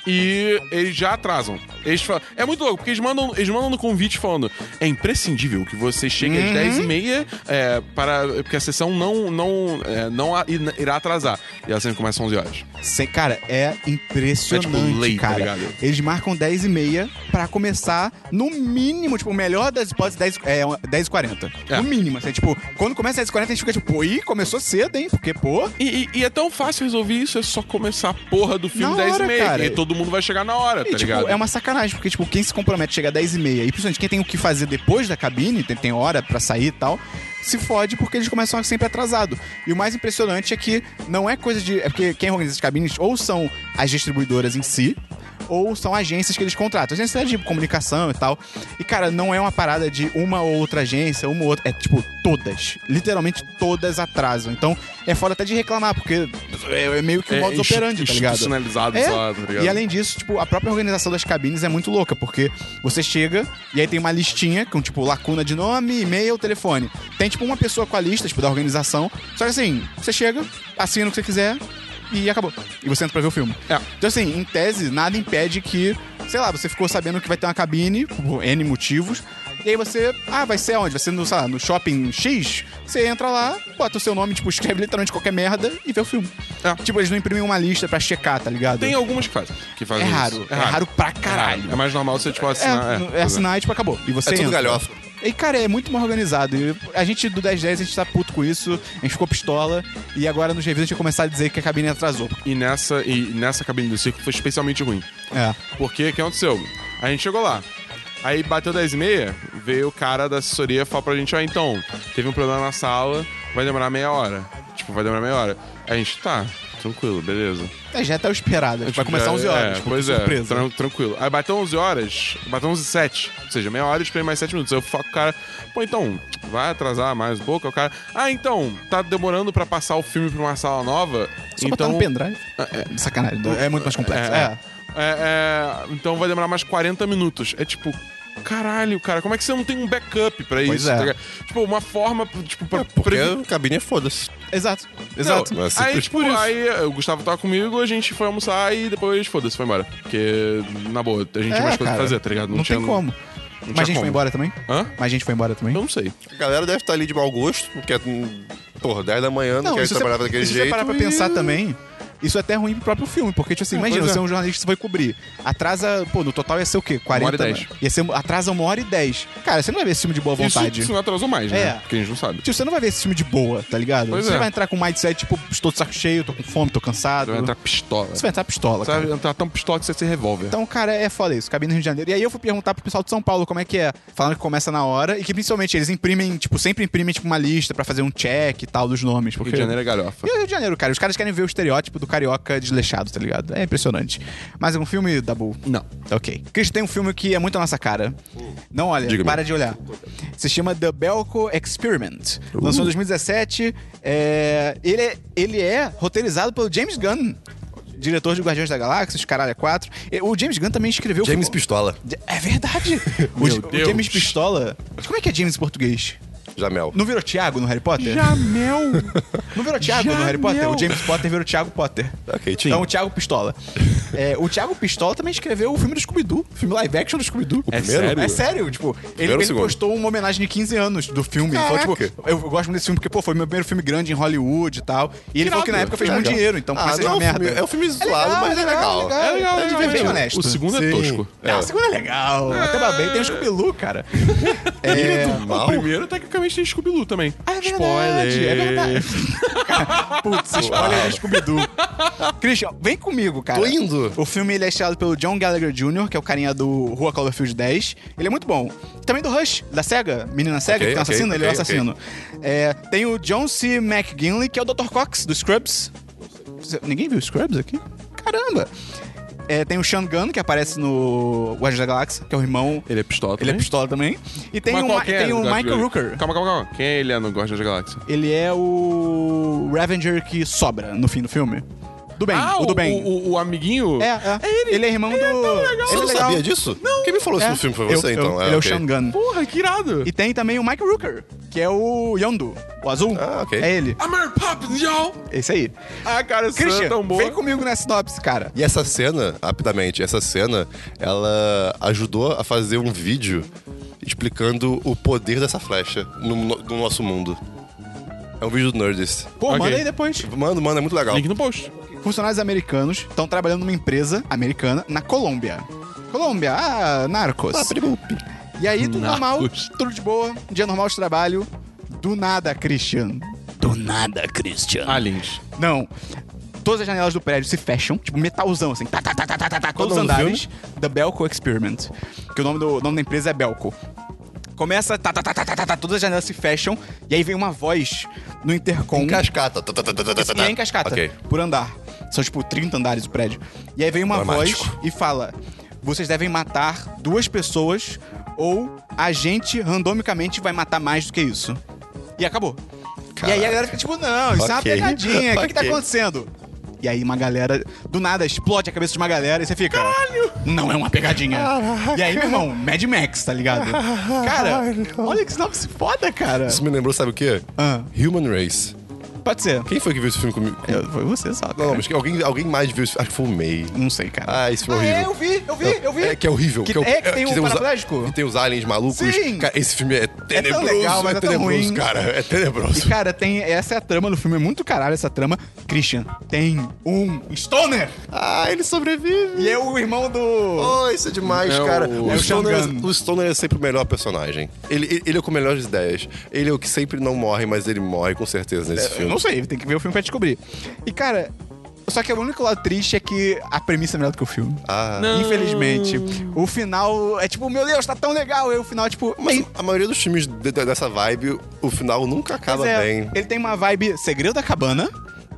[SPEAKER 3] E eles já atrasam. Eles falam, é muito louco, porque eles mandam, eles mandam no convite falando: é imprescindível que você chegue
[SPEAKER 1] Uhum.
[SPEAKER 3] às 10 e meia é, para, porque a sessão não, não, é, não a- irá atrasar. E elas sempre começam às 11 horas.
[SPEAKER 1] Sem- cara, é impressionante,
[SPEAKER 3] É tipo lei, tá
[SPEAKER 1] cara.
[SPEAKER 3] ligado?
[SPEAKER 1] Eles marcam 10 e meia pra começar, no mínimo, tipo, o melhor das hipóteses, 10, é, 10 e 40.
[SPEAKER 3] É.
[SPEAKER 1] No mínimo, assim, tipo, quando começa 10 e 40, a gente fica tipo, pô, ih, começou cedo, hein? Porque, pô...
[SPEAKER 3] E, e- e é tão fácil resolver isso, é só começar a porra do
[SPEAKER 1] Na
[SPEAKER 3] filme 10
[SPEAKER 1] hora,
[SPEAKER 3] e meia.
[SPEAKER 1] cara.
[SPEAKER 3] E todo mundo vai chegar na hora,
[SPEAKER 1] E,
[SPEAKER 3] tá
[SPEAKER 1] tipo,
[SPEAKER 3] ligado?
[SPEAKER 1] é uma sacanagem, porque, tipo, quem se compromete a chegar 10 e meia, e principalmente quem tem o que fazer depois da cabine, tem, tem hora pra sair e tal, se fode porque eles começam sempre atrasado. E o mais impressionante é que não é coisa de... É porque quem organiza as cabines ou são as distribuidoras em si, ou são agências que eles contratam. Agência de comunicação e tal. E, cara, não é uma parada de uma ou outra agência, uma ou outra. É, tipo, todas. Literalmente todas atrasam. Então, é foda até de reclamar, porque é é meio que o
[SPEAKER 3] É
[SPEAKER 1] modus
[SPEAKER 3] insti-
[SPEAKER 1] operandi, tá ligado?
[SPEAKER 3] institucionalizado,
[SPEAKER 1] É.
[SPEAKER 3] sei lá, tá ligado?
[SPEAKER 1] E além disso, tipo, a própria organização das cabines é muito louca, porque você chega e aí tem uma listinha com, tipo, lacuna de nome, e-mail, telefone. Tem, tipo, uma pessoa com a lista, tipo, da organização. Só que assim, você chega, assina o que você quiser e acabou. E você entra pra ver o filme.
[SPEAKER 3] É.
[SPEAKER 1] Então, assim, em tese, nada impede que, sei lá, você ficou sabendo que vai ter uma cabine, por N motivos. E aí você, ah, vai ser onde? Vai ser no, sei lá, no shopping X? Você entra lá, bota o seu nome, tipo, escreve literalmente qualquer merda e vê o filme.
[SPEAKER 3] É.
[SPEAKER 1] Tipo, eles não imprimem uma lista pra checar, tá ligado?
[SPEAKER 3] Tem algumas que fazem. Que
[SPEAKER 1] É
[SPEAKER 3] fazem isso.
[SPEAKER 1] raro, é raro pra
[SPEAKER 3] É
[SPEAKER 1] caralho.
[SPEAKER 3] mais normal você, tipo,
[SPEAKER 1] É,
[SPEAKER 3] assinar.
[SPEAKER 1] é assinar e tipo, acabou. E você
[SPEAKER 2] É tudo
[SPEAKER 1] entra.
[SPEAKER 2] galhofa.
[SPEAKER 1] E, cara, é muito mal organizado. E a gente do 1010, a gente tá puto com isso, a gente ficou pistola. E agora nos reviews a gente vai começar a dizer que a cabine atrasou.
[SPEAKER 3] E nessa, e nessa cabine do circo foi especialmente ruim.
[SPEAKER 1] É.
[SPEAKER 3] Porque o que aconteceu? A gente chegou lá. Aí bateu 10 e meia, veio o cara da assessoria falar pra gente, ó, então, teve um problema na sala, vai demorar meia hora. Tipo, vai demorar meia hora. A gente, tá, tranquilo, beleza.
[SPEAKER 1] É, já tá o esperado. A gente vai começar
[SPEAKER 3] Já-
[SPEAKER 1] 11 horas.
[SPEAKER 3] É,
[SPEAKER 1] tipo,
[SPEAKER 3] pois é,
[SPEAKER 1] surpresa.
[SPEAKER 3] tran- tranquilo. Aí bateu 11 horas, bateu 11 e 7. Ou seja, meia hora, eu esperei mais 7 minutos. Aí eu falo com o cara, pô, então, vai atrasar mais um pouco? Aí o cara, ah, então, tá demorando pra passar o filme pra uma sala nova?
[SPEAKER 1] Só botar
[SPEAKER 3] então,
[SPEAKER 1] no pendrive. Sacanagem. Ah, É muito mais complexo. É.
[SPEAKER 3] É, é, então vai demorar mais 40 minutos. É tipo. Caralho, cara, como é que você não tem um backup pra
[SPEAKER 1] Pois
[SPEAKER 3] isso?
[SPEAKER 1] é.
[SPEAKER 3] tá ligado? tipo, uma forma, tipo, pra
[SPEAKER 2] Porque
[SPEAKER 3] previ-
[SPEAKER 2] a cabine é foda-se.
[SPEAKER 1] Exato.
[SPEAKER 3] Não,
[SPEAKER 1] Exato.
[SPEAKER 2] Não, é simples
[SPEAKER 3] aí, tipo,
[SPEAKER 2] por isso.
[SPEAKER 3] aí eh, o Gustavo tava comigo, a gente foi almoçar e depois, foda-se, foi embora. Porque, na boa, a gente
[SPEAKER 1] É,
[SPEAKER 3] tinha mais coisa
[SPEAKER 1] cara.
[SPEAKER 3] pra fazer, tá ligado?
[SPEAKER 1] Não,
[SPEAKER 3] tinha-
[SPEAKER 1] tem como. Mas a gente
[SPEAKER 3] como.
[SPEAKER 1] foi embora também?
[SPEAKER 3] Hã?
[SPEAKER 1] Mas a gente foi embora também?
[SPEAKER 3] Eu não sei.
[SPEAKER 2] A galera deve estar ali de mau gosto, porque é, hum, porra, 10 da manhã, não,
[SPEAKER 3] é
[SPEAKER 2] quer
[SPEAKER 1] se
[SPEAKER 2] trabalhar daquele
[SPEAKER 1] se
[SPEAKER 2] jeito.
[SPEAKER 1] você é- parar pra
[SPEAKER 2] e-
[SPEAKER 1] pensar também, isso é até ruim pro próprio filme, porque, tipo assim, imagina,
[SPEAKER 3] pois é.
[SPEAKER 1] você é um jornalista que vai cobrir. Atrasa, pô, no total ia ser o quê? 40?
[SPEAKER 3] hora e dez.
[SPEAKER 1] Ia ser, atrasa uma hora e dez. Cara, você não vai ver esse filme de boa vontade.
[SPEAKER 3] Isso, isso não atrasou mais, né?
[SPEAKER 1] É.
[SPEAKER 3] Porque a gente não sabe.
[SPEAKER 1] Tipo, você não vai ver esse filme de boa, tá ligado?
[SPEAKER 3] Pois
[SPEAKER 1] você
[SPEAKER 3] é.
[SPEAKER 1] vai entrar com um mindset, tipo, estou de saco cheio, tô com fome, tô cansado.
[SPEAKER 3] Vai entrar pistola.
[SPEAKER 1] Você vai entrar pistola,
[SPEAKER 3] Você
[SPEAKER 1] cara.
[SPEAKER 3] vai entrar tão pistola que você se revolve.
[SPEAKER 1] Então, cara, é foda isso. Cabine no Rio de Janeiro. E aí eu fui perguntar pro pessoal de São Paulo como é que é. Falando que começa na hora e que principalmente eles imprimem, tipo, sempre imprimem, tipo, uma lista pra fazer um check e tal dos nomes. Porque
[SPEAKER 3] Rio de Janeiro é galhofa.
[SPEAKER 1] E o Rio de Janeiro, cara. Os caras querem ver o estereótipo do carioca desleixado, tá ligado? É impressionante. Mais algum filme, Dabu?
[SPEAKER 3] Não.
[SPEAKER 1] Ok. Cris, tem um filme que é muito a nossa cara. Não olha,
[SPEAKER 2] Diga-me.
[SPEAKER 1] para de olhar. Se chama The Belco Experiment. Lançou em 2017. É, Ele, é... ele é roteirizado pelo James Gunn. Diretor de Guardiões da Galáxia, os Caralho 4. O James Gunn também escreveu...
[SPEAKER 2] James
[SPEAKER 1] Pistola.
[SPEAKER 2] Pistola,
[SPEAKER 1] É verdade. o,
[SPEAKER 3] Meu
[SPEAKER 1] o
[SPEAKER 3] Deus.
[SPEAKER 1] James Pistola... Como é que é James em português?
[SPEAKER 2] Jamel.
[SPEAKER 1] Não virou Thiago no Harry Potter?
[SPEAKER 3] Jamel!
[SPEAKER 1] Não virou Thiago no Harry Potter?
[SPEAKER 3] Jamel.
[SPEAKER 1] O James Potter virou Thiago Potter.
[SPEAKER 2] Ok, tinha.
[SPEAKER 1] Então o Thiago Pistola. É, o Thiago Pistola também escreveu o filme do Scooby-Doo, o filme live action do Scooby-Doo.
[SPEAKER 2] É primeiro? sério?
[SPEAKER 1] É sério, tipo, ele,
[SPEAKER 2] ou
[SPEAKER 1] ele
[SPEAKER 2] segundo?
[SPEAKER 1] postou uma homenagem de 15 anos do filme. Ele falou,
[SPEAKER 2] Caraca.
[SPEAKER 1] tipo, eu gosto muito desse filme porque, pô, foi meu primeiro filme grande em Hollywood e tal. E ele falou que na época fez muito
[SPEAKER 2] Legal.
[SPEAKER 1] dinheiro, então por
[SPEAKER 2] Ah,
[SPEAKER 1] isso é
[SPEAKER 2] não
[SPEAKER 1] uma
[SPEAKER 2] é um
[SPEAKER 1] merda.
[SPEAKER 2] filme- é um filme zoado, mas é legal.
[SPEAKER 1] É legal,
[SPEAKER 3] É
[SPEAKER 1] é
[SPEAKER 3] legal,
[SPEAKER 1] divertido,
[SPEAKER 3] é legal.
[SPEAKER 1] honesto.
[SPEAKER 3] O segundo é tosco.
[SPEAKER 1] Não, o segundo é legal. Até babei, tem o Scooby-Doo, cara. é...
[SPEAKER 3] O primeiro, tecnicamente, tem Scooby-Doo também.
[SPEAKER 1] Ah, é verdade, é verdade. Putz, spoiler do Scooby-Doo. Christian, vem comigo, cara.
[SPEAKER 2] Tô indo.
[SPEAKER 1] O filme ele é estrelado pelo John Gallagher Jr., que é o carinha do Rua Cloverfield 10. Ele é muito bom. Também do Rush, da SEGA, menina SEGA, que
[SPEAKER 2] Ok,
[SPEAKER 1] tem um
[SPEAKER 2] ok,
[SPEAKER 1] assassino, ele é o
[SPEAKER 2] ok,
[SPEAKER 1] assassino. É, tem o John C. McGinley, que é o Dr. Cox, do Scrubs. Cê- Ninguém viu Scrubs aqui? Caramba! É, tem o Sean Gunn, que aparece no Guardiões da Galáxia, que é o irmão.
[SPEAKER 3] Ele é pistola
[SPEAKER 1] Ele
[SPEAKER 3] também.
[SPEAKER 1] é pistola também. E tem
[SPEAKER 3] Mas
[SPEAKER 1] o,
[SPEAKER 3] qual
[SPEAKER 1] um Ma-
[SPEAKER 3] que é
[SPEAKER 1] tem
[SPEAKER 3] do
[SPEAKER 1] o
[SPEAKER 3] Guardiões
[SPEAKER 1] Michael
[SPEAKER 3] da-
[SPEAKER 1] Rooker.
[SPEAKER 3] Calma, calma, calma. Quem é ele no Guardiões da Galáxia?
[SPEAKER 1] Ele é o Ravenger que sobra no fim do filme. Do bem, o do bem.
[SPEAKER 3] Ah, O, o amiguinho?
[SPEAKER 1] É, é. Ele. é irmão do.
[SPEAKER 3] tá
[SPEAKER 2] Você não
[SPEAKER 1] é legal.
[SPEAKER 2] sabia disso? Não. Quem me falou isso
[SPEAKER 1] É.
[SPEAKER 2] no filme foi você,
[SPEAKER 1] Eu- eu-
[SPEAKER 2] então? Ah,
[SPEAKER 1] ele é o
[SPEAKER 2] ok.
[SPEAKER 1] Sean Gunn.
[SPEAKER 3] Porra, que irado.
[SPEAKER 1] E tem também o Mike Rooker, que é o Yondu, o azul.
[SPEAKER 2] Ah, ok.
[SPEAKER 1] É ele.
[SPEAKER 3] I'm Mary Poppins, y'all!
[SPEAKER 1] É isso aí.
[SPEAKER 3] Ah, cara, isso
[SPEAKER 1] Christian,
[SPEAKER 3] é tão bom.
[SPEAKER 1] vem comigo na sinopse, cara.
[SPEAKER 2] E essa cena, rapidamente, essa cena, ela ajudou a fazer um vídeo explicando o poder dessa flecha no, no- no nosso mundo. É um vídeo do Nerdist.
[SPEAKER 1] Pô,
[SPEAKER 3] Ok.
[SPEAKER 1] manda aí depois.
[SPEAKER 2] Mano, mano, é muito legal.
[SPEAKER 3] Link no post.
[SPEAKER 1] Funcionários americanos estão trabalhando numa empresa americana na Colômbia. Colômbia, ah, narcos. E aí, tudo normal, tudo de boa, dia normal de trabalho. Do nada, Christian. Do nada, Christian.
[SPEAKER 3] Aliens.
[SPEAKER 1] Não. Todas as janelas do prédio se fecham, tipo metalzão, assim, tá, tá, tá, tá, tá, tá, tá, todos os
[SPEAKER 2] Qual o nome do
[SPEAKER 1] andares. The Belco Experiment. Que o nome, do, o nome da empresa é Belco. Começa, tá, tá, tá, tá, tá, tá, tá, todas as janelas se fecham, e aí vem uma voz no intercom.
[SPEAKER 2] Em cascata. Tá, tá, tá, tá, tá, tá,
[SPEAKER 1] E
[SPEAKER 2] tá.
[SPEAKER 1] é em cascata,
[SPEAKER 2] Ok.
[SPEAKER 1] por andar. São, tipo, 30 andares do prédio. E aí vem uma
[SPEAKER 2] Dramático.
[SPEAKER 1] voz e fala: vocês devem matar duas pessoas, ou a gente randomicamente vai matar mais do que isso. E acabou. E aí a galera fica tipo, não, isso é uma
[SPEAKER 2] Ok.
[SPEAKER 1] pegadinha, o que, que tá
[SPEAKER 2] Ok.
[SPEAKER 1] acontecendo? E aí uma galera, do nada, explode a cabeça de uma galera e você fica. Caralho! Não é uma pegadinha. E aí, meu irmão, Mad Max, tá ligado? Cara, olha que sinopse foda, cara.
[SPEAKER 2] Isso me lembrou, sabe o quê?
[SPEAKER 1] Ah.
[SPEAKER 2] Human Race.
[SPEAKER 1] Pode ser.
[SPEAKER 2] Quem foi que viu esse filme comigo?
[SPEAKER 1] Eu- foi você só. Cara.
[SPEAKER 2] Não, mas alguém, alguém mais viu esse filme. Acho que foi o May.
[SPEAKER 1] Não sei, cara.
[SPEAKER 2] Ah, esse filme
[SPEAKER 1] Ah,
[SPEAKER 2] é
[SPEAKER 1] é,
[SPEAKER 2] horrível.
[SPEAKER 1] vi, eu
[SPEAKER 2] É, que é horrível.
[SPEAKER 1] Que, é, que tem um
[SPEAKER 2] os-
[SPEAKER 1] paraplégico.
[SPEAKER 2] que tem os aliens malucos.
[SPEAKER 1] Sim.
[SPEAKER 2] Cara, esse filme é tenebroso.
[SPEAKER 1] legal, mas é tão
[SPEAKER 2] tenebroso,
[SPEAKER 1] ruim.
[SPEAKER 2] cara. É tenebroso.
[SPEAKER 1] E, cara, tem. Essa é a trama do filme, é muito caralho essa trama. Christian tem um stoner!
[SPEAKER 2] Ah, ele sobrevive.
[SPEAKER 1] E é o irmão do.
[SPEAKER 2] Oh, isso é demais,
[SPEAKER 3] É
[SPEAKER 2] cara.
[SPEAKER 3] o-
[SPEAKER 2] O,
[SPEAKER 1] é o
[SPEAKER 2] Stoner,
[SPEAKER 1] Shangan.
[SPEAKER 2] o Stoner é sempre o melhor personagem. Ele, ele, ele é o com melhores ideias. Ele é o que sempre não morre, mas ele morre com certeza nesse
[SPEAKER 1] É, Eu
[SPEAKER 2] filme.
[SPEAKER 1] não sei, tem que ver o filme pra descobrir. E, cara, só que o único lado triste é que a premissa é melhor do que o filme.
[SPEAKER 2] Ah.
[SPEAKER 1] Infelizmente. O final é tipo, meu Deus, tá tão legal. E o final, é tipo,
[SPEAKER 2] Mas
[SPEAKER 1] "Ei".
[SPEAKER 2] a maioria dos filmes de- de- dessa vibe, o final nunca acaba
[SPEAKER 1] Mas é,
[SPEAKER 2] bem.
[SPEAKER 1] Ele tem uma vibe Segredo da Cabana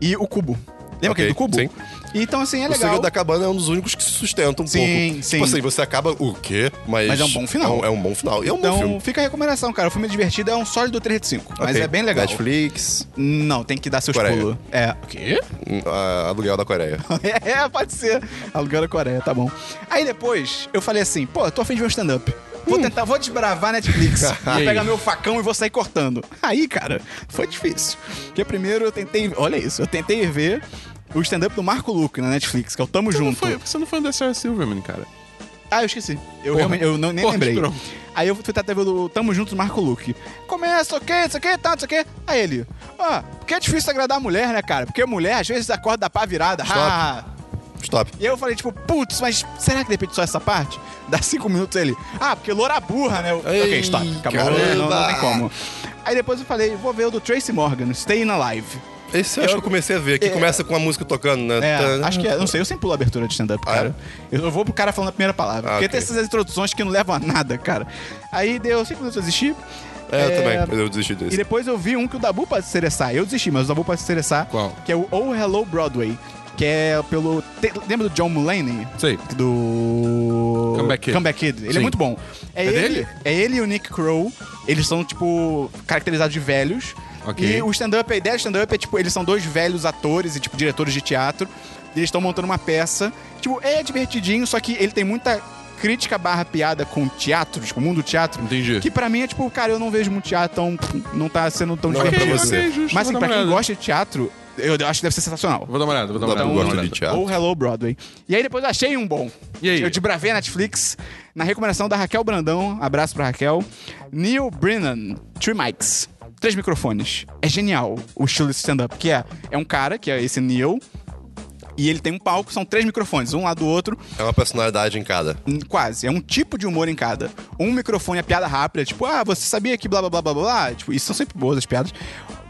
[SPEAKER 1] e o Cubo. Lembra
[SPEAKER 2] Ok,
[SPEAKER 1] aquele do Cubo?
[SPEAKER 2] sim.
[SPEAKER 1] Então, assim, é
[SPEAKER 2] O
[SPEAKER 1] legal.
[SPEAKER 2] Segredo da Cabana é um dos únicos que se sustenta um
[SPEAKER 1] Sim,
[SPEAKER 2] pouco.
[SPEAKER 1] sim.
[SPEAKER 2] Tipo assim, você acaba o quê? Mas,
[SPEAKER 1] Mas é um bom final.
[SPEAKER 2] É um, é um bom final. E é um bom
[SPEAKER 1] Então,
[SPEAKER 2] filme.
[SPEAKER 1] fica a recomendação, cara. O filme é divertido é um sólido 3 de 5. Mas
[SPEAKER 2] Ok.
[SPEAKER 1] é bem legal.
[SPEAKER 2] Netflix,
[SPEAKER 1] Não, tem que dar seus
[SPEAKER 2] Coreia.
[SPEAKER 1] pulos. É. O quê?
[SPEAKER 2] hum, a- aluguel da Coreia.
[SPEAKER 1] é, pode ser. Aluguel da Coreia, tá bom. Aí depois, eu falei assim, pô, eu tô afim de ver um stand-up. Vou tentar, vou desbravar a Netflix. vou
[SPEAKER 3] Hum. aí?
[SPEAKER 1] pegar meu facão e vou sair cortando. Aí, cara, foi difícil. Porque primeiro eu tentei. Olha isso, eu tentei ver o stand-up do Marco Luque na Netflix, que é o Tamo
[SPEAKER 3] Não
[SPEAKER 1] Junto.
[SPEAKER 3] foi, você não foi no Sarah Silverman, cara.
[SPEAKER 1] Ah, eu esqueci. Eu
[SPEAKER 3] Porra.
[SPEAKER 1] realmente eu não, nem
[SPEAKER 3] Porra,
[SPEAKER 1] lembrei.
[SPEAKER 3] Esperon.
[SPEAKER 1] Aí eu fui tentar ver o Tamo Junto do Marco Luque. Começa, ok, isso aqui, tá, isso aqui. Aí ele, ó, porque é difícil agradar a mulher, né, cara? Porque mulher às vezes acorda da pá virada.
[SPEAKER 2] Stop.
[SPEAKER 1] Ah,
[SPEAKER 2] Stop.
[SPEAKER 1] e aí eu falei, tipo, putz, mas será que de repente só essa parte? Dá cinco minutos ele. Ah, porque loura burra, né? Eu, ok,
[SPEAKER 2] Ei,
[SPEAKER 1] stop. Acabou,
[SPEAKER 2] caramba.
[SPEAKER 1] né? não, não tem como. Aí depois eu falei, vou ver o do Tracy Morgan, Stay na Live.
[SPEAKER 2] Esse eu acho que eu comecei a ver, que
[SPEAKER 1] É.
[SPEAKER 2] começa com a música tocando, né?
[SPEAKER 1] É,
[SPEAKER 2] Tá-
[SPEAKER 1] acho que é. Não sei, eu sempre pulo a abertura de stand-up,
[SPEAKER 2] Ah,
[SPEAKER 1] cara. Eu eu vou pro cara falando a primeira palavra.
[SPEAKER 2] Ah,
[SPEAKER 1] porque
[SPEAKER 2] ok.
[SPEAKER 1] tem essas introduções que não levam a nada, cara. Aí deu cinco minutos eu desisti.
[SPEAKER 2] É, eu também. Eu desisti
[SPEAKER 1] E
[SPEAKER 2] desse.
[SPEAKER 1] depois eu vi um que o Dabu pode se interessar. Eu desisti, mas o Dabu pode se interessar.
[SPEAKER 3] Qual?
[SPEAKER 1] Que é o Oh Hello Broadway. Que é pelo. te- lembra do John Mulaney?
[SPEAKER 3] Sei.
[SPEAKER 1] do
[SPEAKER 3] Comeback Kid.
[SPEAKER 1] Ele
[SPEAKER 3] Sim.
[SPEAKER 1] é muito bom. É,
[SPEAKER 3] É
[SPEAKER 1] ele,
[SPEAKER 3] dele?
[SPEAKER 1] É ele e o Nick Crow. Eles são, tipo, caracterizados de velhos.
[SPEAKER 3] Ok.
[SPEAKER 1] E o stand-up, a ideia do stand-up é, tipo, eles são dois velhos atores e, tipo, diretores de teatro. E eles estão montando uma peça. Tipo, é divertidinho, só que ele tem muita crítica barra piada com o teatro, tipo, o mundo do teatro.
[SPEAKER 3] Entendi.
[SPEAKER 1] Que pra mim é tipo, cara, eu não vejo muito teatro, então não tá sendo tão
[SPEAKER 2] Não é
[SPEAKER 1] divertido.
[SPEAKER 2] pra você.
[SPEAKER 3] justo,
[SPEAKER 1] Mas assim,
[SPEAKER 3] vou
[SPEAKER 1] pra
[SPEAKER 3] dar uma
[SPEAKER 1] quem
[SPEAKER 3] olhada.
[SPEAKER 1] gosta de teatro, eu acho que deve ser sensacional.
[SPEAKER 3] Vou dar uma olhada, vou dar uma
[SPEAKER 2] Não,
[SPEAKER 3] olhada.
[SPEAKER 2] eu
[SPEAKER 3] vou dar
[SPEAKER 2] gosto
[SPEAKER 3] uma
[SPEAKER 2] de
[SPEAKER 3] olhada.
[SPEAKER 2] teatro.
[SPEAKER 1] Ou Hello Broadway. E aí depois eu achei um bom.
[SPEAKER 3] E aí?
[SPEAKER 1] Eu desbravei a Netflix na recomendação da Raquel Brandão. Abraço pra Raquel. Neil Brennan, Three Mics. Três microfones. É genial o estilo desse stand-up, que é, é um cara, que é esse Neil, e ele tem um palco, são três microfones, um lado do outro,
[SPEAKER 2] É uma personalidade em cada.
[SPEAKER 1] Hum, Quase. É um tipo de humor em cada. Um microfone é piada rápida, tipo, ah, você sabia que blá blá blá blá blá? Tipo, isso são sempre boas as piadas.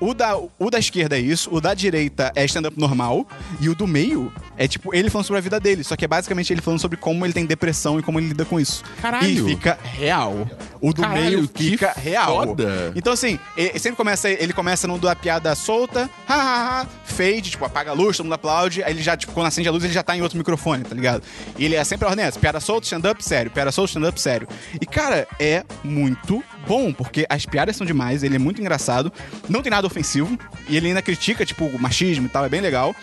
[SPEAKER 1] O da, o da esquerda é isso, o da direita é stand-up normal, e o do meio é tipo ele falando sobre a vida dele. Só que é basicamente ele falando sobre como ele tem depressão e como ele lida com isso.
[SPEAKER 3] Caralho.
[SPEAKER 1] E fica real. O do
[SPEAKER 3] Caralho,
[SPEAKER 1] meio
[SPEAKER 3] que
[SPEAKER 1] fica real.
[SPEAKER 3] foda.
[SPEAKER 1] Então, assim, e- sempre começa, ele começa num da piada solta, ha, ha, ha, fade, tipo, apaga a luz, todo mundo aplaude, aí ele já, tipo, quando acende a luz, ele já tá em outro microfone, tá ligado? E ele é sempre a ordem essa, piada solta, stand-up, sério, piada solta, stand-up, sério. E, cara, é muito bom, porque as piadas são demais, ele é muito engraçado, não tem nada ofensivo, e ele ainda critica, tipo, o machismo e tal, é bem legal.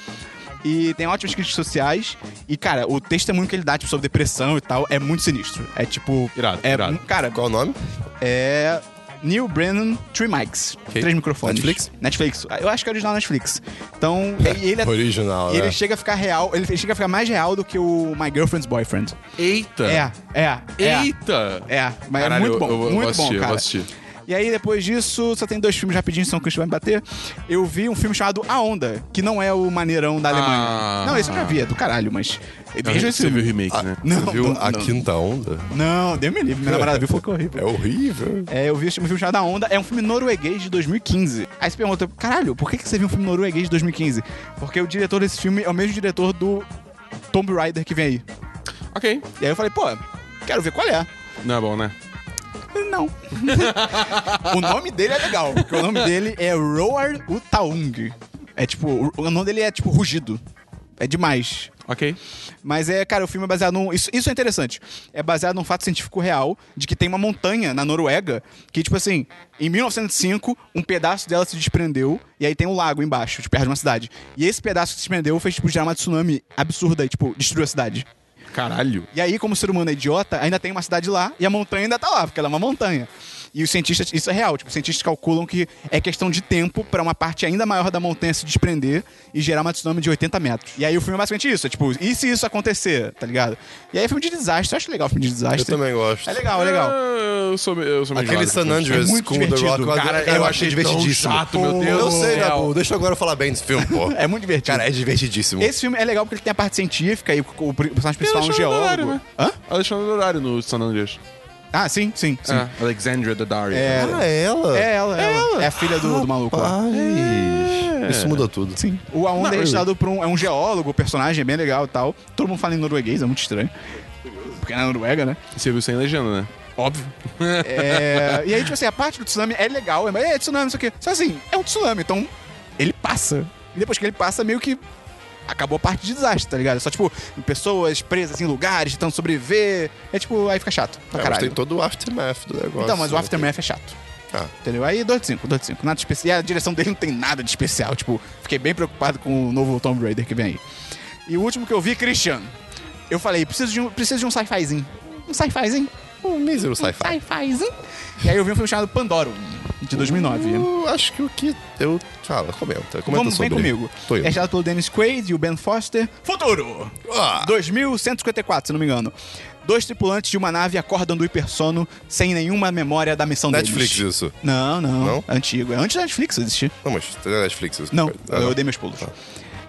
[SPEAKER 1] E tem ótimas críticas sociais. E, cara, o testemunho que ele dá, tipo, sobre depressão e tal, é muito sinistro. É tipo.
[SPEAKER 3] Irado,
[SPEAKER 1] é,
[SPEAKER 3] irado.
[SPEAKER 1] Cara,
[SPEAKER 2] Qual o nome?
[SPEAKER 1] é. Neil Brennan, Three Mics. Três microfones.
[SPEAKER 2] Netflix?
[SPEAKER 1] Netflix. Eu acho que é original Netflix. Então, e ele,
[SPEAKER 2] Original,
[SPEAKER 1] e ele
[SPEAKER 2] né?
[SPEAKER 1] chega a ficar real, ele chega a ficar mais real do que o My Girlfriend's Boyfriend.
[SPEAKER 3] Eita!
[SPEAKER 1] É, é, é.
[SPEAKER 3] Eita!
[SPEAKER 1] É, mas
[SPEAKER 3] Caralho,
[SPEAKER 1] é muito bom,
[SPEAKER 3] eu- eu vou
[SPEAKER 1] muito
[SPEAKER 3] assistir, eu
[SPEAKER 1] bom,
[SPEAKER 3] vou
[SPEAKER 1] cara.
[SPEAKER 3] assistir.
[SPEAKER 1] E aí, depois disso, só tem dois filmes rapidinho, são que o Christian vai me bater. Eu vi um filme chamado A Onda, que não é o maneirão da Alemanha.
[SPEAKER 3] Ah.
[SPEAKER 1] Não, esse eu já vi, é do caralho, mas... Veja esse
[SPEAKER 3] Você viu É o
[SPEAKER 1] filme.
[SPEAKER 3] remake, né?
[SPEAKER 1] Não,
[SPEAKER 2] Você viu
[SPEAKER 1] não,
[SPEAKER 2] a
[SPEAKER 1] não.
[SPEAKER 2] quinta onda?
[SPEAKER 1] Não, deu me livre, minha namorada viu, foi horrível.
[SPEAKER 2] É horrível.
[SPEAKER 1] É, eu vi um filme chamado A Onda, é um filme norueguês de 2015. Aí você pergunta, caralho, por que que você viu um filme norueguês de 2015? Porque o diretor desse filme é o mesmo diretor do Tomb Raider que vem aí.
[SPEAKER 3] Ok.
[SPEAKER 1] E aí eu falei, pô, quero ver qual é.
[SPEAKER 3] Não é bom, né?
[SPEAKER 1] Ele, Não. o nome dele é legal, porque o nome dele é Roar Utaung. É tipo, o nome dele é tipo rugido. É demais.
[SPEAKER 3] Ok.
[SPEAKER 1] Mas é, cara, o filme é baseado num. Isso, isso é interessante. É baseado num fato científico real de que tem uma montanha na Noruega que, tipo assim, em 1905, um pedaço dela se desprendeu e aí tem um lago embaixo, tipo, perto de uma cidade. E esse pedaço que se desprendeu fez, tipo, gerar uma tsunami absurda e, tipo, destruiu a cidade.
[SPEAKER 3] Caralho.
[SPEAKER 1] E aí, como o ser humano é idiota, ainda tem uma cidade lá e a montanha ainda tá lá, porque ela é uma montanha. E os cientistas, isso é real, tipo, os cientistas calculam que é questão de tempo pra uma parte ainda maior da montanha se desprender e gerar uma tsunami de 80 metros. E aí o filme é basicamente isso, é tipo, e se isso acontecer, tá ligado? E aí é filme de desastre, eu acho legal filme de desastre.
[SPEAKER 2] Eu também gosto.
[SPEAKER 1] É legal, é legal.
[SPEAKER 3] Eu sou, me- eu sou meio
[SPEAKER 2] Aquele
[SPEAKER 3] jovem,
[SPEAKER 2] San
[SPEAKER 3] tipo,
[SPEAKER 2] Andreas
[SPEAKER 1] muito
[SPEAKER 2] com o The
[SPEAKER 1] divertido.
[SPEAKER 2] Rock. lá,
[SPEAKER 3] Cara, eu achei tão chato, meu Deus
[SPEAKER 2] Eu
[SPEAKER 3] do
[SPEAKER 2] sei,
[SPEAKER 3] céu.
[SPEAKER 2] Dabu. Deixa agora eu falar bem desse filme, pô.
[SPEAKER 1] É muito divertido.
[SPEAKER 2] Cara, é divertidíssimo.
[SPEAKER 1] Esse filme é legal porque ele tem a parte científica e o, o personagem
[SPEAKER 3] Tem
[SPEAKER 1] principal é um
[SPEAKER 3] Alexandre
[SPEAKER 1] geólogo.
[SPEAKER 3] Daddario, né?
[SPEAKER 1] Hã?
[SPEAKER 3] Alexandre Dodário no San Andreas.
[SPEAKER 1] Ah, sim, sim, sim.
[SPEAKER 3] É, Alexandria Daddario.
[SPEAKER 1] É.
[SPEAKER 2] Ah, ela?
[SPEAKER 1] É ela, é ela. É a filha do, do maluco lá.
[SPEAKER 2] Rapaz, Isso muda tudo. Sim.
[SPEAKER 1] O A Onda
[SPEAKER 3] Não,
[SPEAKER 1] é
[SPEAKER 3] eu-
[SPEAKER 1] registrado por um. É um geólogo, o personagem é bem legal e tal. Todo mundo fala em norueguês, é muito estranho. Porque é na Noruega, né?
[SPEAKER 3] Você viu sem legenda, né?
[SPEAKER 1] Óbvio. É, e aí, tipo assim, a parte do tsunami é legal, é, mas é tsunami, isso aqui. Só assim, é um tsunami, então ele passa. E depois que ele passa, meio que acabou a parte de desastre, tá ligado? É Só, tipo, pessoas presas em lugares, tentando sobreviver. É tipo, aí fica chato pra
[SPEAKER 2] É, mas
[SPEAKER 1] caralho.
[SPEAKER 2] tem todo o aftermath do negócio.
[SPEAKER 1] Então, mas o
[SPEAKER 2] né?
[SPEAKER 1] Aftermath é chato.
[SPEAKER 2] Ah.
[SPEAKER 1] Entendeu? Aí 2 de 5, 2 de 5. Nada de especial. E a direção dele não tem nada de especial. Tipo, fiquei bem preocupado com o novo Tomb Raider que vem aí. E o último que eu vi, Christian. Eu falei, preciso de um, preciso de um sci-fizinho. Um sci-fizinho.
[SPEAKER 2] Um mísero sci-fi.
[SPEAKER 1] Sci-fizinho. E aí eu vi um filme chamado Pandoro, de 2009.
[SPEAKER 2] Eu acho que o que eu... Fala, comenta. comenta
[SPEAKER 1] Vamos, vem
[SPEAKER 2] sobre.
[SPEAKER 1] comigo.
[SPEAKER 2] Tô indo.
[SPEAKER 1] É gerado pelo Dennis Quaid e o Ben Foster. Futuro!
[SPEAKER 2] Ah.
[SPEAKER 1] 2154, se não me engano. Dois tripulantes de uma nave acordam do hipersono sem nenhuma memória da missão
[SPEAKER 2] Netflix,
[SPEAKER 1] Um deles.
[SPEAKER 2] isso.
[SPEAKER 1] Não, não,
[SPEAKER 2] Não?
[SPEAKER 1] É antigo. É antes da Netflix existir.
[SPEAKER 2] Não, mas tem na Netflix isso.
[SPEAKER 1] Não,
[SPEAKER 2] Ah,
[SPEAKER 1] eu dei meus pulos.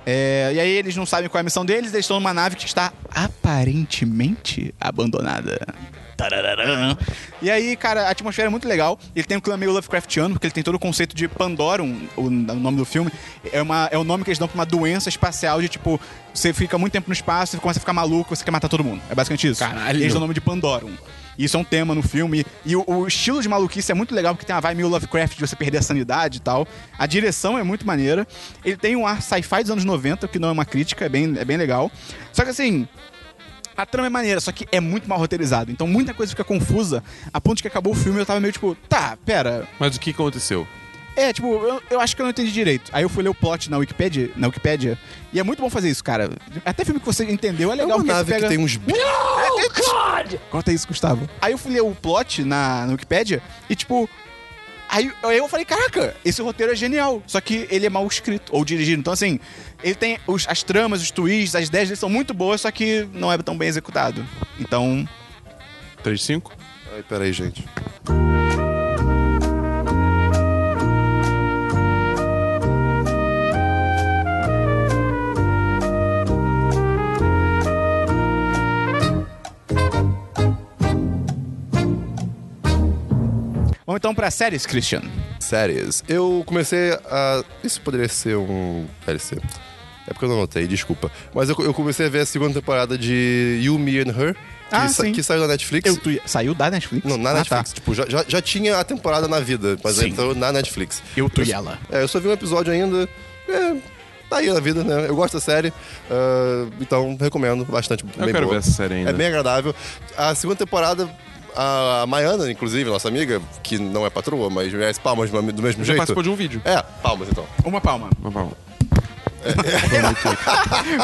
[SPEAKER 1] É, e aí eles não sabem qual é a missão deles, eles estão numa nave que está aparentemente abandonada. Tarararã. E aí, cara, a atmosfera é muito legal. Ele tem um clima meio Lovecraftiano, porque ele tem todo o conceito de Pandorum, o, o nome do filme. É, uma, é o nome que eles dão pra uma doença espacial de tipo, você fica muito tempo no espaço, você começa a ficar maluco, você quer matar todo mundo. É basicamente isso.
[SPEAKER 3] Caralho.
[SPEAKER 1] Eles dão o nome de Pandorum. E Isso é um tema no filme. E o, o estilo de maluquice é muito legal, porque tem uma vibe meio Lovecraft de você perder a sanidade e tal. A direção é muito maneira. Ele tem um ar sci-fi dos anos 90, o que não é uma crítica, é bem, é bem legal. Só que assim, a trama é maneira, só que é muito mal roteirizado. Então muita coisa fica confusa, a ponto de que acabou o filme eu tava meio tipo, tá, pera.
[SPEAKER 3] Mas o que aconteceu?
[SPEAKER 1] É, tipo, eu, eu acho que eu não entendi direito. Aí eu fui ler o plot na Wikipedia, na Wikipédia, e é muito bom fazer isso, cara. Até filme que você entendeu é
[SPEAKER 2] É
[SPEAKER 1] legal,
[SPEAKER 2] uma
[SPEAKER 1] porque você
[SPEAKER 2] nave
[SPEAKER 1] pega- É,
[SPEAKER 2] que tem um- uns... bi-
[SPEAKER 1] Conta isso, Gustavo. Aí eu fui ler o plot na, na Wikipédia e, tipo. Aí eu- aí eu falei, caraca, esse roteiro é genial. Só que ele é mal escrito ou dirigido. Então, assim, ele tem os- as tramas, os twists, as ideias dele são muito boas, só que não é tão bem executado. Então,
[SPEAKER 3] 3 de 5?
[SPEAKER 2] Ai, peraí, gente.
[SPEAKER 1] vamos então pra séries, Christian.
[SPEAKER 2] Séries. Eu comecei a. Isso poderia ser um. DLC. É porque eu não anotei, desculpa. Mas eu, eu comecei a ver a segunda temporada de You, Me and Her, que,
[SPEAKER 1] Ah,
[SPEAKER 2] sa-
[SPEAKER 1] sim.
[SPEAKER 2] que saiu na Netflix.
[SPEAKER 1] Eu, tu, saiu da Netflix?
[SPEAKER 2] Não, na
[SPEAKER 1] Ah,
[SPEAKER 2] Netflix.
[SPEAKER 3] tá.
[SPEAKER 2] Tipo, já, já, já tinha a temporada na vida, mas
[SPEAKER 1] Sim.
[SPEAKER 2] entrou na Netflix.
[SPEAKER 1] Eu, tu e ela.
[SPEAKER 2] É, eu só vi um episódio ainda. É, tá aí na vida, né? Eu gosto da série. ah, então, recomendo bastante.
[SPEAKER 3] Eu quero ver essa série ainda.
[SPEAKER 2] É bem agradável. A segunda temporada. A Maiana, inclusive, nossa amiga, que não é patroa, mas merece palmas do mesmo
[SPEAKER 3] Já
[SPEAKER 2] jeito.
[SPEAKER 3] participou de um vídeo.
[SPEAKER 2] É, palmas então.
[SPEAKER 1] tá. Uma palma.
[SPEAKER 3] Vamos, vamos.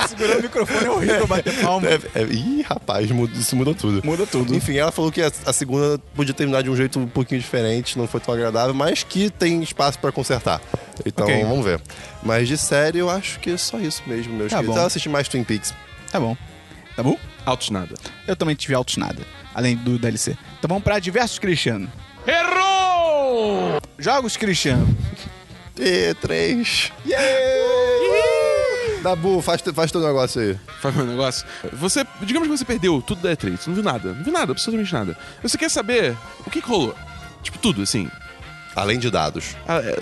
[SPEAKER 1] Segurando Ah, o microfone é horrível bater palma.
[SPEAKER 2] É, é- ih, rapaz, muda- isso mudou tudo.
[SPEAKER 1] Muda tudo.
[SPEAKER 2] Enfim, ela falou que a, a segunda podia terminar de um jeito um pouquinho diferente, não foi tão agradável, mas que tem espaço pra consertar. Então,
[SPEAKER 1] Ok.
[SPEAKER 2] vamos ver. Mas de série, eu acho que é só isso mesmo, meus
[SPEAKER 1] Tá
[SPEAKER 2] queridos.
[SPEAKER 1] bom.
[SPEAKER 2] Eu assisti mais Twin Peaks.
[SPEAKER 1] Tá bom. Tá bom?
[SPEAKER 3] Altos nada.
[SPEAKER 1] Eu também tive altos nada, além do DLC. Então vamos pra diversos, Christian.
[SPEAKER 3] Errou!
[SPEAKER 1] Jogos, Christian.
[SPEAKER 2] E3. Yeah! Dabu, faz, te- faz teu negócio aí.
[SPEAKER 3] Faz meu negócio. Você, digamos que você perdeu tudo da E3, você não viu nada, não viu nada, absolutamente nada. Você quer saber o que, que rolou? Tipo, tudo, assim.
[SPEAKER 2] Além de dados.
[SPEAKER 3] Ah, é.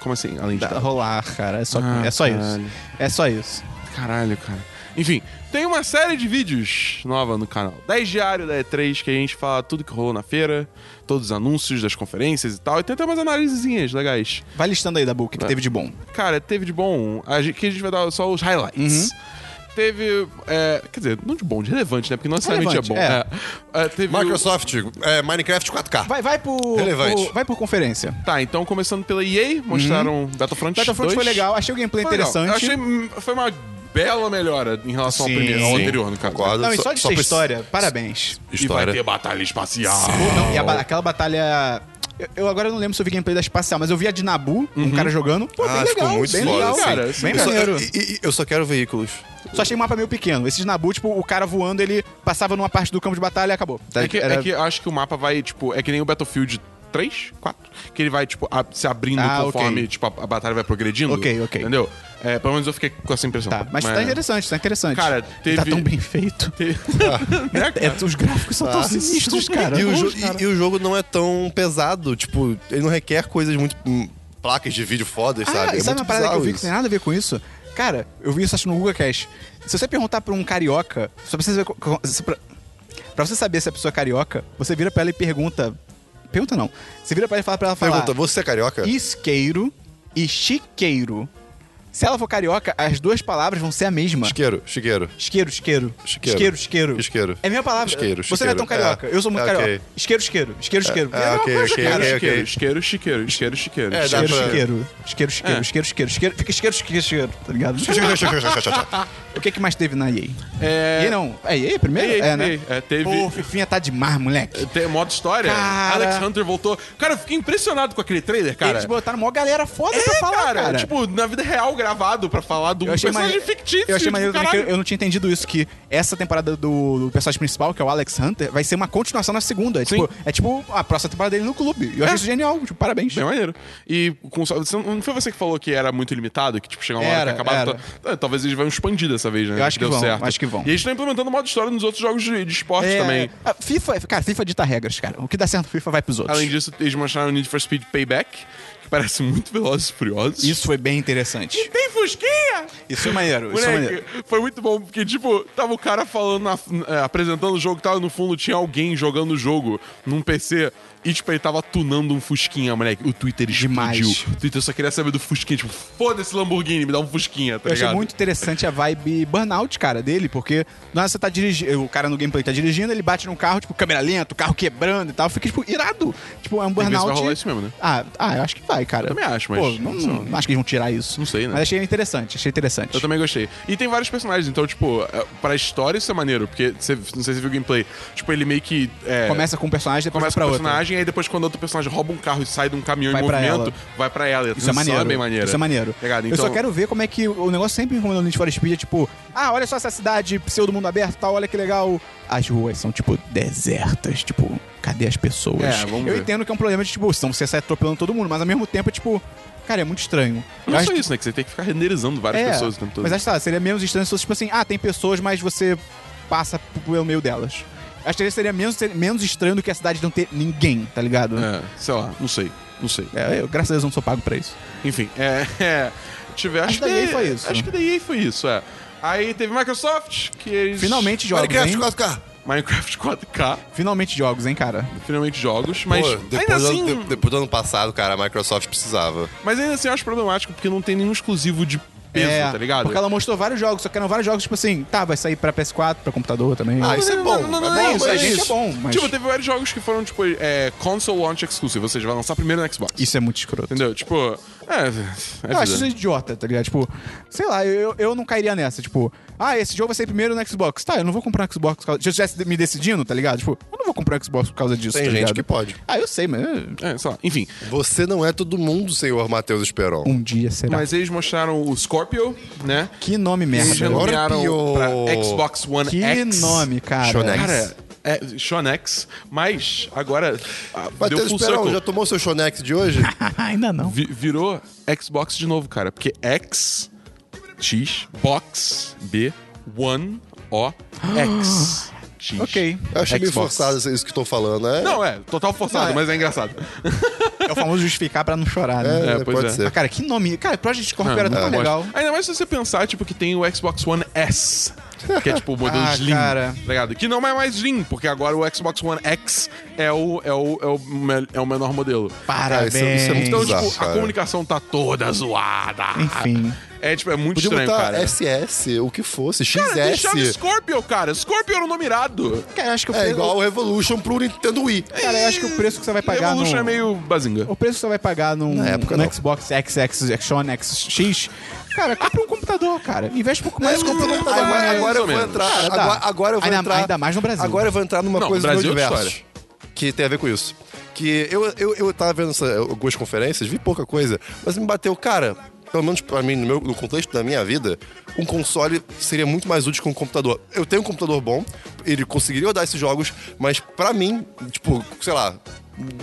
[SPEAKER 3] Como assim? Além de
[SPEAKER 1] Tá rolar, cara. É só,
[SPEAKER 3] Ah,
[SPEAKER 1] é só
[SPEAKER 3] caralho.
[SPEAKER 1] isso. É só isso.
[SPEAKER 3] Caralho, cara. Enfim, tem uma série de vídeos nova no canal. 10 Diário da E3, que a gente fala tudo que rolou na feira, todos os anúncios das conferências e tal. E tem até umas análisezinhas legais.
[SPEAKER 1] Vai listando aí, Dabu, o que, que teve de bom.
[SPEAKER 3] Cara, teve de bom. A gente, que a gente vai dar só os highlights.
[SPEAKER 1] Uhum.
[SPEAKER 3] Teve. é, quer dizer, não de bom, de relevante, né? Porque não necessariamente é bom.
[SPEAKER 1] Relevante,
[SPEAKER 3] É. É, teve o-
[SPEAKER 2] Microsoft, é, Minecraft 4K.
[SPEAKER 1] Vai, vai por,
[SPEAKER 2] Relevante.
[SPEAKER 1] por- Vai por conferência.
[SPEAKER 3] Tá, então começando pela EA, mostraram Battlefront 2.
[SPEAKER 1] Uhum. Battlefront foi legal, achei o gameplay
[SPEAKER 3] Foi legal.
[SPEAKER 1] interessante.
[SPEAKER 3] Eu achei. hum, Foi uma bela melhora em relação
[SPEAKER 1] Sim.
[SPEAKER 3] ao, primeiro, ao
[SPEAKER 1] Sim.
[SPEAKER 3] anterior, no caso.
[SPEAKER 2] Concordo.
[SPEAKER 1] Não, e
[SPEAKER 2] Só-
[SPEAKER 1] só de
[SPEAKER 2] só
[SPEAKER 1] ter
[SPEAKER 2] pra-
[SPEAKER 1] história, parabéns.
[SPEAKER 3] E vai
[SPEAKER 2] História.
[SPEAKER 3] ter batalha espacial.
[SPEAKER 1] Não, e a ba- aquela batalha. eu- Eu agora não lembro se eu vi gameplay da espacial, mas eu vi a de Nabu, um cara jogando. Pô, bem
[SPEAKER 2] Ah, ficou
[SPEAKER 1] legal,
[SPEAKER 2] muito
[SPEAKER 1] bem
[SPEAKER 2] foda,
[SPEAKER 1] legal,
[SPEAKER 2] assim.
[SPEAKER 1] cara.
[SPEAKER 3] Sim.
[SPEAKER 1] Bem
[SPEAKER 2] eu, só,
[SPEAKER 1] maneiro.
[SPEAKER 2] eu, e- e- eu só quero veículos.
[SPEAKER 1] Só achei o mapa meio pequeno. Esses Nabu, tipo, o cara voando, ele passava numa parte do campo de batalha e acabou.
[SPEAKER 3] É que, é que eu acho que o mapa vai, tipo, é que nem o Battlefield 3, 4, que ele vai, tipo, a- se abrindo
[SPEAKER 1] Ah,
[SPEAKER 3] conforme,
[SPEAKER 1] ok.
[SPEAKER 3] tipo, a, a batalha vai progredindo.
[SPEAKER 1] Ok, ok.
[SPEAKER 3] Entendeu? É, pelo menos eu fiquei com essa impressão.
[SPEAKER 1] Tá, mas,
[SPEAKER 2] é.
[SPEAKER 1] tá interessante, tá interessante.
[SPEAKER 3] Cara,
[SPEAKER 1] E Tá
[SPEAKER 3] teve-
[SPEAKER 1] tão bem feito.
[SPEAKER 3] né,
[SPEAKER 1] É,
[SPEAKER 3] cara?
[SPEAKER 1] os gráficos são tão sinistros, cara.
[SPEAKER 2] Ah. E o,
[SPEAKER 1] Bons,
[SPEAKER 2] jo-
[SPEAKER 1] cara.
[SPEAKER 2] e- e o jogo não é tão pesado. Tipo, ele não requer coisas muito. hum, placas de vídeo fodas,
[SPEAKER 1] Ah,
[SPEAKER 2] sabe?
[SPEAKER 1] e
[SPEAKER 2] É
[SPEAKER 1] sabe
[SPEAKER 2] muito
[SPEAKER 1] uma parada que eu
[SPEAKER 2] bizarro
[SPEAKER 1] vi que
[SPEAKER 2] isso.
[SPEAKER 1] não tem nada a ver com isso? Cara, eu vi isso acho no Google Cash. Se você perguntar pra um carioca, só pra você saber. co- co- se Pra, pra você saber se a pessoa é carioca, você vira pra ela e pergunta. Pergunta não. Você vira pra ela e fala pra ela falar.
[SPEAKER 2] Pergunta, você é carioca?
[SPEAKER 1] Isqueiro e chiqueiro. Se ela for carioca, as duas palavras vão ser a mesma.
[SPEAKER 2] Chiqueiro, chiqueiro.
[SPEAKER 1] Isqueiro, isqueiro.
[SPEAKER 2] Isqueiro.
[SPEAKER 1] Isqueiro, isqueiro.
[SPEAKER 2] Isqueiro.
[SPEAKER 1] É a minha palavra.
[SPEAKER 2] Isqueiro,
[SPEAKER 1] Você não é tão
[SPEAKER 2] isqueiro.
[SPEAKER 1] carioca.
[SPEAKER 2] É.
[SPEAKER 1] Eu sou muito
[SPEAKER 2] É,
[SPEAKER 1] carioca.
[SPEAKER 2] ok.
[SPEAKER 1] Isqueiro, isqueiro. Isqueiro, isqueiro.
[SPEAKER 2] é, ok, ok,
[SPEAKER 3] Chiqueiro,
[SPEAKER 2] ok,
[SPEAKER 3] chiqueiro,
[SPEAKER 2] ok.
[SPEAKER 3] chiqueiro, chiqueiro, chiqueiro, chiqueiro.
[SPEAKER 2] É, dá
[SPEAKER 1] Isqueiro,
[SPEAKER 2] pra-
[SPEAKER 1] isqueiro. Isqueiro, isqueiro, isqueiro, isqueiro, isqueiro. Fica isqueiro, isqueiro, isqueiro. Tá ligado? O que, que mais teve na EA?
[SPEAKER 3] É,
[SPEAKER 1] EA não. É EA primeiro?
[SPEAKER 3] EA,
[SPEAKER 1] é, né?
[SPEAKER 3] EA, é, teve-
[SPEAKER 1] Pô, Fifinha tá demais, moleque.
[SPEAKER 3] Tem um modo história.
[SPEAKER 1] Cara.
[SPEAKER 3] Alex Hunter voltou. Cara, eu fiquei impressionado com aquele trailer, cara.
[SPEAKER 1] Eles botaram mó galera foda
[SPEAKER 3] É,
[SPEAKER 1] pra falar, cara.
[SPEAKER 3] cara, Tipo, na vida real gravado pra falar do
[SPEAKER 1] Eu achei
[SPEAKER 3] personagem
[SPEAKER 1] mane-
[SPEAKER 3] fictício.
[SPEAKER 1] Eu achei
[SPEAKER 3] tipo,
[SPEAKER 1] maneiro também que
[SPEAKER 3] caralho.
[SPEAKER 1] eu, eu não tinha entendido isso, que essa temporada do, do personagem principal, que é o Alex Hunter, vai ser uma continuação na segunda. É
[SPEAKER 3] Sim.
[SPEAKER 1] tipo, é tipo a próxima temporada dele no clube. Eu achei isso genial, tipo, parabéns.
[SPEAKER 3] Bem maneiro. E com, você não não foi você que falou que era muito limitado, que tipo, chegar uma hora
[SPEAKER 1] Era,
[SPEAKER 3] que acabava.
[SPEAKER 1] era.
[SPEAKER 3] Ah, Talvez eles vão expandir dessa vez, né?
[SPEAKER 1] Eu acho que
[SPEAKER 3] Deu
[SPEAKER 1] vão,
[SPEAKER 3] certo.
[SPEAKER 1] acho que vão.
[SPEAKER 3] E eles estão implementando modo história nos outros jogos de, de esporte
[SPEAKER 1] É,
[SPEAKER 3] também.
[SPEAKER 1] a FIFA, cara, FIFA dita regras, cara. O que dá certo no FIFA vai pros outros.
[SPEAKER 3] Além disso, eles mostraram o Need for Speed Payback, que parece muito Velozes e Furiosos.
[SPEAKER 1] Isso foi bem interessante.
[SPEAKER 3] Tem fusquinha!
[SPEAKER 1] Isso foi maneiro, isso foi
[SPEAKER 3] Moleque,
[SPEAKER 1] maneiro.
[SPEAKER 3] foi muito bom, porque, tipo, tava o cara falando, na- é, apresentando o jogo e tal, e no fundo tinha alguém jogando o jogo num PC. E, tipo, ele tava tunando um Fusquinha, moleque. O Twitter
[SPEAKER 1] Demais.
[SPEAKER 3] explodiu. O Twitter só queria saber do Fusquinha. Tipo, foda-se Lamborghini, me dá um Fusquinha, tá
[SPEAKER 1] Eu achei
[SPEAKER 3] ligado?
[SPEAKER 1] muito interessante a vibe burnout, cara, dele, porque na hora você tá dirigindo, o cara no gameplay tá dirigindo, ele bate num carro, tipo, câmera lenta, o carro quebrando e tal, fica, tipo, irado. Tipo, é um
[SPEAKER 3] vezes
[SPEAKER 1] burnout.
[SPEAKER 3] vai rolar isso mesmo, né?
[SPEAKER 1] Ah, ah, eu acho que vai, cara.
[SPEAKER 3] Eu também acho, mas-
[SPEAKER 1] Pô, não, não- não acho que eles vão tirar isso.
[SPEAKER 3] Não sei, né?
[SPEAKER 1] Mas achei interessante, achei interessante.
[SPEAKER 3] Eu também gostei. E tem vários personagens, então, tipo, é, pra história isso é maneiro, porque, você, não sei se você viu o gameplay, tipo, ele meio que... é,
[SPEAKER 1] Começa com um personagem, depois
[SPEAKER 3] Começa
[SPEAKER 1] vai pra
[SPEAKER 3] com o
[SPEAKER 1] outro.
[SPEAKER 3] personagem, e aí depois quando outro personagem rouba um carro e sai de um caminhão
[SPEAKER 1] Vai
[SPEAKER 3] em
[SPEAKER 1] pra
[SPEAKER 3] movimento,
[SPEAKER 1] ela.
[SPEAKER 3] vai pra ela. E a
[SPEAKER 1] Isso é
[SPEAKER 3] transição
[SPEAKER 1] maneiro.
[SPEAKER 3] é bem maneira.
[SPEAKER 1] Isso é maneiro.
[SPEAKER 3] Ligado?
[SPEAKER 1] Eu só
[SPEAKER 3] Então-
[SPEAKER 1] quero ver como é que o negócio sempre me incomodou no Need for Speed é tipo, ah, olha só essa cidade pseudo mundo aberto e tal, olha que legal. As ruas são, tipo, desertas, tipo, cadê as pessoas?
[SPEAKER 3] É, vamos
[SPEAKER 1] eu
[SPEAKER 3] ver.
[SPEAKER 1] entendo que é um problema de, tipo, senão você sai atropelando todo mundo, mas ao mesmo tempo é tipo, cara, é muito estranho. Eu
[SPEAKER 3] Não é
[SPEAKER 1] acho-
[SPEAKER 3] só isso, né? Que você tem que ficar renderizando várias
[SPEAKER 1] é,
[SPEAKER 3] pessoas o tempo todo.
[SPEAKER 1] Mas acho que tá, seria menos estranho se fosse, tipo assim, ah, tem pessoas, mas você passa p- pelo meio delas. Acho que seria menos, seria menos estranho do que a cidade não ter ninguém, tá ligado?
[SPEAKER 3] É, sei lá, não sei. Não sei.
[SPEAKER 1] É, eu, graças a Deus, não sou pago pra isso.
[SPEAKER 3] Enfim, é. é tiver, acho,
[SPEAKER 1] Acho
[SPEAKER 3] que
[SPEAKER 1] da EA
[SPEAKER 3] daí
[SPEAKER 1] foi isso.
[SPEAKER 3] Acho que daí foi isso, é. Aí teve Microsoft, que eles.
[SPEAKER 1] Finalmente jogos,
[SPEAKER 2] Minecraft
[SPEAKER 1] hein?
[SPEAKER 2] 4K.
[SPEAKER 3] Minecraft 4K,
[SPEAKER 1] Finalmente jogos, hein, cara?
[SPEAKER 3] finalmente jogos, mas.
[SPEAKER 2] Pô, depois,
[SPEAKER 3] ainda
[SPEAKER 2] do,
[SPEAKER 3] assim,
[SPEAKER 2] de- depois do ano passado, cara, a Microsoft precisava.
[SPEAKER 3] Mas ainda assim eu acho problemático, porque não tem nenhum exclusivo de peso, tá ligado?
[SPEAKER 1] É, Porque ela mostrou vários jogos, só que eram vários jogos, tipo assim, tá, vai sair pra PS4, pra computador também.
[SPEAKER 2] Ah, isso é bom.
[SPEAKER 3] Não, não, não,
[SPEAKER 2] é bom,
[SPEAKER 3] isso,
[SPEAKER 1] pra
[SPEAKER 2] mas-
[SPEAKER 1] gente é bom, mas-
[SPEAKER 3] Tipo, teve vários jogos que foram, tipo, é, console launch exclusive, ou seja, vai lançar primeiro no Xbox.
[SPEAKER 1] Isso é muito escroto.
[SPEAKER 3] Entendeu? Tipo, é. é
[SPEAKER 1] Eu acho isso
[SPEAKER 3] vida.
[SPEAKER 1] idiota, tá ligado? Tipo, sei lá, eu, eu não cairia nessa. Tipo, ah, esse jogo vai sair primeiro no Xbox. Tá, eu não vou comprar um Xbox. por causa- Se eu estivesse me decidindo, tá ligado? Tipo, eu não vou comprar um Xbox por causa disso,
[SPEAKER 2] Tem
[SPEAKER 1] tá
[SPEAKER 2] gente
[SPEAKER 1] ligado?
[SPEAKER 2] que pode.
[SPEAKER 1] Ah, eu sei, mas.
[SPEAKER 3] É, sei lá. Enfim,
[SPEAKER 2] Você não é todo mundo, senhor Matheus Esperon.
[SPEAKER 1] Um dia será.
[SPEAKER 3] mas eles mostraram o Scorpio, né?
[SPEAKER 1] Que nome
[SPEAKER 3] Eles
[SPEAKER 1] merda.
[SPEAKER 3] já
[SPEAKER 2] Agora
[SPEAKER 3] nomearam
[SPEAKER 2] piou.
[SPEAKER 3] pra Xbox One
[SPEAKER 1] Que
[SPEAKER 3] X.
[SPEAKER 1] nome, cara.
[SPEAKER 2] Shonex.
[SPEAKER 3] Cara, é Shonex, mas agora ah, deu
[SPEAKER 2] Matheus
[SPEAKER 3] full
[SPEAKER 2] Esperon,
[SPEAKER 3] circle.
[SPEAKER 2] já tomou seu Shonex de hoje?
[SPEAKER 1] Ainda não.
[SPEAKER 3] Vi- virou Xbox de novo, cara, porque X, X, Box, B, One, O, X, X.
[SPEAKER 1] Ok.
[SPEAKER 2] Eu achei meio
[SPEAKER 3] Xbox.
[SPEAKER 2] forçado isso que tô falando. É,
[SPEAKER 3] Não, é, total forçado,
[SPEAKER 1] Não, é-
[SPEAKER 3] mas é engraçado.
[SPEAKER 1] É o famoso justificar pra não chorar, né?
[SPEAKER 2] é,
[SPEAKER 3] é, pois
[SPEAKER 2] pode
[SPEAKER 3] é.
[SPEAKER 1] Ah,
[SPEAKER 2] ser.
[SPEAKER 1] cara, que nome. Cara, Project Scorpio era tão
[SPEAKER 3] Não
[SPEAKER 1] legal.
[SPEAKER 3] gosto. Ainda mais se você pensar, tipo, que tem o Xbox One S. Que é tipo o modelo
[SPEAKER 1] Ah,
[SPEAKER 3] Slim,
[SPEAKER 1] cara.
[SPEAKER 3] tá ligado? Que não é mais Slim, porque agora o Xbox One X é o, é o, é o, me- é o menor modelo.
[SPEAKER 1] Parabéns.
[SPEAKER 2] isso é muito
[SPEAKER 3] Então,
[SPEAKER 2] Bizarro,
[SPEAKER 3] tipo,
[SPEAKER 2] cara.
[SPEAKER 3] a comunicação tá toda zoada.
[SPEAKER 1] Enfim.
[SPEAKER 3] É, tipo, é muito
[SPEAKER 2] Podia
[SPEAKER 3] estranho,
[SPEAKER 2] botar
[SPEAKER 3] cara.
[SPEAKER 2] SS, o que fosse, XS.
[SPEAKER 3] Cara, deixava Scorpio, cara. Scorpio era um nome irado.
[SPEAKER 1] Cara, acho que o
[SPEAKER 2] É
[SPEAKER 1] preço,
[SPEAKER 2] igual o Evolution pro Nintendo Wii.
[SPEAKER 1] cara, eu acho que o preço que você vai pagar
[SPEAKER 3] Evolution
[SPEAKER 1] no...
[SPEAKER 3] é meio bazinga.
[SPEAKER 1] O preço que você vai pagar num,
[SPEAKER 2] Na época,
[SPEAKER 1] num
[SPEAKER 2] não.
[SPEAKER 1] Xbox XX, Action XX, cara, compra um computador, cara. Investe um pouco mais
[SPEAKER 2] Mas
[SPEAKER 1] e compra um computador.
[SPEAKER 2] agora,
[SPEAKER 3] mais
[SPEAKER 2] agora
[SPEAKER 3] ou
[SPEAKER 2] eu vou
[SPEAKER 3] menos.
[SPEAKER 2] entrar.
[SPEAKER 1] Cara, dá.
[SPEAKER 2] agora, agora eu vou
[SPEAKER 1] Ainda-
[SPEAKER 2] entrar.
[SPEAKER 1] ainda mais no Brasil.
[SPEAKER 2] Agora eu vou entrar numa
[SPEAKER 3] Não,
[SPEAKER 2] coisa
[SPEAKER 3] Brasil é
[SPEAKER 2] do
[SPEAKER 3] outra
[SPEAKER 2] universo.
[SPEAKER 3] história.
[SPEAKER 2] Que tem a ver com isso. Que eu, eu, eu tava vendo essa- algumas conferências, vi pouca coisa, mas me bateu, cara. Pelo menos pra mim, no, meu, no contexto da minha vida, um console seria muito mais útil que um computador. Eu tenho um computador bom, ele conseguiria rodar esses jogos, mas pra mim, tipo, sei lá,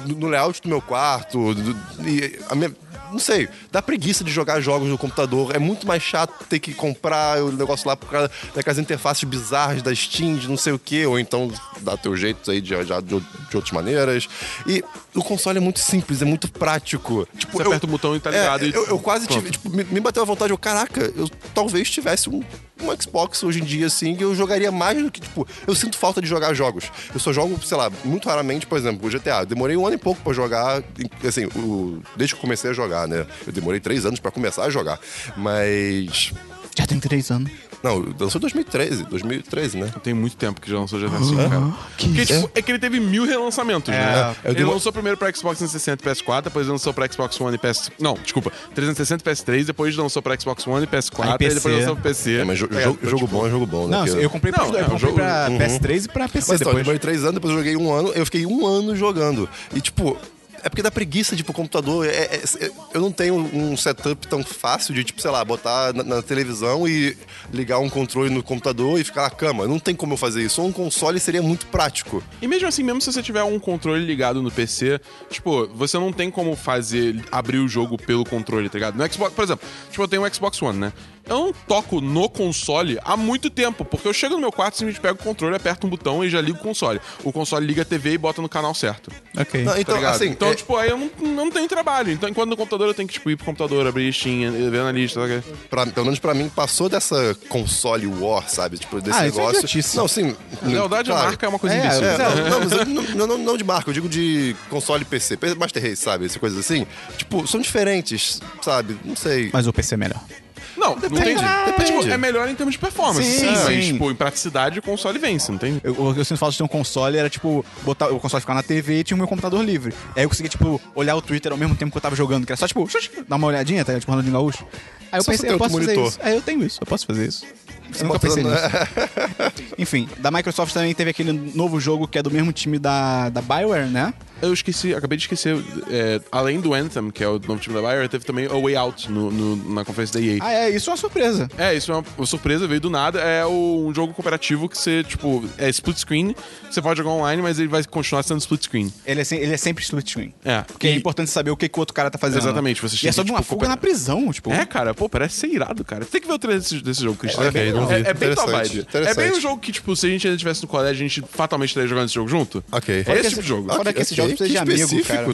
[SPEAKER 2] no, no layout do meu quarto, do- do- e a minha, não sei, dá preguiça de jogar jogos no computador. É muito mais chato ter que comprar o negócio lá por causa daquelas interfaces bizarras da Steam, de não sei o quê, ou então dá teu jeito aí de, já de, de outras maneiras. E o console é muito simples, é muito prático. Tipo,
[SPEAKER 3] Você aperta o botão e tá
[SPEAKER 2] é,
[SPEAKER 3] ligado e-
[SPEAKER 2] eu, eu quase tive,
[SPEAKER 3] pronto.
[SPEAKER 2] tipo, me, me bateu a vontade, eu, caraca, eu talvez tivesse um, um Xbox hoje em dia, assim, que eu jogaria mais do que, tipo, eu sinto falta de jogar jogos. Eu só jogo, sei lá, muito raramente, por exemplo, o GTA. Eu Demorei um ano e pouco pra jogar, em- assim, o- desde que eu comecei a jogar, né? Eu demorei três anos pra começar a jogar. Mas.
[SPEAKER 1] Já tem três anos.
[SPEAKER 2] Não, lançou em 2013, 2013, né?
[SPEAKER 3] Tem muito tempo que já lançou GTA V, cara.
[SPEAKER 1] que
[SPEAKER 3] Porque,
[SPEAKER 1] isso?
[SPEAKER 3] tipo, é que ele teve mil relançamentos, né?
[SPEAKER 2] eu
[SPEAKER 3] Ele
[SPEAKER 2] dei uma-
[SPEAKER 3] lançou primeiro pra Xbox 360 e PS4, depois lançou pra Xbox One e PS... Não, desculpa. 360 e PS3, depois lançou pra Xbox One e PS4,
[SPEAKER 1] Aí
[SPEAKER 3] e
[SPEAKER 1] PC.
[SPEAKER 3] depois lançou pro PC.
[SPEAKER 2] É, mas jo-
[SPEAKER 3] É,
[SPEAKER 2] jo-
[SPEAKER 3] então,
[SPEAKER 2] jogo
[SPEAKER 3] tipo,
[SPEAKER 2] bom é jogo bom, né?
[SPEAKER 1] Não,
[SPEAKER 2] Porque-
[SPEAKER 1] eu comprei pra,
[SPEAKER 3] Não,
[SPEAKER 1] eu
[SPEAKER 3] é um
[SPEAKER 1] comprei
[SPEAKER 3] jogo-
[SPEAKER 1] pra PS3 e pra PC
[SPEAKER 2] Mas então,
[SPEAKER 1] depois.
[SPEAKER 2] demorei três anos, depois eu joguei um ano, eu fiquei um ano jogando. E tipo. É porque dá preguiça de ir pro computador. é- é- é- eu não tenho um setup tão fácil de, tipo, sei lá, botar na, na televisão e ligar um controle no computador e ficar na cama. Não tem como eu fazer isso. Ou um console seria muito prático.
[SPEAKER 3] E mesmo assim, mesmo se você tiver um controle ligado no PC, tipo, você não tem como fazer abrir o jogo pelo controle, tá ligado? No Xbox, por exemplo, tipo, eu tenho um Xbox One, né? Eu não toco no console há muito tempo, porque eu chego no meu quarto, simplesmente pego o controle, aperto um botão e já ligo o console. O console liga a TV e bota no canal certo.
[SPEAKER 1] Ok.
[SPEAKER 2] Não,
[SPEAKER 3] Então,
[SPEAKER 2] então, assim.
[SPEAKER 3] então
[SPEAKER 2] é-
[SPEAKER 3] tipo, aí eu não, não tenho trabalho. Então, enquanto no computador eu tenho que, tipo, ir pro computador, abrir Steam, ver na lista, tá ligado?
[SPEAKER 2] Pra- pelo menos pra mim, passou dessa console war, sabe? Tipo, desse
[SPEAKER 1] Ah, isso é
[SPEAKER 2] negócio.
[SPEAKER 1] idiotice.
[SPEAKER 2] não, sim.
[SPEAKER 3] Na verdade, a
[SPEAKER 2] claro.
[SPEAKER 3] marca é uma coisa
[SPEAKER 1] É,
[SPEAKER 3] imbecil.
[SPEAKER 1] é,
[SPEAKER 3] né?
[SPEAKER 2] É, não, mas eu- não, não- não de marca, eu digo de console e PC. Master Race, sabe? Essas coisas assim. Tipo, são diferentes, sabe? Não sei.
[SPEAKER 1] Mas o PC é melhor.
[SPEAKER 3] Não, não tem.
[SPEAKER 2] Depende, depende.
[SPEAKER 3] Tipo, é melhor em termos de performance.
[SPEAKER 1] Sim,
[SPEAKER 3] Sim, mas,
[SPEAKER 1] sim.
[SPEAKER 3] tipo, em praticidade o console vence, não tem?
[SPEAKER 1] Eu, o que eu sinto falta de ter um console era, tipo, botar o console ficar na TV e tinha o meu computador livre. Aí eu conseguia, tipo, olhar o Twitter ao mesmo tempo que eu tava jogando, que era só, tipo, xux, dar uma olhadinha, tá? ligado? Tipo, Ronaldinho Gaúcho. Aí eu
[SPEAKER 2] Só você
[SPEAKER 1] pensei,
[SPEAKER 2] tem
[SPEAKER 1] eu
[SPEAKER 2] outro
[SPEAKER 1] posso fazer
[SPEAKER 2] monitor.
[SPEAKER 1] isso. Aí eu tenho isso, eu posso fazer isso. Eu nunca
[SPEAKER 2] bota
[SPEAKER 1] pensei
[SPEAKER 2] na-
[SPEAKER 1] nisso. É né? Enfim, da Microsoft também teve aquele novo jogo que é do mesmo time da, da Bioware, né?
[SPEAKER 3] Eu esqueci, acabei de esquecer. é, além do Anthem, que é o novo time da Bayer, teve também A Way Out no- no- na conferência da EA.
[SPEAKER 1] Ah, é, isso é uma surpresa.
[SPEAKER 3] É, isso é uma uma surpresa, veio do nada. É o- um jogo cooperativo que você, tipo, é split screen. Você pode jogar online, mas ele vai continuar sendo split screen.
[SPEAKER 1] Ele é, se- ele é sempre split screen.
[SPEAKER 3] É.
[SPEAKER 1] Porque é
[SPEAKER 3] E-
[SPEAKER 1] importante saber o que, que o outro cara tá fazendo.
[SPEAKER 3] Exatamente,
[SPEAKER 1] E
[SPEAKER 3] você
[SPEAKER 1] é
[SPEAKER 3] chega,
[SPEAKER 1] sobre uma
[SPEAKER 3] tipo,
[SPEAKER 1] fuga
[SPEAKER 3] cooper-
[SPEAKER 1] na prisão, tipo.
[SPEAKER 3] É, cara, pô, parece ser irado, cara. Você tem que ver o trailer desse, desse jogo, Cristian.
[SPEAKER 2] É, ok, não vi.
[SPEAKER 3] é, é bem tua
[SPEAKER 2] Interessante,
[SPEAKER 3] vibe. É
[SPEAKER 2] interessante.
[SPEAKER 3] bem um jogo que, tipo, se a gente ainda estivesse no colégio, a gente fatalmente estaria jogando esse jogo junto.
[SPEAKER 2] Ok.
[SPEAKER 3] É
[SPEAKER 1] que
[SPEAKER 2] Olha
[SPEAKER 3] esse tipo de jogo.
[SPEAKER 1] Fora
[SPEAKER 2] Ok,
[SPEAKER 1] que esse
[SPEAKER 2] ok,
[SPEAKER 1] jogo precisa de
[SPEAKER 2] que
[SPEAKER 1] amigo,
[SPEAKER 2] específico,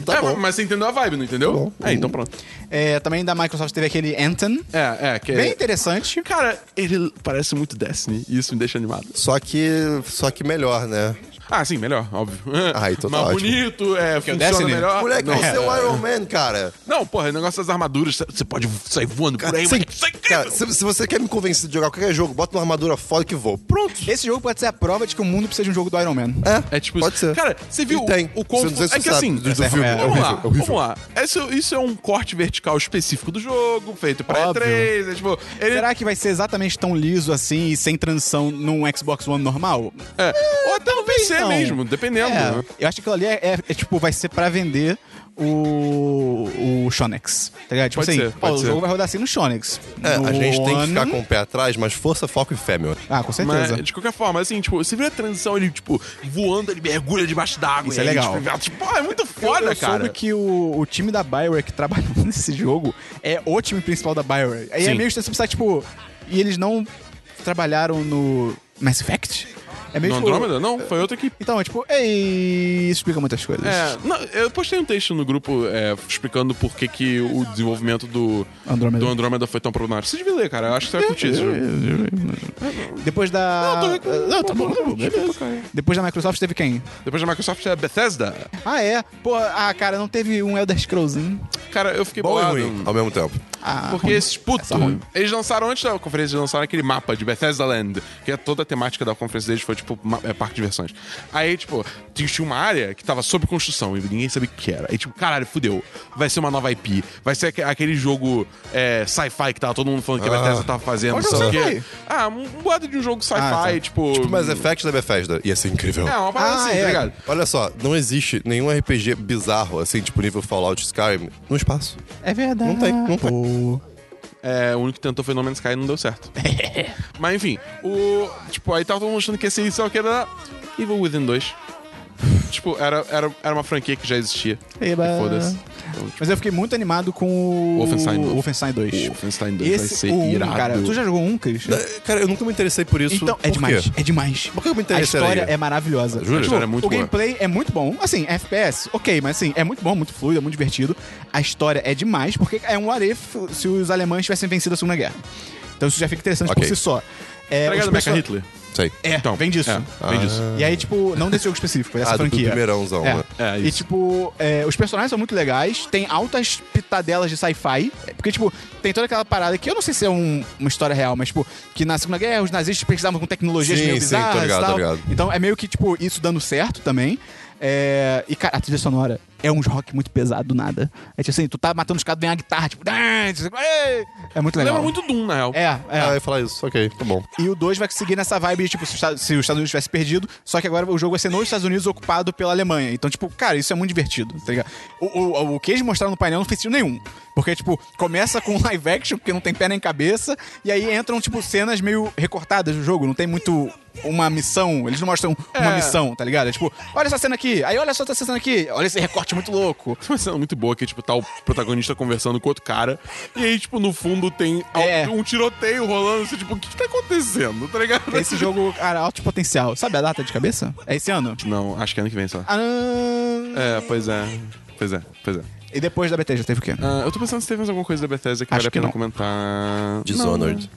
[SPEAKER 1] cara.
[SPEAKER 2] tá
[SPEAKER 3] é,
[SPEAKER 2] bom.
[SPEAKER 3] mas você entendeu a vibe, não entendeu?
[SPEAKER 2] bom.
[SPEAKER 3] é, então pronto.
[SPEAKER 1] É, também da Microsoft teve aquele Anthem.
[SPEAKER 3] É, é, que é-
[SPEAKER 1] Bem interessante.
[SPEAKER 3] Cara, ele parece muito Destiny e isso me deixa animado.
[SPEAKER 2] Só que, só que melhor, né?
[SPEAKER 3] Ah, sim, melhor, óbvio.
[SPEAKER 2] Ah, então tá
[SPEAKER 3] Mais
[SPEAKER 2] ótimo.
[SPEAKER 3] bonito, é, funciona
[SPEAKER 1] Destiny.
[SPEAKER 3] melhor.
[SPEAKER 2] Moleque,
[SPEAKER 3] não,
[SPEAKER 2] você é o Iron Man, cara.
[SPEAKER 3] não, porra, o negócio das armaduras, você pode sair voando por aí,
[SPEAKER 2] Sim.
[SPEAKER 3] moleque, isso é incrível.
[SPEAKER 2] Cara, se, se você quer me convencer de jogar qualquer jogo, bota uma armadura foda que voa. Pronto.
[SPEAKER 1] Esse jogo pode ser a prova de que o mundo precisa de um jogo do Iron Man.
[SPEAKER 3] É tipo
[SPEAKER 2] Pode
[SPEAKER 3] isso.
[SPEAKER 2] ser.
[SPEAKER 3] Cara, você viu
[SPEAKER 2] E tem.
[SPEAKER 3] o, o quão-
[SPEAKER 2] Você não sei se
[SPEAKER 3] É
[SPEAKER 2] você
[SPEAKER 3] que
[SPEAKER 2] sabe,
[SPEAKER 3] assim.
[SPEAKER 2] do- do filme, é
[SPEAKER 3] vamos,
[SPEAKER 2] horrível,
[SPEAKER 3] lá,
[SPEAKER 2] é horrível.
[SPEAKER 3] vamos lá. Esse- isso é um corte vertical específico do jogo, feito pra
[SPEAKER 1] Óbvio.
[SPEAKER 3] E3. É, tipo, ele-
[SPEAKER 1] Será que vai ser exatamente tão liso assim e sem transição num Xbox One normal?
[SPEAKER 3] é, ou até no PC
[SPEAKER 1] Não.
[SPEAKER 3] mesmo, dependendo.
[SPEAKER 1] É,
[SPEAKER 3] né?
[SPEAKER 1] eu acho que aquilo ali é, é- é, tipo, vai ser pra vender o, o Shonex. Tá ligado? Tipo
[SPEAKER 3] Pode
[SPEAKER 1] assim,
[SPEAKER 3] ser,
[SPEAKER 1] ó,
[SPEAKER 3] pode
[SPEAKER 1] o
[SPEAKER 3] ser.
[SPEAKER 1] jogo vai rodar assim no Shonex.
[SPEAKER 2] É,
[SPEAKER 1] No
[SPEAKER 2] a gente tem que
[SPEAKER 1] One-
[SPEAKER 2] ficar com o pé atrás, mas força, foco e fé, meu.
[SPEAKER 1] Ah, com certeza.
[SPEAKER 3] Mas, de qualquer forma, assim, tipo, você vê a transição, ele, tipo, voando, ele mergulha debaixo d'água.
[SPEAKER 1] Isso é
[SPEAKER 3] e aí,
[SPEAKER 1] legal.
[SPEAKER 3] Tipo, inverte. Pô, é muito
[SPEAKER 1] Eu-
[SPEAKER 3] foda,
[SPEAKER 1] eu
[SPEAKER 3] cara.
[SPEAKER 1] soube que o, o time da Bioware que trabalhou nesse jogo é o time principal da Bioware. Aí é
[SPEAKER 3] Sim.
[SPEAKER 1] meio estranho você pensar, tipo, e eles não trabalharam no Mass Effect? É meio
[SPEAKER 3] No
[SPEAKER 1] tipo-
[SPEAKER 3] Andrômeda? Não, foi outra que.
[SPEAKER 1] Então, é tipo, ei, isso explica muitas coisas.
[SPEAKER 3] É, não, eu postei um texto no grupo é, explicando por que, que o desenvolvimento do
[SPEAKER 1] Andrômeda. É,
[SPEAKER 3] do Andrômeda foi tão problemático. Você devia ler, cara. Eu acho que você vai curtir esse jogo.
[SPEAKER 1] Depois da.
[SPEAKER 3] Não, tô- Tipo,
[SPEAKER 1] Ah, tá bom, tá bom, beleza. Depois da Microsoft teve quem?
[SPEAKER 3] Depois da Microsoft é a Bethesda.
[SPEAKER 1] Ah, é? Pô, ah, cara, não teve um Elder Scrollzinho.
[SPEAKER 3] Cara, eu fiquei
[SPEAKER 2] Bom e
[SPEAKER 3] bolado.
[SPEAKER 2] ruim, ao mesmo tempo.
[SPEAKER 1] Ah,
[SPEAKER 3] porque
[SPEAKER 1] ruim.
[SPEAKER 3] esses putos,
[SPEAKER 1] Essa é ruim.
[SPEAKER 3] eles lançaram antes da conferência, eles lançaram aquele mapa de Bethesda Land, que é toda a temática da conferência deles, foi tipo ma- é, parque de diversões. Aí, tipo, tinha tinha uma área que tava sob construção e ninguém sabia o que era. Aí, tipo, caralho, fudeu. Vai ser uma nova IP. Vai ser aque- aquele jogo é, sci-fi que tava todo mundo falando que a Bethesda tava fazendo.
[SPEAKER 1] Ah. Qual jogo
[SPEAKER 3] não sei o quê.
[SPEAKER 1] sci-fi?
[SPEAKER 3] Ah, um um boato de um jogo sci-fi,
[SPEAKER 1] Ah, tá.
[SPEAKER 3] tipo.
[SPEAKER 2] Tipo, Mass Effect da Bethesda. Ia ser incrível.
[SPEAKER 3] É, uma parada
[SPEAKER 1] Ah,
[SPEAKER 3] assim,
[SPEAKER 1] é.
[SPEAKER 3] tá ligado?
[SPEAKER 2] Olha só, não existe nenhum RPG bizarro, assim, tipo nível Fallout Skyrim, no espaço.
[SPEAKER 1] É verdade.
[SPEAKER 2] Não tem, não tem.
[SPEAKER 1] Pô.
[SPEAKER 3] É, o único que tentou foi No Man's Sky e não deu certo. Mas enfim, o. Tipo, aí tava todo mundo achando que esse inicial que era Evil Within 2. tipo, era, era, era uma franquia que já existia.
[SPEAKER 1] Eba.
[SPEAKER 3] E Foda-se.
[SPEAKER 1] É, Mas eu fiquei muito animado com o
[SPEAKER 3] Wolfenstein dois.
[SPEAKER 1] Wolfenstein 2.
[SPEAKER 3] Wolfenstein 2 vai
[SPEAKER 1] Esse,
[SPEAKER 3] ser
[SPEAKER 1] o um,
[SPEAKER 3] irado.
[SPEAKER 1] cara. Tu já jogou um, Cris?
[SPEAKER 2] Eh, Cara, eu nunca me interessei por isso.
[SPEAKER 1] Então, é
[SPEAKER 2] Por
[SPEAKER 1] demais,
[SPEAKER 2] quê?
[SPEAKER 1] é demais.
[SPEAKER 2] Por que eu me
[SPEAKER 1] A
[SPEAKER 2] interessei
[SPEAKER 1] história
[SPEAKER 2] aí?
[SPEAKER 1] é maravilhosa.
[SPEAKER 2] Jura?
[SPEAKER 3] A história é muito
[SPEAKER 1] o
[SPEAKER 3] boa.
[SPEAKER 1] gameplay é muito bom. Assim, FPS, ok, mas assim, é muito bom, muito fluido, é muito divertido. A história é demais, porque é um what if se os alemães tivessem vencido a Segunda Guerra. Então isso já fica interessante
[SPEAKER 2] Ok.
[SPEAKER 1] por si só. É,
[SPEAKER 3] Tá ligado,
[SPEAKER 1] os
[SPEAKER 3] Mecha
[SPEAKER 1] perso-
[SPEAKER 3] Hitler?
[SPEAKER 2] Sei.
[SPEAKER 1] É,
[SPEAKER 3] Então,
[SPEAKER 1] vem disso.
[SPEAKER 3] é, vem disso.
[SPEAKER 1] E aí, tipo, não desse jogo específico, dessa
[SPEAKER 2] Ah, do
[SPEAKER 1] franquia.
[SPEAKER 2] primeirãozão,
[SPEAKER 1] é.
[SPEAKER 2] né?
[SPEAKER 3] É,
[SPEAKER 1] E,
[SPEAKER 3] isso.
[SPEAKER 1] tipo, é, os personagens são muito legais, tem altas pitadelas de sci-fi. é, Porque, tipo, tem toda aquela parada que eu não sei se é um- uma história real, mas, tipo, que na Segunda Guerra os nazistas pesquisavam com tecnologias
[SPEAKER 2] Sim,
[SPEAKER 1] meio
[SPEAKER 2] sim,
[SPEAKER 1] bizarras
[SPEAKER 2] tô ligado,
[SPEAKER 1] e tal.
[SPEAKER 2] tô ligado.
[SPEAKER 1] Então é meio que, tipo, isso dando certo também. É, e, cara, a trilha sonora é um rock muito pesado do nada. É tipo assim, tu tá matando os caras, vem a guitarra, tipo... "Ah", tipo, "Ei". É muito legal.
[SPEAKER 3] Lembra muito Doom, na real.
[SPEAKER 1] É, é.
[SPEAKER 2] Ah, eu ia falar isso. Ok, tá bom.
[SPEAKER 1] E o 2 vai seguir nessa vibe, de, tipo, se os Estados se os Estados Unidos tivesse perdido, só que agora o jogo vai ser nos Estados Unidos ocupado pela Alemanha. Então, tipo, cara, isso é muito divertido, tá ligado? O, o, o que eles mostraram no painel não fez sentido nenhum. Porque, tipo, começa com live action, porque não tem pé nem cabeça, e aí entram, tipo, cenas meio recortadas do jogo, não tem muito uma missão, eles não mostram uma missão, tá ligado? É tipo, olha essa cena aqui, aí olha só essa cena aqui, olha esse recorte muito louco.
[SPEAKER 3] Tem uma cena muito boa que, tipo, tá o protagonista conversando com outro cara. E aí, tipo, no fundo tem al-
[SPEAKER 1] É.
[SPEAKER 3] um tiroteio rolando. Assim, tipo, o que, que tá acontecendo? Tá ligado?
[SPEAKER 1] Esse jogo, cara, alto potencial. Sabe a data de cabeça? É esse ano?
[SPEAKER 3] Não, acho que é ano que vem só.
[SPEAKER 1] Ah,
[SPEAKER 3] É, pois é. Pois é, pois é.
[SPEAKER 1] E depois da BT já teve o quê?
[SPEAKER 3] Ah, eu tô pensando se teve mais alguma coisa da Bethesda que
[SPEAKER 1] Acho
[SPEAKER 3] vale a
[SPEAKER 1] que
[SPEAKER 3] pena
[SPEAKER 1] não.
[SPEAKER 3] comentar.
[SPEAKER 2] Dishonored.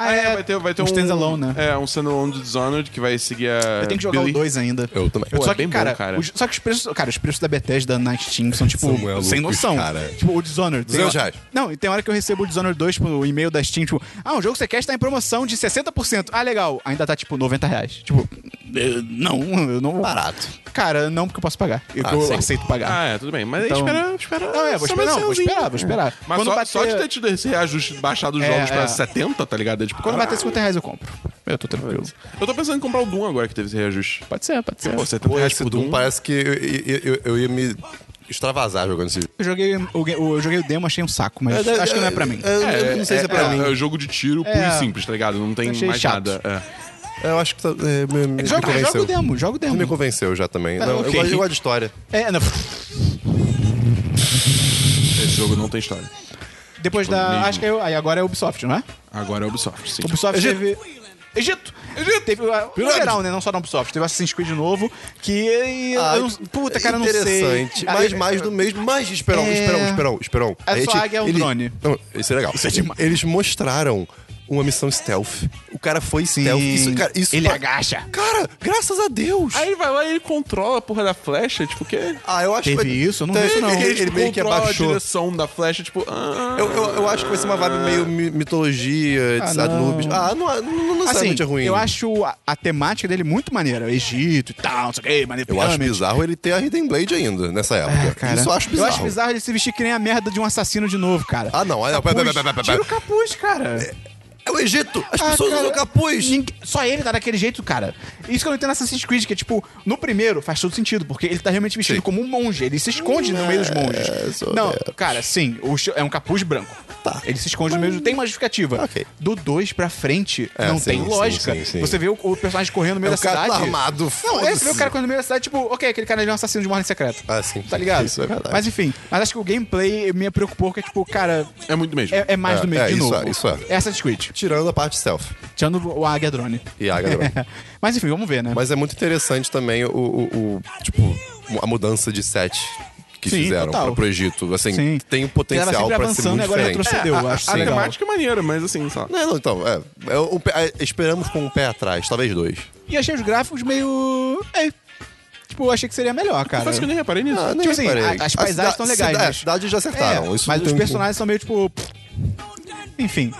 [SPEAKER 3] Ah, é, vai ter, vai ter um.
[SPEAKER 1] standalone, né?
[SPEAKER 3] É, um standalone do Dishonored que vai seguir a.
[SPEAKER 1] Eu tenho que jogar
[SPEAKER 3] Billy.
[SPEAKER 1] o 2 ainda.
[SPEAKER 2] Eu também.
[SPEAKER 3] Pô,
[SPEAKER 1] só
[SPEAKER 3] é
[SPEAKER 1] que,
[SPEAKER 3] bem bom,
[SPEAKER 1] cara,
[SPEAKER 3] cara.
[SPEAKER 1] os- só que os preços, cara, os preços da Bethesda na Steam são, tipo,
[SPEAKER 2] São malucos,
[SPEAKER 1] sem noção.
[SPEAKER 2] cara.
[SPEAKER 1] Tipo, o Dishonored. tem
[SPEAKER 2] 200
[SPEAKER 1] hora-
[SPEAKER 2] reais.
[SPEAKER 1] Não, e tem hora que eu recebo o Dishonored 2, tipo, o e-mail da Steam, tipo, ah, um jogo que você quer está em promoção de 60%. Ah, legal. Ainda tá, tipo, 90 reais. Tipo, eh, não, eu não...
[SPEAKER 2] Barato.
[SPEAKER 1] Cara, não, porque eu posso pagar. Eu,
[SPEAKER 2] Ah,
[SPEAKER 1] eu
[SPEAKER 2] sim.
[SPEAKER 1] aceito pagar.
[SPEAKER 3] Ah, é, tudo bem. Mas
[SPEAKER 1] Então-
[SPEAKER 3] aí espera, espera.
[SPEAKER 1] Não, é, vou
[SPEAKER 3] só
[SPEAKER 1] esperar,
[SPEAKER 3] mais
[SPEAKER 1] vou
[SPEAKER 3] semazinha.
[SPEAKER 1] esperar, vou esperar.
[SPEAKER 3] Mas
[SPEAKER 1] Quando
[SPEAKER 3] só,
[SPEAKER 1] bater-
[SPEAKER 3] só de ter tido esse reajuste, baixado os
[SPEAKER 1] É,
[SPEAKER 3] jogos pra
[SPEAKER 1] é.
[SPEAKER 3] 70, tá ligado? É tipo,
[SPEAKER 1] Quando bater
[SPEAKER 3] caralho.
[SPEAKER 1] 50 reais eu compro. Eu tô tranquilo.
[SPEAKER 3] Eu tô pensando em comprar o Doom agora que teve esse reajuste.
[SPEAKER 1] Pode ser, pode ser.
[SPEAKER 3] Pô, 70
[SPEAKER 2] Pô,
[SPEAKER 3] reais
[SPEAKER 2] esse
[SPEAKER 3] por um?
[SPEAKER 2] Doom
[SPEAKER 3] Doom.
[SPEAKER 2] parece que eu, eu- eu- eu ia me extravasar jogando esse jogo.
[SPEAKER 1] Eu joguei o, ga- eu joguei o demo, achei um saco, mas acho que não é pra mim.
[SPEAKER 2] Eu, eu não sei se é pra mim.
[SPEAKER 3] É jogo de tiro puro
[SPEAKER 1] É.
[SPEAKER 3] e simples, tá ligado? Não tem
[SPEAKER 1] Achei
[SPEAKER 3] mais
[SPEAKER 1] chato.
[SPEAKER 3] nada. É.
[SPEAKER 2] Eu acho que tá, é, me,
[SPEAKER 1] Joga,
[SPEAKER 2] me
[SPEAKER 1] joga
[SPEAKER 2] convenceu.
[SPEAKER 1] o demo, joga o demo.
[SPEAKER 2] Me convenceu já também. Não, eu,
[SPEAKER 1] ok.
[SPEAKER 2] gosto, eu gosto de história.
[SPEAKER 1] É, não.
[SPEAKER 3] Esse jogo não tem história.
[SPEAKER 1] Depois
[SPEAKER 2] Tipo,
[SPEAKER 1] da.
[SPEAKER 3] mesmo.
[SPEAKER 1] Acho que é, aí agora é Ubisoft, não é?
[SPEAKER 3] Agora é Ubisoft, sim.
[SPEAKER 1] Ubisoft teve. Egito! Egito! Teve. uh, No geral, né? Não só na Ubisoft. Teve Assassin's Creed novo, que. e-
[SPEAKER 2] Ah,
[SPEAKER 1] eu não- puta, cara, eu não sei. Ah, é,
[SPEAKER 2] Interessante. Mas
[SPEAKER 1] Aí-
[SPEAKER 2] mais do mesmo. Mas, Esperão,
[SPEAKER 1] É.
[SPEAKER 2] Esperão, Esperão, Esperão.
[SPEAKER 1] A
[SPEAKER 2] A gente-
[SPEAKER 1] sua águia é um
[SPEAKER 2] ele-
[SPEAKER 1] drone.
[SPEAKER 2] Não, isso é legal.
[SPEAKER 1] Isso é demais.
[SPEAKER 2] Eles mostraram uma missão stealth. O cara foi
[SPEAKER 1] Sim.
[SPEAKER 2] stealth. Isso, cara, isso
[SPEAKER 1] Ele
[SPEAKER 2] pra-
[SPEAKER 1] agacha.
[SPEAKER 2] Cara, graças a Deus.
[SPEAKER 3] Aí ele vai lá e ele controla a porra da flecha, tipo, que.
[SPEAKER 2] Ah, eu acho
[SPEAKER 1] Teve
[SPEAKER 2] que...
[SPEAKER 1] isso? Eu não vi isso, não.
[SPEAKER 2] Ele, ele
[SPEAKER 3] tipo,
[SPEAKER 2] meio que
[SPEAKER 3] controla a
[SPEAKER 2] abaixou.
[SPEAKER 3] direção da flecha, tipo. Ah,
[SPEAKER 2] Eu, eu, eu acho que vai ser uma vibe meio mi- mitologia, de
[SPEAKER 1] Ah,
[SPEAKER 2] Anubis.
[SPEAKER 1] não.
[SPEAKER 2] Ah, não, não, não
[SPEAKER 1] Assim,
[SPEAKER 2] necessariamente é ruim.
[SPEAKER 1] eu acho a, a temática dele muito maneira. Egito e tal, não sei o que, maneiro.
[SPEAKER 2] Eu acho
[SPEAKER 1] pirâmide.
[SPEAKER 2] bizarro ele ter a Hidden Blade ainda, nessa época.
[SPEAKER 1] É, cara.
[SPEAKER 2] Isso eu acho bizarro.
[SPEAKER 1] Eu acho bizarro ele se vestir que nem a merda de um assassino de novo, cara.
[SPEAKER 2] Ah, não, olha,
[SPEAKER 1] Capuz.
[SPEAKER 2] pera, pera, pera, pera,
[SPEAKER 1] Tira
[SPEAKER 2] pera.
[SPEAKER 1] o capuz, cara.
[SPEAKER 2] É o Egito! As
[SPEAKER 1] Ah,
[SPEAKER 2] pessoas
[SPEAKER 1] cara,
[SPEAKER 2] usam capuz!
[SPEAKER 1] ninguém- só ele tá daquele jeito, cara. Isso que eu não entendo na Assassin's Creed, que é tipo, no primeiro faz todo sentido, porque ele tá realmente vestido
[SPEAKER 2] Sim. É,
[SPEAKER 1] como um monge, ele se esconde no meio dos monges.
[SPEAKER 2] sou
[SPEAKER 1] não,
[SPEAKER 2] dessas.
[SPEAKER 1] cara, sim, o chi- é um capuz branco.
[SPEAKER 2] Tá.
[SPEAKER 1] Ele se esconde no meio, do- tem uma justificativa.
[SPEAKER 2] Ok.
[SPEAKER 1] Do 2 pra frente,
[SPEAKER 2] É,
[SPEAKER 1] não
[SPEAKER 2] sim,
[SPEAKER 1] tem
[SPEAKER 2] sim,
[SPEAKER 1] lógica.
[SPEAKER 2] sim, sim.
[SPEAKER 1] Você vê o, o personagem correndo no meio
[SPEAKER 2] É,
[SPEAKER 1] da
[SPEAKER 2] o cara tá
[SPEAKER 1] cidade.
[SPEAKER 2] armado,
[SPEAKER 1] não, é,
[SPEAKER 2] foda-se.
[SPEAKER 1] você vê o cara correndo no meio da cidade, tipo, ok, aquele cara ali é um assassino de uma ordem secreta.
[SPEAKER 2] Ah, sim.
[SPEAKER 1] Tá ligado?
[SPEAKER 2] Isso é verdade.
[SPEAKER 1] Mas enfim, mas acho que o gameplay me preocupou, que é tipo, cara,
[SPEAKER 3] É muito mesmo.
[SPEAKER 1] é, é mais
[SPEAKER 2] É,
[SPEAKER 1] do mesmo,
[SPEAKER 2] é,
[SPEAKER 1] de
[SPEAKER 2] isso
[SPEAKER 1] novo.
[SPEAKER 2] é, isso é.
[SPEAKER 1] Assassin's Creed.
[SPEAKER 2] Tirando a parte self.
[SPEAKER 1] Tirando o Águia Drone.
[SPEAKER 2] E a águia drone.
[SPEAKER 1] Mas enfim, vamos ver, né?
[SPEAKER 2] Mas é muito interessante também o, o- o- tipo, a mudança de set que
[SPEAKER 1] Sim,
[SPEAKER 2] fizeram
[SPEAKER 1] total.
[SPEAKER 2] pra, pro Egito. Assim,
[SPEAKER 1] Sim.
[SPEAKER 2] tem o
[SPEAKER 1] Ela
[SPEAKER 2] potencial
[SPEAKER 1] sempre
[SPEAKER 2] pra ser
[SPEAKER 1] avançando e
[SPEAKER 2] muito
[SPEAKER 1] agora
[SPEAKER 2] diferente.
[SPEAKER 1] retrocedeu, eu acho
[SPEAKER 3] a
[SPEAKER 1] legal.
[SPEAKER 3] temática é maneira, mas assim, sabe?
[SPEAKER 2] Não, não, então, é, é um pé- é, esperamos com um pé atrás, talvez dois.
[SPEAKER 1] E achei os gráficos meio. É. Tipo, eu achei que seria melhor, cara.
[SPEAKER 3] Parece que eu nem reparei nisso.
[SPEAKER 2] Ah, nem
[SPEAKER 1] Tipo assim,
[SPEAKER 2] reparei.
[SPEAKER 1] a- as
[SPEAKER 2] A
[SPEAKER 1] paisagens
[SPEAKER 2] cida-
[SPEAKER 1] estão legais,
[SPEAKER 2] cida-
[SPEAKER 1] mas-
[SPEAKER 2] As cidades já
[SPEAKER 1] É,
[SPEAKER 2] acertaram. isso
[SPEAKER 1] mas
[SPEAKER 2] não
[SPEAKER 1] os
[SPEAKER 2] tem-
[SPEAKER 1] personagens são meio tipo. pff, Enfim,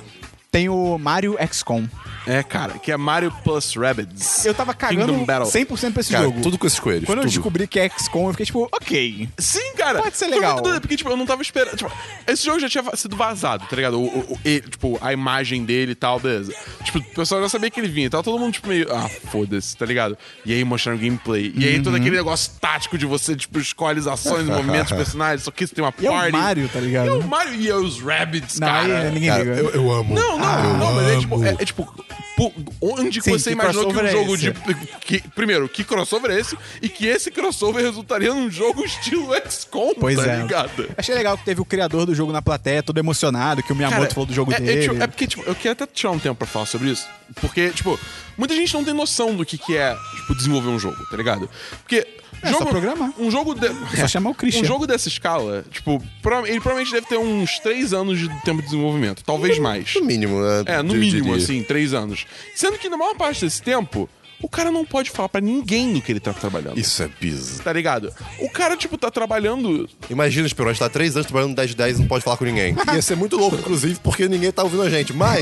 [SPEAKER 1] tem o Mario XCOM.
[SPEAKER 3] É, cara, que é Mario plus Rabbids.
[SPEAKER 1] Eu tava cagando
[SPEAKER 3] Kingdom Battle.
[SPEAKER 1] 100% pra esse
[SPEAKER 2] Cara,
[SPEAKER 1] jogo.
[SPEAKER 2] tudo com esses coelhos.
[SPEAKER 1] Quando eu
[SPEAKER 2] tudo.
[SPEAKER 1] descobri que é XCOM, eu fiquei tipo, ok.
[SPEAKER 3] Sim, cara.
[SPEAKER 1] Pode ser
[SPEAKER 3] Foi muito
[SPEAKER 1] legal.
[SPEAKER 3] doido, porque, tipo, eu não tava esperando. Tipo, esse jogo já tinha va- sido vazado, tá ligado? O, o- o- ele, tipo, a imagem dele e tal, beleza. Tipo, o pessoal já sabia que ele vinha e tal. Todo mundo, tipo, meio. Ah, foda-se, tá ligado? E aí mostraram gameplay. E aí todo
[SPEAKER 1] Uhum.
[SPEAKER 3] aquele negócio tático de você, tipo, escolhe as ações, movimentos, personagens. Só que você tem uma
[SPEAKER 1] E é o
[SPEAKER 3] party.
[SPEAKER 1] Mario, tá ligado?
[SPEAKER 3] E é o Mario e é os Rabbids,
[SPEAKER 1] Não, aí
[SPEAKER 3] cara.
[SPEAKER 1] né, ninguém
[SPEAKER 2] Cara,
[SPEAKER 1] liga.
[SPEAKER 2] eu, eu amo.
[SPEAKER 3] Não, não,
[SPEAKER 2] eu
[SPEAKER 3] não, mas é tipo,
[SPEAKER 2] amo.
[SPEAKER 3] é, é tipo, pô, onde que
[SPEAKER 1] Sim,
[SPEAKER 3] você
[SPEAKER 1] que
[SPEAKER 3] imaginou que um
[SPEAKER 1] crossover é
[SPEAKER 3] jogo
[SPEAKER 1] esse?
[SPEAKER 3] de. que- primeiro, que crossover é esse? E que esse crossover resultaria num jogo estilo XCOM,
[SPEAKER 1] Pois
[SPEAKER 3] tá
[SPEAKER 1] é.
[SPEAKER 3] ligado?
[SPEAKER 1] Achei legal que teve o criador do jogo na plateia, todo emocionado, que o Miyamoto
[SPEAKER 3] Cara,
[SPEAKER 1] falou do jogo
[SPEAKER 3] é, é,
[SPEAKER 1] dele.
[SPEAKER 3] tipo, É, porque, tipo, eu queria até tirar um tempo pra falar sobre isso. Porque, tipo, muita gente não tem noção do que, que é, tipo, desenvolver um jogo, tá ligado? Porque.
[SPEAKER 1] É só programar. É
[SPEAKER 3] Um jogo. De...
[SPEAKER 1] só chamar o Christian.
[SPEAKER 3] Um jogo dessa escala, tipo, prova- ele provavelmente deve ter uns três anos de tempo de desenvolvimento. Talvez mais.
[SPEAKER 2] No mínimo, né?
[SPEAKER 3] É, no
[SPEAKER 2] Eu
[SPEAKER 3] mínimo,
[SPEAKER 2] diria.
[SPEAKER 3] assim, três anos. Sendo que na maior parte desse tempo, o cara não pode falar pra ninguém do que ele tá trabalhando.
[SPEAKER 2] Isso é bizarro.
[SPEAKER 3] Tá ligado? O cara, tipo, tá trabalhando.
[SPEAKER 2] Imagina, Esperon, a gente tá há três anos trabalhando no 10 de 10 e não pode falar com ninguém. Ia ser muito louco, inclusive, porque ninguém tá ouvindo a gente. Mas,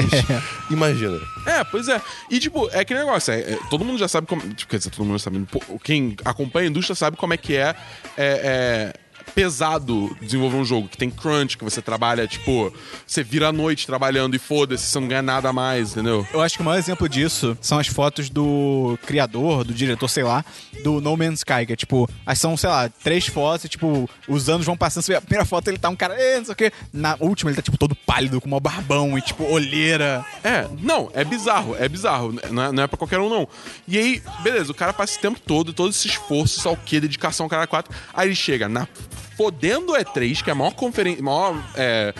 [SPEAKER 2] imagina.
[SPEAKER 3] É, pois é. E, tipo, é aquele negócio. É, é, todo mundo já sabe como. Tipo, quer dizer, todo mundo já sabe. pô, Quem acompanha a indústria sabe como é que é. é, é, pesado desenvolver um jogo que tem crunch, que você trabalha, tipo, você vira a noite trabalhando e foda-se, você não ganha nada mais, entendeu?
[SPEAKER 1] Eu acho que o maior exemplo disso são as fotos do criador, do diretor, sei lá, do No Man's Sky, que é tipo, as são, sei lá, três fotos, e, tipo, os anos vão passando, você vê a primeira foto ele tá um cara, "Eh, não sei o quê. Na última ele tá, tipo, todo pálido, com uma barbão e, tipo, olheira.
[SPEAKER 3] É, não, é bizarro, é bizarro. Não é, não é pra qualquer um, não. E aí, beleza, o cara passa esse tempo todo, todo esse esforço, só o quê, dedicação, cara quatro. Aí ele chega na fodendo E3, que é a maior conferência. maior. É,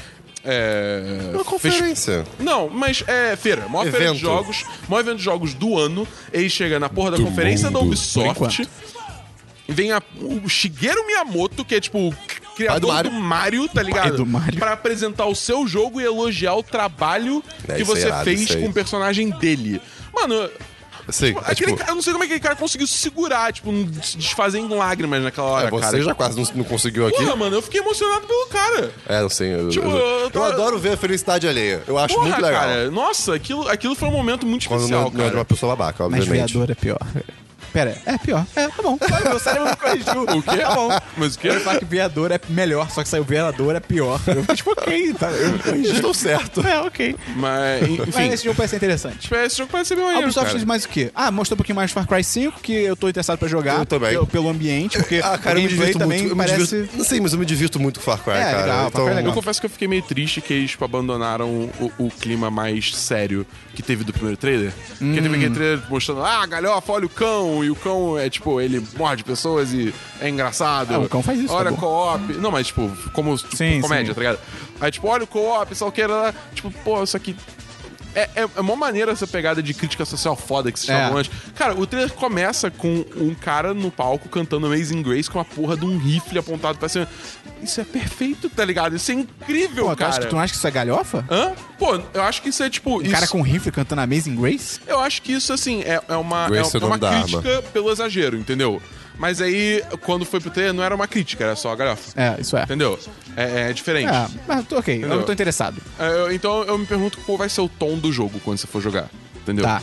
[SPEAKER 3] é,
[SPEAKER 2] Uma conferência.
[SPEAKER 3] fes- Não, mas é feira. Maior feira de
[SPEAKER 2] Evento.
[SPEAKER 3] jogos. Maior evento de jogos do ano. Ele chega na porra da conferência da
[SPEAKER 1] por
[SPEAKER 2] mundo,
[SPEAKER 3] Ubisoft.
[SPEAKER 1] enquanto.
[SPEAKER 3] Vem a, o Shigeru Miyamoto, que é tipo o criador
[SPEAKER 2] Mario.
[SPEAKER 3] do Mario, tá ligado?
[SPEAKER 1] do Mario.
[SPEAKER 3] Pra apresentar o seu jogo e elogiar o trabalho
[SPEAKER 2] É,
[SPEAKER 3] que
[SPEAKER 2] isso é
[SPEAKER 3] você
[SPEAKER 2] irado,
[SPEAKER 3] fez
[SPEAKER 2] isso aí.
[SPEAKER 3] com o personagem dele. Mano,
[SPEAKER 2] Eu sei, é,
[SPEAKER 3] aquele
[SPEAKER 2] tipo,
[SPEAKER 3] cara- eu não sei como é que aquele cara conseguiu se segurar, tipo, não se desfazer em lágrimas naquela hora,
[SPEAKER 2] é, você
[SPEAKER 3] cara. Tipo,
[SPEAKER 2] já quase não, não conseguiu aqui.
[SPEAKER 3] Porra, mano, eu fiquei emocionado pelo cara.
[SPEAKER 2] É, não sei. Eu,
[SPEAKER 3] Tipo,
[SPEAKER 2] eu,
[SPEAKER 3] eu tô-
[SPEAKER 2] eu adoro ver a felicidade alheia. Eu acho
[SPEAKER 3] Porra,
[SPEAKER 2] muito legal.
[SPEAKER 3] cara. Nossa, aquilo, aquilo foi um momento muito
[SPEAKER 2] Quando
[SPEAKER 3] especial,
[SPEAKER 2] não, não é
[SPEAKER 3] cara.
[SPEAKER 2] de uma pessoa babaca,
[SPEAKER 1] Mas
[SPEAKER 2] obviamente.
[SPEAKER 1] veador é pior. Pera, é pior. É, tá bom. Olha, Meu cérebro me corrigiu.
[SPEAKER 3] O quê?
[SPEAKER 1] Tá bom.
[SPEAKER 3] Mas o quê?
[SPEAKER 1] Eu ia falar que veador é melhor, só que saiu veador é pior. Eu fiquei tipo, ok, tá? Eu me corrigi.
[SPEAKER 2] Estou certo.
[SPEAKER 1] É, ok.
[SPEAKER 3] Mas, enfim,
[SPEAKER 1] Mas esse jogo parece ser interessante.
[SPEAKER 3] esse jogo parece ser bem
[SPEAKER 1] A
[SPEAKER 3] maneiro,
[SPEAKER 1] Ubisoft
[SPEAKER 3] É, cara.
[SPEAKER 1] fez mais o quê? Ah, mostrou um pouquinho mais de Far Cry 5, que eu tô interessado pra jogar.
[SPEAKER 2] Eu também.
[SPEAKER 1] Pelo, pelo ambiente, porque
[SPEAKER 2] Ah,
[SPEAKER 1] o
[SPEAKER 2] cara, eu
[SPEAKER 1] gameplay
[SPEAKER 2] me divirto
[SPEAKER 1] também
[SPEAKER 2] muito. Eu me
[SPEAKER 1] parece...
[SPEAKER 2] divirto- Não sei, mas eu me divirto muito com Far Cry,
[SPEAKER 1] É,
[SPEAKER 2] cara.
[SPEAKER 1] legal, Far Cry é
[SPEAKER 2] Então,
[SPEAKER 1] legal.
[SPEAKER 3] Eu confesso que eu fiquei meio triste que eles tipo, abandonaram o, o clima mais sério que teve do primeiro trailer. Porque teve
[SPEAKER 1] Hum.
[SPEAKER 3] aquele trailer mostrando, ah, galhofa, olha o cão, e o cão é tipo, ele morde pessoas e é engraçado.
[SPEAKER 1] Ah, o cão faz isso,
[SPEAKER 3] Olha
[SPEAKER 1] tá bom.
[SPEAKER 3] co-op. Não, mas tipo, como tipo,
[SPEAKER 1] Sim, sim.
[SPEAKER 3] comédia, tá ligado? Aí tipo, olha o co-op, só que era, tipo, pô, isso aqui. É, é, é uma maneira essa pegada de crítica social foda que se
[SPEAKER 1] É.
[SPEAKER 3] chamou antes. Cara, o trailer começa com um cara no palco cantando Amazing Grace com uma porra de um rifle apontado pra cima. Isso é perfeito, tá ligado? Isso é incrível,
[SPEAKER 1] Pô, tu,
[SPEAKER 3] cara.
[SPEAKER 1] acha que, tu não acha que isso é galhofa?
[SPEAKER 3] Hã? Pô, eu acho que isso é tipo.
[SPEAKER 1] Um cara
[SPEAKER 3] isso-
[SPEAKER 1] com rifle cantando Amazing Grace?
[SPEAKER 3] Eu acho que isso, assim, é, é uma, é,
[SPEAKER 2] Grace é o
[SPEAKER 3] é uma
[SPEAKER 2] nome da arma.
[SPEAKER 3] crítica pelo exagero, entendeu? Mas aí, quando foi pro trailer, não era uma crítica, era só a galhofa.
[SPEAKER 1] É, isso é.
[SPEAKER 3] Entendeu? É, é diferente.
[SPEAKER 1] É, mas tô ok, eu
[SPEAKER 3] Entendeu?
[SPEAKER 1] não tô interessado.
[SPEAKER 3] É, eu- então eu me pergunto qual vai ser o tom do jogo quando você for jogar. Entendeu?
[SPEAKER 1] Tá.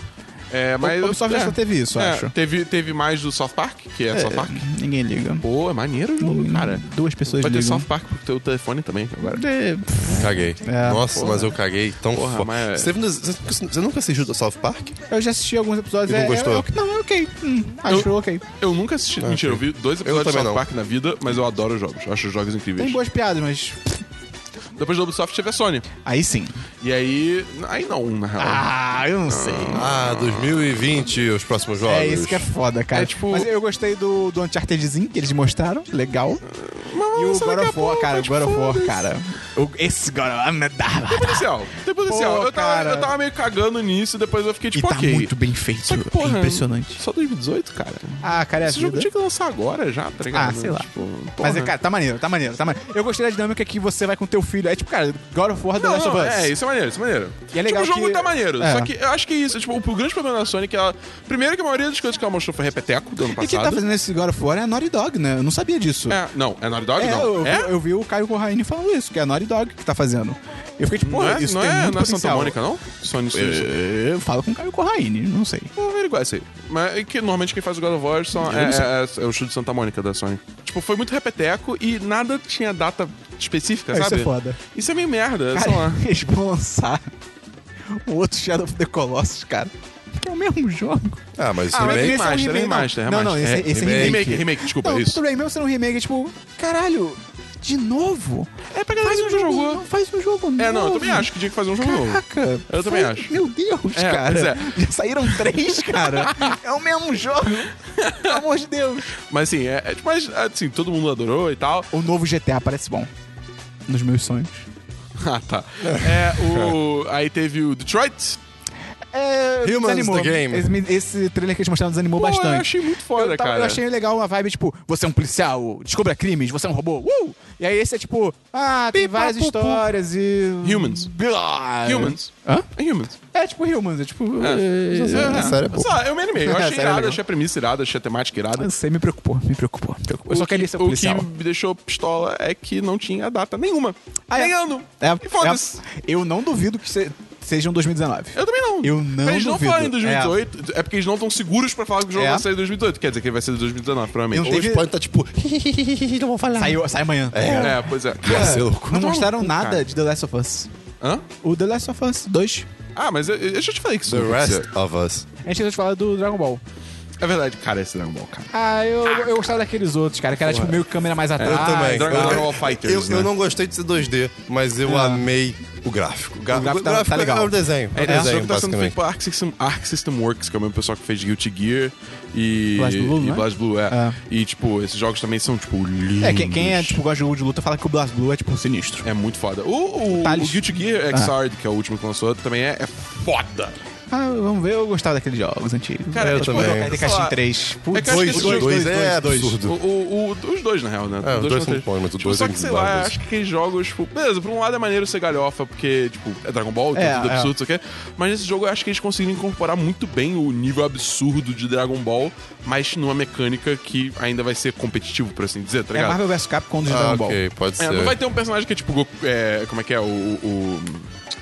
[SPEAKER 3] É, mas
[SPEAKER 1] O Ubisoft
[SPEAKER 3] é,
[SPEAKER 1] já só teve isso, eu acho.
[SPEAKER 3] Teve, teve mais do South Park, que é, South Park.
[SPEAKER 1] Ninguém liga.
[SPEAKER 3] Pô, é maneiro o jogo,
[SPEAKER 1] Hum.
[SPEAKER 3] cara.
[SPEAKER 1] Duas pessoas
[SPEAKER 3] Vai ter um?
[SPEAKER 1] ligam.
[SPEAKER 3] South Park pro teu telefone também agora.
[SPEAKER 1] É, pff,
[SPEAKER 2] Caguei.
[SPEAKER 1] É.
[SPEAKER 2] Nossa, mas eu caguei tão
[SPEAKER 3] Porra,
[SPEAKER 2] fo-
[SPEAKER 3] mas-
[SPEAKER 2] Você, você- você nunca assistiu do South Park?
[SPEAKER 1] Eu já assisti alguns episódios.
[SPEAKER 2] E não
[SPEAKER 1] é, é-
[SPEAKER 2] gostou?
[SPEAKER 1] é ok- não, é ok. Hum, acho
[SPEAKER 3] Eu-
[SPEAKER 1] ok.
[SPEAKER 3] Eu nunca assisti.
[SPEAKER 1] Ah,
[SPEAKER 3] mentira, eu vi dois episódios de
[SPEAKER 2] também
[SPEAKER 3] South
[SPEAKER 2] não.
[SPEAKER 3] Park na vida, mas eu adoro os jogos. Acho os jogos incríveis.
[SPEAKER 1] Tem boas piadas, mas...
[SPEAKER 3] Depois do Ubisoft teve a Sony.
[SPEAKER 1] Aí sim.
[SPEAKER 3] E aí. Aí não, na real.
[SPEAKER 1] Ah, eu não sei.
[SPEAKER 2] Ah, 2020, os próximos jogos.
[SPEAKER 1] É isso que é foda, cara.
[SPEAKER 3] É, tipo-
[SPEAKER 1] Mas eu gostei do, do Unchartedzinho que eles mostraram. Legal.
[SPEAKER 3] Mas
[SPEAKER 1] E o
[SPEAKER 3] será
[SPEAKER 1] God
[SPEAKER 3] que é
[SPEAKER 1] of War,
[SPEAKER 3] bom?
[SPEAKER 1] cara, o
[SPEAKER 3] Mas
[SPEAKER 1] God of War,
[SPEAKER 3] foda-se. Tipo assim,
[SPEAKER 1] cara. O- esse God of War me dá.
[SPEAKER 3] Tem potencial, tem potencial.
[SPEAKER 1] Pô,
[SPEAKER 3] eu, tava,
[SPEAKER 1] cara.
[SPEAKER 3] eu tava meio cagando nisso e depois eu fiquei
[SPEAKER 1] E
[SPEAKER 3] tipo,
[SPEAKER 1] tá
[SPEAKER 3] ok.
[SPEAKER 1] muito bem
[SPEAKER 3] Só
[SPEAKER 1] feito.
[SPEAKER 3] que, porra,
[SPEAKER 1] é impressionante.
[SPEAKER 3] Só 2018, cara.
[SPEAKER 1] Ah, cara, é a
[SPEAKER 3] Esse jogo
[SPEAKER 1] vida.
[SPEAKER 3] tinha que lançar agora já, tá ligado?
[SPEAKER 1] Ah, sei lá.
[SPEAKER 3] Tipo,
[SPEAKER 1] Mas é,
[SPEAKER 3] porra.
[SPEAKER 1] cara, tá maneiro, tá maneiro, tá maneiro. Eu gostei da dinâmica que você vai com teu filho. É tipo, cara, God of War The
[SPEAKER 3] Não,
[SPEAKER 1] Last of
[SPEAKER 3] não,
[SPEAKER 1] Us.
[SPEAKER 3] é, isso é maneiro, isso é maneiro.
[SPEAKER 1] E é legal
[SPEAKER 3] tipo, o jogo
[SPEAKER 1] que-
[SPEAKER 3] tá maneiro.
[SPEAKER 1] É.
[SPEAKER 3] Só que eu acho que é isso. Tipo, o, o grande problema da Sony é que ela. Primeiro que a maioria das coisas que ela mostrou foi repeteco do ano
[SPEAKER 1] E
[SPEAKER 3] passado.
[SPEAKER 1] quem tá fazendo esse God of War é a Naughty Dog, né? Eu não sabia disso.
[SPEAKER 3] É, não, é Naughty Dog?
[SPEAKER 1] É,
[SPEAKER 3] não.
[SPEAKER 1] eu, vi-
[SPEAKER 3] é?
[SPEAKER 1] eu vi o Caio Corraine falando isso, que é a Naughty Dog que tá fazendo. Eu fiquei tipo, pô,
[SPEAKER 3] não é,
[SPEAKER 1] isso
[SPEAKER 3] não
[SPEAKER 1] tem
[SPEAKER 3] é,
[SPEAKER 1] muito
[SPEAKER 3] não é
[SPEAKER 1] potencial. É.
[SPEAKER 3] Santa Mônica, não? Sony Studios.
[SPEAKER 1] Eu falo com o Caio Corraine, não sei.
[SPEAKER 3] Vou averiguar isso aí. Mas é que normalmente quem faz o God of War são, é, é- é o estúdio Santa Mônica da Sony. Tipo, foi muito repeteco e nada tinha data específica,
[SPEAKER 1] É, isso
[SPEAKER 3] sabe?
[SPEAKER 1] é foda.
[SPEAKER 3] Isso é meio merda, sei lá.
[SPEAKER 1] Cara, eles vão lançar o outro Shadow of the Colossus, cara. Que é o mesmo jogo.
[SPEAKER 2] Ah, mas isso
[SPEAKER 3] Ah, mas
[SPEAKER 2] remake-
[SPEAKER 3] esse é um remaster,
[SPEAKER 1] remake, não.
[SPEAKER 3] remaster,
[SPEAKER 1] Não, não,
[SPEAKER 3] remaster.
[SPEAKER 1] esse é- esse é
[SPEAKER 3] remake.
[SPEAKER 1] remake.
[SPEAKER 3] Remake, desculpa,
[SPEAKER 1] Não,
[SPEAKER 3] isso.
[SPEAKER 1] tudo bem, mesmo sendo um remake, é tipo, caralho, de novo?
[SPEAKER 3] É pra galera
[SPEAKER 1] Faz
[SPEAKER 3] que
[SPEAKER 1] um
[SPEAKER 3] não
[SPEAKER 1] jogo,
[SPEAKER 3] jogou.
[SPEAKER 1] novo, faz um jogo novo.
[SPEAKER 3] É, não, eu também acho que tinha que fazer um jogo novo.
[SPEAKER 1] Caraca.
[SPEAKER 3] Eu também
[SPEAKER 1] faz-
[SPEAKER 3] acho.
[SPEAKER 1] Meu Deus,
[SPEAKER 3] É,
[SPEAKER 1] cara.
[SPEAKER 3] pois é.
[SPEAKER 1] Já saíram três, cara. é o mesmo jogo. Pelo amor de Deus.
[SPEAKER 3] Mas assim, é, é- mas assim, todo mundo adorou e tal.
[SPEAKER 1] O novo GTA parece bom. Nos meus sonhos.
[SPEAKER 3] Ah, tá. É, o, aí teve o Detroit.
[SPEAKER 1] É,
[SPEAKER 2] Humans
[SPEAKER 1] desanimou.
[SPEAKER 2] the Game.
[SPEAKER 1] Esse, esse trailer que eles mostraram desanimou
[SPEAKER 3] Pô,
[SPEAKER 1] bastante.
[SPEAKER 3] eu achei muito
[SPEAKER 1] Eu
[SPEAKER 3] foda,
[SPEAKER 1] tava-
[SPEAKER 3] cara.
[SPEAKER 1] Eu achei legal uma vibe, tipo, você é um policial, descubra crimes, você é um robô, uh! E aí esse é tipo, ah, tem várias histórias e...
[SPEAKER 3] Humans.
[SPEAKER 1] Ah,
[SPEAKER 3] Humans.
[SPEAKER 1] Hã?
[SPEAKER 3] É Humans.
[SPEAKER 1] É tipo Humans, é tipo...
[SPEAKER 3] É,
[SPEAKER 2] a série é boa.
[SPEAKER 3] Sei lá, eu me animei.
[SPEAKER 1] A
[SPEAKER 3] Eu achei
[SPEAKER 1] série é
[SPEAKER 3] irado,
[SPEAKER 1] legal.
[SPEAKER 3] achei a premissa irada, achei a temática irada.
[SPEAKER 1] Você me preocupou, me preocupou. me preocupou. Eu só
[SPEAKER 3] O
[SPEAKER 1] queria
[SPEAKER 3] que-
[SPEAKER 1] ser um
[SPEAKER 3] O que
[SPEAKER 1] policial.
[SPEAKER 3] me deixou pistola é que não tinha data nenhuma.
[SPEAKER 1] Ah, é.
[SPEAKER 3] Nem ano.
[SPEAKER 1] É,
[SPEAKER 3] e foda-se.
[SPEAKER 1] é- eu não duvido que se- seja um 2019.
[SPEAKER 3] Eu também não.
[SPEAKER 1] Eu não
[SPEAKER 3] Eles não
[SPEAKER 1] duvido.
[SPEAKER 3] falaram em 2018, é, porque eles não estão seguros pra falar que o jogo
[SPEAKER 1] É.
[SPEAKER 3] vai sair em 2018. Quer dizer que ele vai ser em 2019,
[SPEAKER 1] Eu
[SPEAKER 3] provavelmente.
[SPEAKER 1] não
[SPEAKER 2] Ou o
[SPEAKER 1] teve-
[SPEAKER 2] Spoiler tá tipo.
[SPEAKER 1] Saiu, sai amanhã.
[SPEAKER 3] Ou- É, pois é.
[SPEAKER 2] Vai ser louco.
[SPEAKER 1] Não mostraram
[SPEAKER 3] Cara.
[SPEAKER 1] nada de The Last of Us.
[SPEAKER 3] Hã?
[SPEAKER 1] O The Last of Us 2.
[SPEAKER 3] Ah, mas eu, eu já te falei que isso
[SPEAKER 2] The
[SPEAKER 3] não ia
[SPEAKER 2] rest
[SPEAKER 3] acontecer.
[SPEAKER 2] of us.
[SPEAKER 1] A gente de falar do Dragon Ball.
[SPEAKER 3] É verdade, cara, esse Dragon Ball, cara.
[SPEAKER 1] Ah, eu, eu gostava daqueles outros, cara, que era tipo meio câmera
[SPEAKER 3] É,
[SPEAKER 1] mais atrás.
[SPEAKER 2] Eu também.
[SPEAKER 3] Dragon
[SPEAKER 2] Eu-
[SPEAKER 3] Ball Fighters,
[SPEAKER 2] eu, eu
[SPEAKER 3] né?
[SPEAKER 2] não gostei de ser 2D, mas eu amei o gráfico. Ah. O gra-
[SPEAKER 1] gráfico tá- tá
[SPEAKER 2] é-
[SPEAKER 1] legal.
[SPEAKER 2] É o desenho. É, o
[SPEAKER 3] É, esse
[SPEAKER 2] desenho,
[SPEAKER 3] jogo tá sendo
[SPEAKER 2] basicamente.
[SPEAKER 3] feito pela Arc System, Arc System Works, que é o mesmo pessoal que fez Guilty Gear e
[SPEAKER 1] BlazBlue,
[SPEAKER 3] e
[SPEAKER 1] né?
[SPEAKER 3] BlazBlue, é.
[SPEAKER 1] É.
[SPEAKER 3] E tipo, esses jogos também são tipo lindos.
[SPEAKER 1] É, quem, quem é, tipo, gosta de jogo de luta fala que o BlazBlue é, tipo, sinistro.
[SPEAKER 3] É muito foda. O, o,
[SPEAKER 1] Thales.
[SPEAKER 3] o Guilty Gear Xrd, que é o último que lançou, também é, é foda.
[SPEAKER 1] Ah, vamos ver, eu gostava daqueles jogos antigos.
[SPEAKER 3] Cara,
[SPEAKER 1] eu
[SPEAKER 3] tipo,
[SPEAKER 2] também.
[SPEAKER 1] Jogar de Caixinha
[SPEAKER 3] Sei lá.
[SPEAKER 1] 3.
[SPEAKER 3] É que eu acho que
[SPEAKER 2] Dois,
[SPEAKER 3] esse
[SPEAKER 2] dois,
[SPEAKER 3] jogo-
[SPEAKER 2] dois, é
[SPEAKER 1] dois, dois.
[SPEAKER 3] O,
[SPEAKER 2] absurdo.
[SPEAKER 3] o, o- os dois, na real, né?
[SPEAKER 2] É, os dois
[SPEAKER 3] contra-
[SPEAKER 2] são bons, mas o
[SPEAKER 3] tipo,
[SPEAKER 2] dois
[SPEAKER 3] Só
[SPEAKER 2] é
[SPEAKER 3] que, sei lá,
[SPEAKER 2] bizarro.
[SPEAKER 3] acho que aqueles jogos, tipo... Beleza, por um lado é maneiro ser galhofa, porque, tipo, é Dragon Ball, tem
[SPEAKER 1] É,
[SPEAKER 3] tudo
[SPEAKER 1] é.
[SPEAKER 3] absurdo, sei o quê. Mas nesse jogo eu acho que eles conseguiram incorporar muito bem o nível absurdo de Dragon Ball, mas numa mecânica que ainda vai ser competitivo, por assim dizer, tá
[SPEAKER 1] É
[SPEAKER 3] ligado?
[SPEAKER 1] Marvel vs Capcom dos
[SPEAKER 2] Ah,
[SPEAKER 1] Dragon Ball.
[SPEAKER 2] ok, pode
[SPEAKER 3] É,
[SPEAKER 2] ser.
[SPEAKER 3] não vai ter um personagem que é tipo. Go- é, como é que é? O. o, o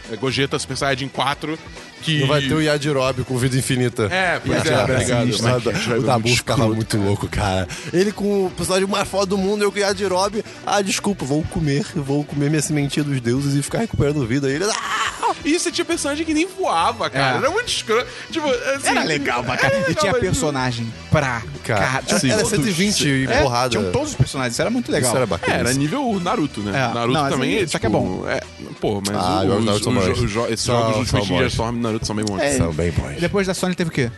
[SPEAKER 3] é, Gogeta Super Saiyajin 4. Que.
[SPEAKER 2] Não vai ter o Yadirob com vida infinita.
[SPEAKER 3] É, pois é,
[SPEAKER 2] Yadirob
[SPEAKER 3] tá ligado?
[SPEAKER 2] sinistro.
[SPEAKER 3] Mas que Yadirob
[SPEAKER 2] O
[SPEAKER 3] é
[SPEAKER 2] Dabu
[SPEAKER 3] muito
[SPEAKER 2] ficava
[SPEAKER 3] escroto,
[SPEAKER 2] muito louco, cara. Ele com o personagem mais foda do mundo, eu com o Yadirob. Ah, desculpa, vou comer, vou comer minha sementinha dos deuses e ficar recuperando vida. Aí Ele, ah,
[SPEAKER 3] E você tinha personagem que nem voava, cara.
[SPEAKER 1] É.
[SPEAKER 3] Era muito escroto. Tipo, assim,
[SPEAKER 1] Era legal pra caralho. E tinha
[SPEAKER 3] mas-
[SPEAKER 1] personagem pra
[SPEAKER 2] cara, tipo,
[SPEAKER 1] caralho.
[SPEAKER 2] era
[SPEAKER 1] Todos-
[SPEAKER 2] 120 e
[SPEAKER 1] É,
[SPEAKER 2] porrada.
[SPEAKER 1] Tinham todos os personagens, isso era muito legal.
[SPEAKER 2] Isso era
[SPEAKER 3] É,
[SPEAKER 2] bacana.
[SPEAKER 3] era nível Naruto, né?
[SPEAKER 1] É,
[SPEAKER 3] Naruto
[SPEAKER 1] não, mas aí-
[SPEAKER 3] também é,
[SPEAKER 1] só
[SPEAKER 3] tipo,
[SPEAKER 1] que é bom.
[SPEAKER 3] É, pô, mas
[SPEAKER 2] Ah,
[SPEAKER 3] os,
[SPEAKER 2] jogos
[SPEAKER 3] os,
[SPEAKER 2] do Naruto são
[SPEAKER 3] os-
[SPEAKER 2] bons.
[SPEAKER 3] os jo- esses
[SPEAKER 2] São-
[SPEAKER 3] jogos
[SPEAKER 2] são
[SPEAKER 3] últimos Ninja
[SPEAKER 2] bons.
[SPEAKER 3] Storm e Naruto são bem bons. É.
[SPEAKER 2] São bem bons.
[SPEAKER 1] Depois da Sony teve o quê?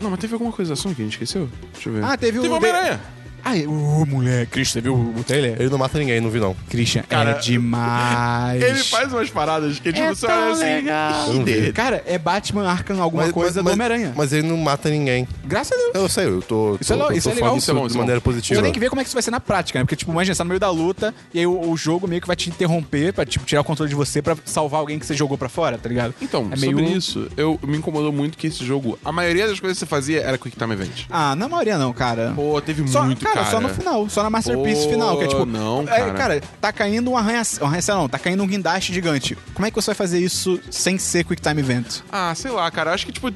[SPEAKER 3] não, mas teve alguma coisa assim que a gente esqueceu? Deixa eu ver.
[SPEAKER 1] Ah, teve o de-
[SPEAKER 3] Teve Homem-Aranha.
[SPEAKER 1] Ah, o mulher, Christian, você viu o trailer?
[SPEAKER 2] Ele não mata ninguém, não vi não.
[SPEAKER 1] Christian,
[SPEAKER 3] Cara,
[SPEAKER 1] é demais.
[SPEAKER 3] Ele faz umas paradas que, tipo,
[SPEAKER 1] É
[SPEAKER 3] você olha
[SPEAKER 1] tão
[SPEAKER 3] assim.
[SPEAKER 1] legal.
[SPEAKER 2] Eu não vi.
[SPEAKER 1] Cara, é Batman Arkham alguma coisa do Homem-Aranha.
[SPEAKER 2] Mas ele não mata ninguém.
[SPEAKER 1] Graças a Deus.
[SPEAKER 2] Eu sei, eu tô.
[SPEAKER 1] Isso é
[SPEAKER 2] tô,
[SPEAKER 1] lo-
[SPEAKER 2] tô
[SPEAKER 1] isso é
[SPEAKER 2] falando
[SPEAKER 1] legal,
[SPEAKER 2] isso
[SPEAKER 3] isso é bom,
[SPEAKER 2] de
[SPEAKER 3] isso é
[SPEAKER 2] maneira
[SPEAKER 3] bom.
[SPEAKER 1] Você
[SPEAKER 2] positiva.
[SPEAKER 1] tem que ver como é que isso vai ser na prática, né? Porque, tipo, imagina, você tá no meio da luta e aí o, o jogo meio que vai te interromper pra, tipo, tirar o controle de você pra salvar alguém que você jogou pra fora, tá ligado?
[SPEAKER 3] Então,
[SPEAKER 1] é
[SPEAKER 3] sobre isso, eu me incomodou muito que esse jogo, a maioria das coisas que você fazia era Quick Time Event.
[SPEAKER 1] Ah, na maioria não, cara.
[SPEAKER 3] Pô, teve
[SPEAKER 1] Só,
[SPEAKER 3] muito,
[SPEAKER 1] cara,
[SPEAKER 3] cara.
[SPEAKER 1] só no final, só na Masterpiece
[SPEAKER 3] Pô,
[SPEAKER 1] final, que é tipo.
[SPEAKER 3] não,
[SPEAKER 1] é,
[SPEAKER 3] cara.
[SPEAKER 1] tá caindo um arranha um arranha-céu, não, tá caindo um guindaste gigante. Como é que você vai fazer isso sem ser Quick Time Event?
[SPEAKER 3] Ah, sei lá, cara. Acho que, tipo,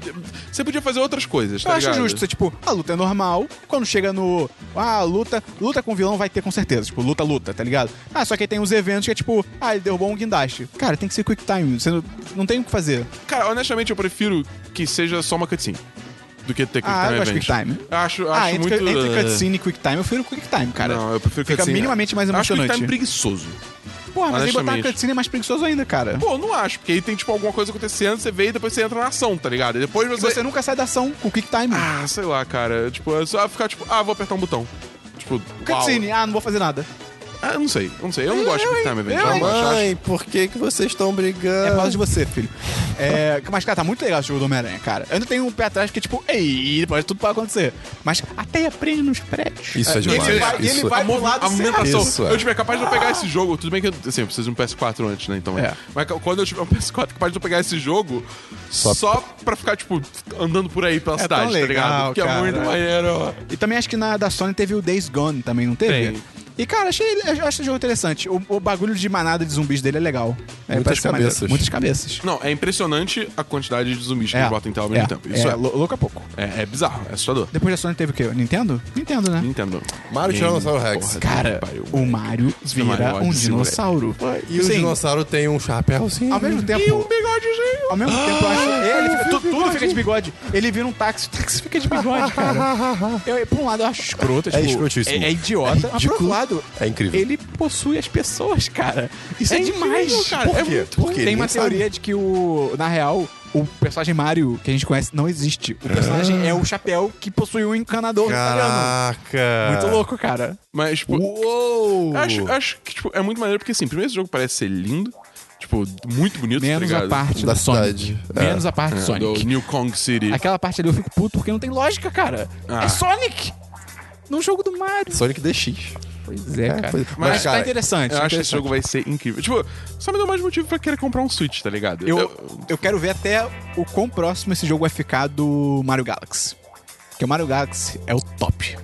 [SPEAKER 3] você podia fazer outras coisas,
[SPEAKER 1] Eu
[SPEAKER 3] tá
[SPEAKER 1] acho
[SPEAKER 3] ligado?
[SPEAKER 1] justo, você, tipo, a luta é normal, quando chega no. Ah, luta, luta com o vilão vai ter com certeza. Tipo, luta, luta, tá ligado? Ah, só que aí tem uns eventos que é tipo, ah, ele derrubou um guindaste. Cara, tem que ser quick time, você não, não tem o que fazer.
[SPEAKER 3] Cara, honestamente, eu prefiro que seja só uma cutscene do que ter Quick
[SPEAKER 1] Ah,
[SPEAKER 3] Time
[SPEAKER 1] eu gosto de
[SPEAKER 3] Event.
[SPEAKER 1] Quick Time.
[SPEAKER 3] Eu Acho,
[SPEAKER 1] ah,
[SPEAKER 3] acho
[SPEAKER 1] entre,
[SPEAKER 3] muito...
[SPEAKER 1] entre
[SPEAKER 3] eh,
[SPEAKER 1] cutscene e quick time, eu prefiro quick time, cara.
[SPEAKER 3] Não, eu prefiro
[SPEAKER 1] Fica
[SPEAKER 3] cutscene.
[SPEAKER 1] minimamente mais
[SPEAKER 3] Acho Quick
[SPEAKER 1] emocionante.
[SPEAKER 3] Time preguiçoso.
[SPEAKER 1] Porra, mas aí botar uma
[SPEAKER 3] honestamente.
[SPEAKER 1] cutscene é mais preguiçoso ainda, cara.
[SPEAKER 3] Pô, não acho, porque aí tem, tipo, alguma coisa acontecendo, você vê e depois você entra na ação, tá ligado? E depois
[SPEAKER 1] E
[SPEAKER 3] você...
[SPEAKER 1] você nunca sai da ação com quick time.
[SPEAKER 3] Ah, sei lá, cara. Tipo, é só ficar, tipo, ah, vou apertar um botão. Tipo, uau.
[SPEAKER 1] cutscene, ah, não vou fazer nada.
[SPEAKER 3] Ah, eu não sei, eu não sei. Eu não gosto de Quick Time Event.
[SPEAKER 1] eu,
[SPEAKER 3] não
[SPEAKER 1] hein?
[SPEAKER 3] gosto, acho-
[SPEAKER 2] Mãe, por que, que vocês estão brigando?
[SPEAKER 1] É por causa
[SPEAKER 3] Ah.
[SPEAKER 1] de você, filho. É, mas, cara, tá muito legal esse jogo do Homem-Aranha, cara. Eu ainda tenho um pé atrás, porque, tipo, ei, pode tudo pode acontecer. Mas a teia prende nos prédios.
[SPEAKER 2] Isso é
[SPEAKER 1] E ele
[SPEAKER 2] demais,
[SPEAKER 1] vai- E ele
[SPEAKER 2] isso é-
[SPEAKER 1] vai
[SPEAKER 3] a
[SPEAKER 1] pro lado certo.
[SPEAKER 3] movimentação.
[SPEAKER 2] Isso, é.
[SPEAKER 3] Eu, tipo, é capaz de eu pegar esse jogo. Tudo bem que eu, assim, eu preciso de um PS4 antes, né? Então,
[SPEAKER 1] É.
[SPEAKER 3] Mas quando eu tiver um PS4, é capaz de eu pegar esse jogo
[SPEAKER 2] Só-
[SPEAKER 3] só, pra ficar, tipo, andando por aí pela
[SPEAKER 1] É
[SPEAKER 3] cidade,
[SPEAKER 1] tão legal,
[SPEAKER 3] tá ligado? Porque
[SPEAKER 1] cara.
[SPEAKER 3] é muito maneiro.
[SPEAKER 1] E também acho que na da Sony teve o Days Gone também, não teve?
[SPEAKER 3] Tem.
[SPEAKER 1] E, cara, achei, eu acho esse jogo interessante. O, o bagulho de manada de zumbis dele é legal. É,
[SPEAKER 2] Muitas
[SPEAKER 1] parece que é maneiro.
[SPEAKER 2] cabeças.
[SPEAKER 1] Muitas cabeças.
[SPEAKER 3] Não, é impressionante a quantidade de zumbis que
[SPEAKER 1] É,
[SPEAKER 3] eles botam em tela ao mesmo tempo. Isso
[SPEAKER 1] é,
[SPEAKER 3] é.
[SPEAKER 1] lou- louco a pouco.
[SPEAKER 3] É, é bizarro, é assustador.
[SPEAKER 1] Depois da Sony teve o quê? Nintendo? Nintendo, né?
[SPEAKER 3] Nintendo.
[SPEAKER 2] Mario
[SPEAKER 3] Game,
[SPEAKER 2] Tiranossauro Rex.
[SPEAKER 3] porra,
[SPEAKER 1] Cara,
[SPEAKER 3] que pariu.
[SPEAKER 1] o Mario vira
[SPEAKER 3] Mario,
[SPEAKER 1] um
[SPEAKER 3] ótimo,
[SPEAKER 1] dinossauro.
[SPEAKER 2] E o
[SPEAKER 1] Sim,
[SPEAKER 2] dinossauro tem um chapéuzinho.
[SPEAKER 1] Ao mesmo tempo.
[SPEAKER 3] E um bigodezinho.
[SPEAKER 1] Ao mesmo tempo, eu acho. Ele fica, Ah, é, tu- tudo fica de bigode. Ele vira um táxi, o táxi fica de bigode, cara. Eu, por um lado, eu acho escroto, tipo,
[SPEAKER 2] escrotíssimo.
[SPEAKER 1] É, é idiota.
[SPEAKER 2] É
[SPEAKER 1] mas por outro
[SPEAKER 2] ridículo.
[SPEAKER 1] lado,
[SPEAKER 2] É incrível.
[SPEAKER 1] ele possui as pessoas, cara. Isso é, demais.
[SPEAKER 3] incrível, cara.
[SPEAKER 1] Por
[SPEAKER 3] É
[SPEAKER 1] quê?
[SPEAKER 2] muito bom.
[SPEAKER 1] Tem uma
[SPEAKER 2] Ninguém sabe.
[SPEAKER 1] teoria de que o. Na real. O personagem Mario que a gente conhece não existe. O personagem é o chapéu que possui um encanador italiano.
[SPEAKER 2] Caraca.
[SPEAKER 1] Muito louco, cara.
[SPEAKER 3] Mas, tipo,
[SPEAKER 2] Uou!
[SPEAKER 3] acho, acho que tipo, é muito maneiro porque, assim, primeiro esse jogo parece ser lindo. Tipo, muito bonito,
[SPEAKER 1] Menos
[SPEAKER 3] tá
[SPEAKER 1] a
[SPEAKER 3] ligado?
[SPEAKER 1] parte
[SPEAKER 2] Da
[SPEAKER 1] do Sonic.
[SPEAKER 2] cidade.
[SPEAKER 1] Menos a parte do
[SPEAKER 3] É,
[SPEAKER 1] Sonic.
[SPEAKER 3] do New Kong City.
[SPEAKER 1] Aquela parte ali eu fico puto porque não tem lógica, cara.
[SPEAKER 3] Ah.
[SPEAKER 1] É Sonic! Num jogo do Mario.
[SPEAKER 2] Sonic DX.
[SPEAKER 1] Pois é, cara.
[SPEAKER 2] pois-
[SPEAKER 1] Mas,
[SPEAKER 2] mas,
[SPEAKER 1] tá
[SPEAKER 2] cara,
[SPEAKER 1] interessante.
[SPEAKER 3] Eu
[SPEAKER 1] tá
[SPEAKER 3] acho que esse
[SPEAKER 1] interessante.
[SPEAKER 3] jogo vai ser incrível. Tipo, só me deu mais motivo pra querer comprar um Switch, tá ligado?
[SPEAKER 1] Eu, eu quero ver até o quão próximo esse jogo vai ficar do Mario Galaxy. Porque o Mario Galaxy é o top.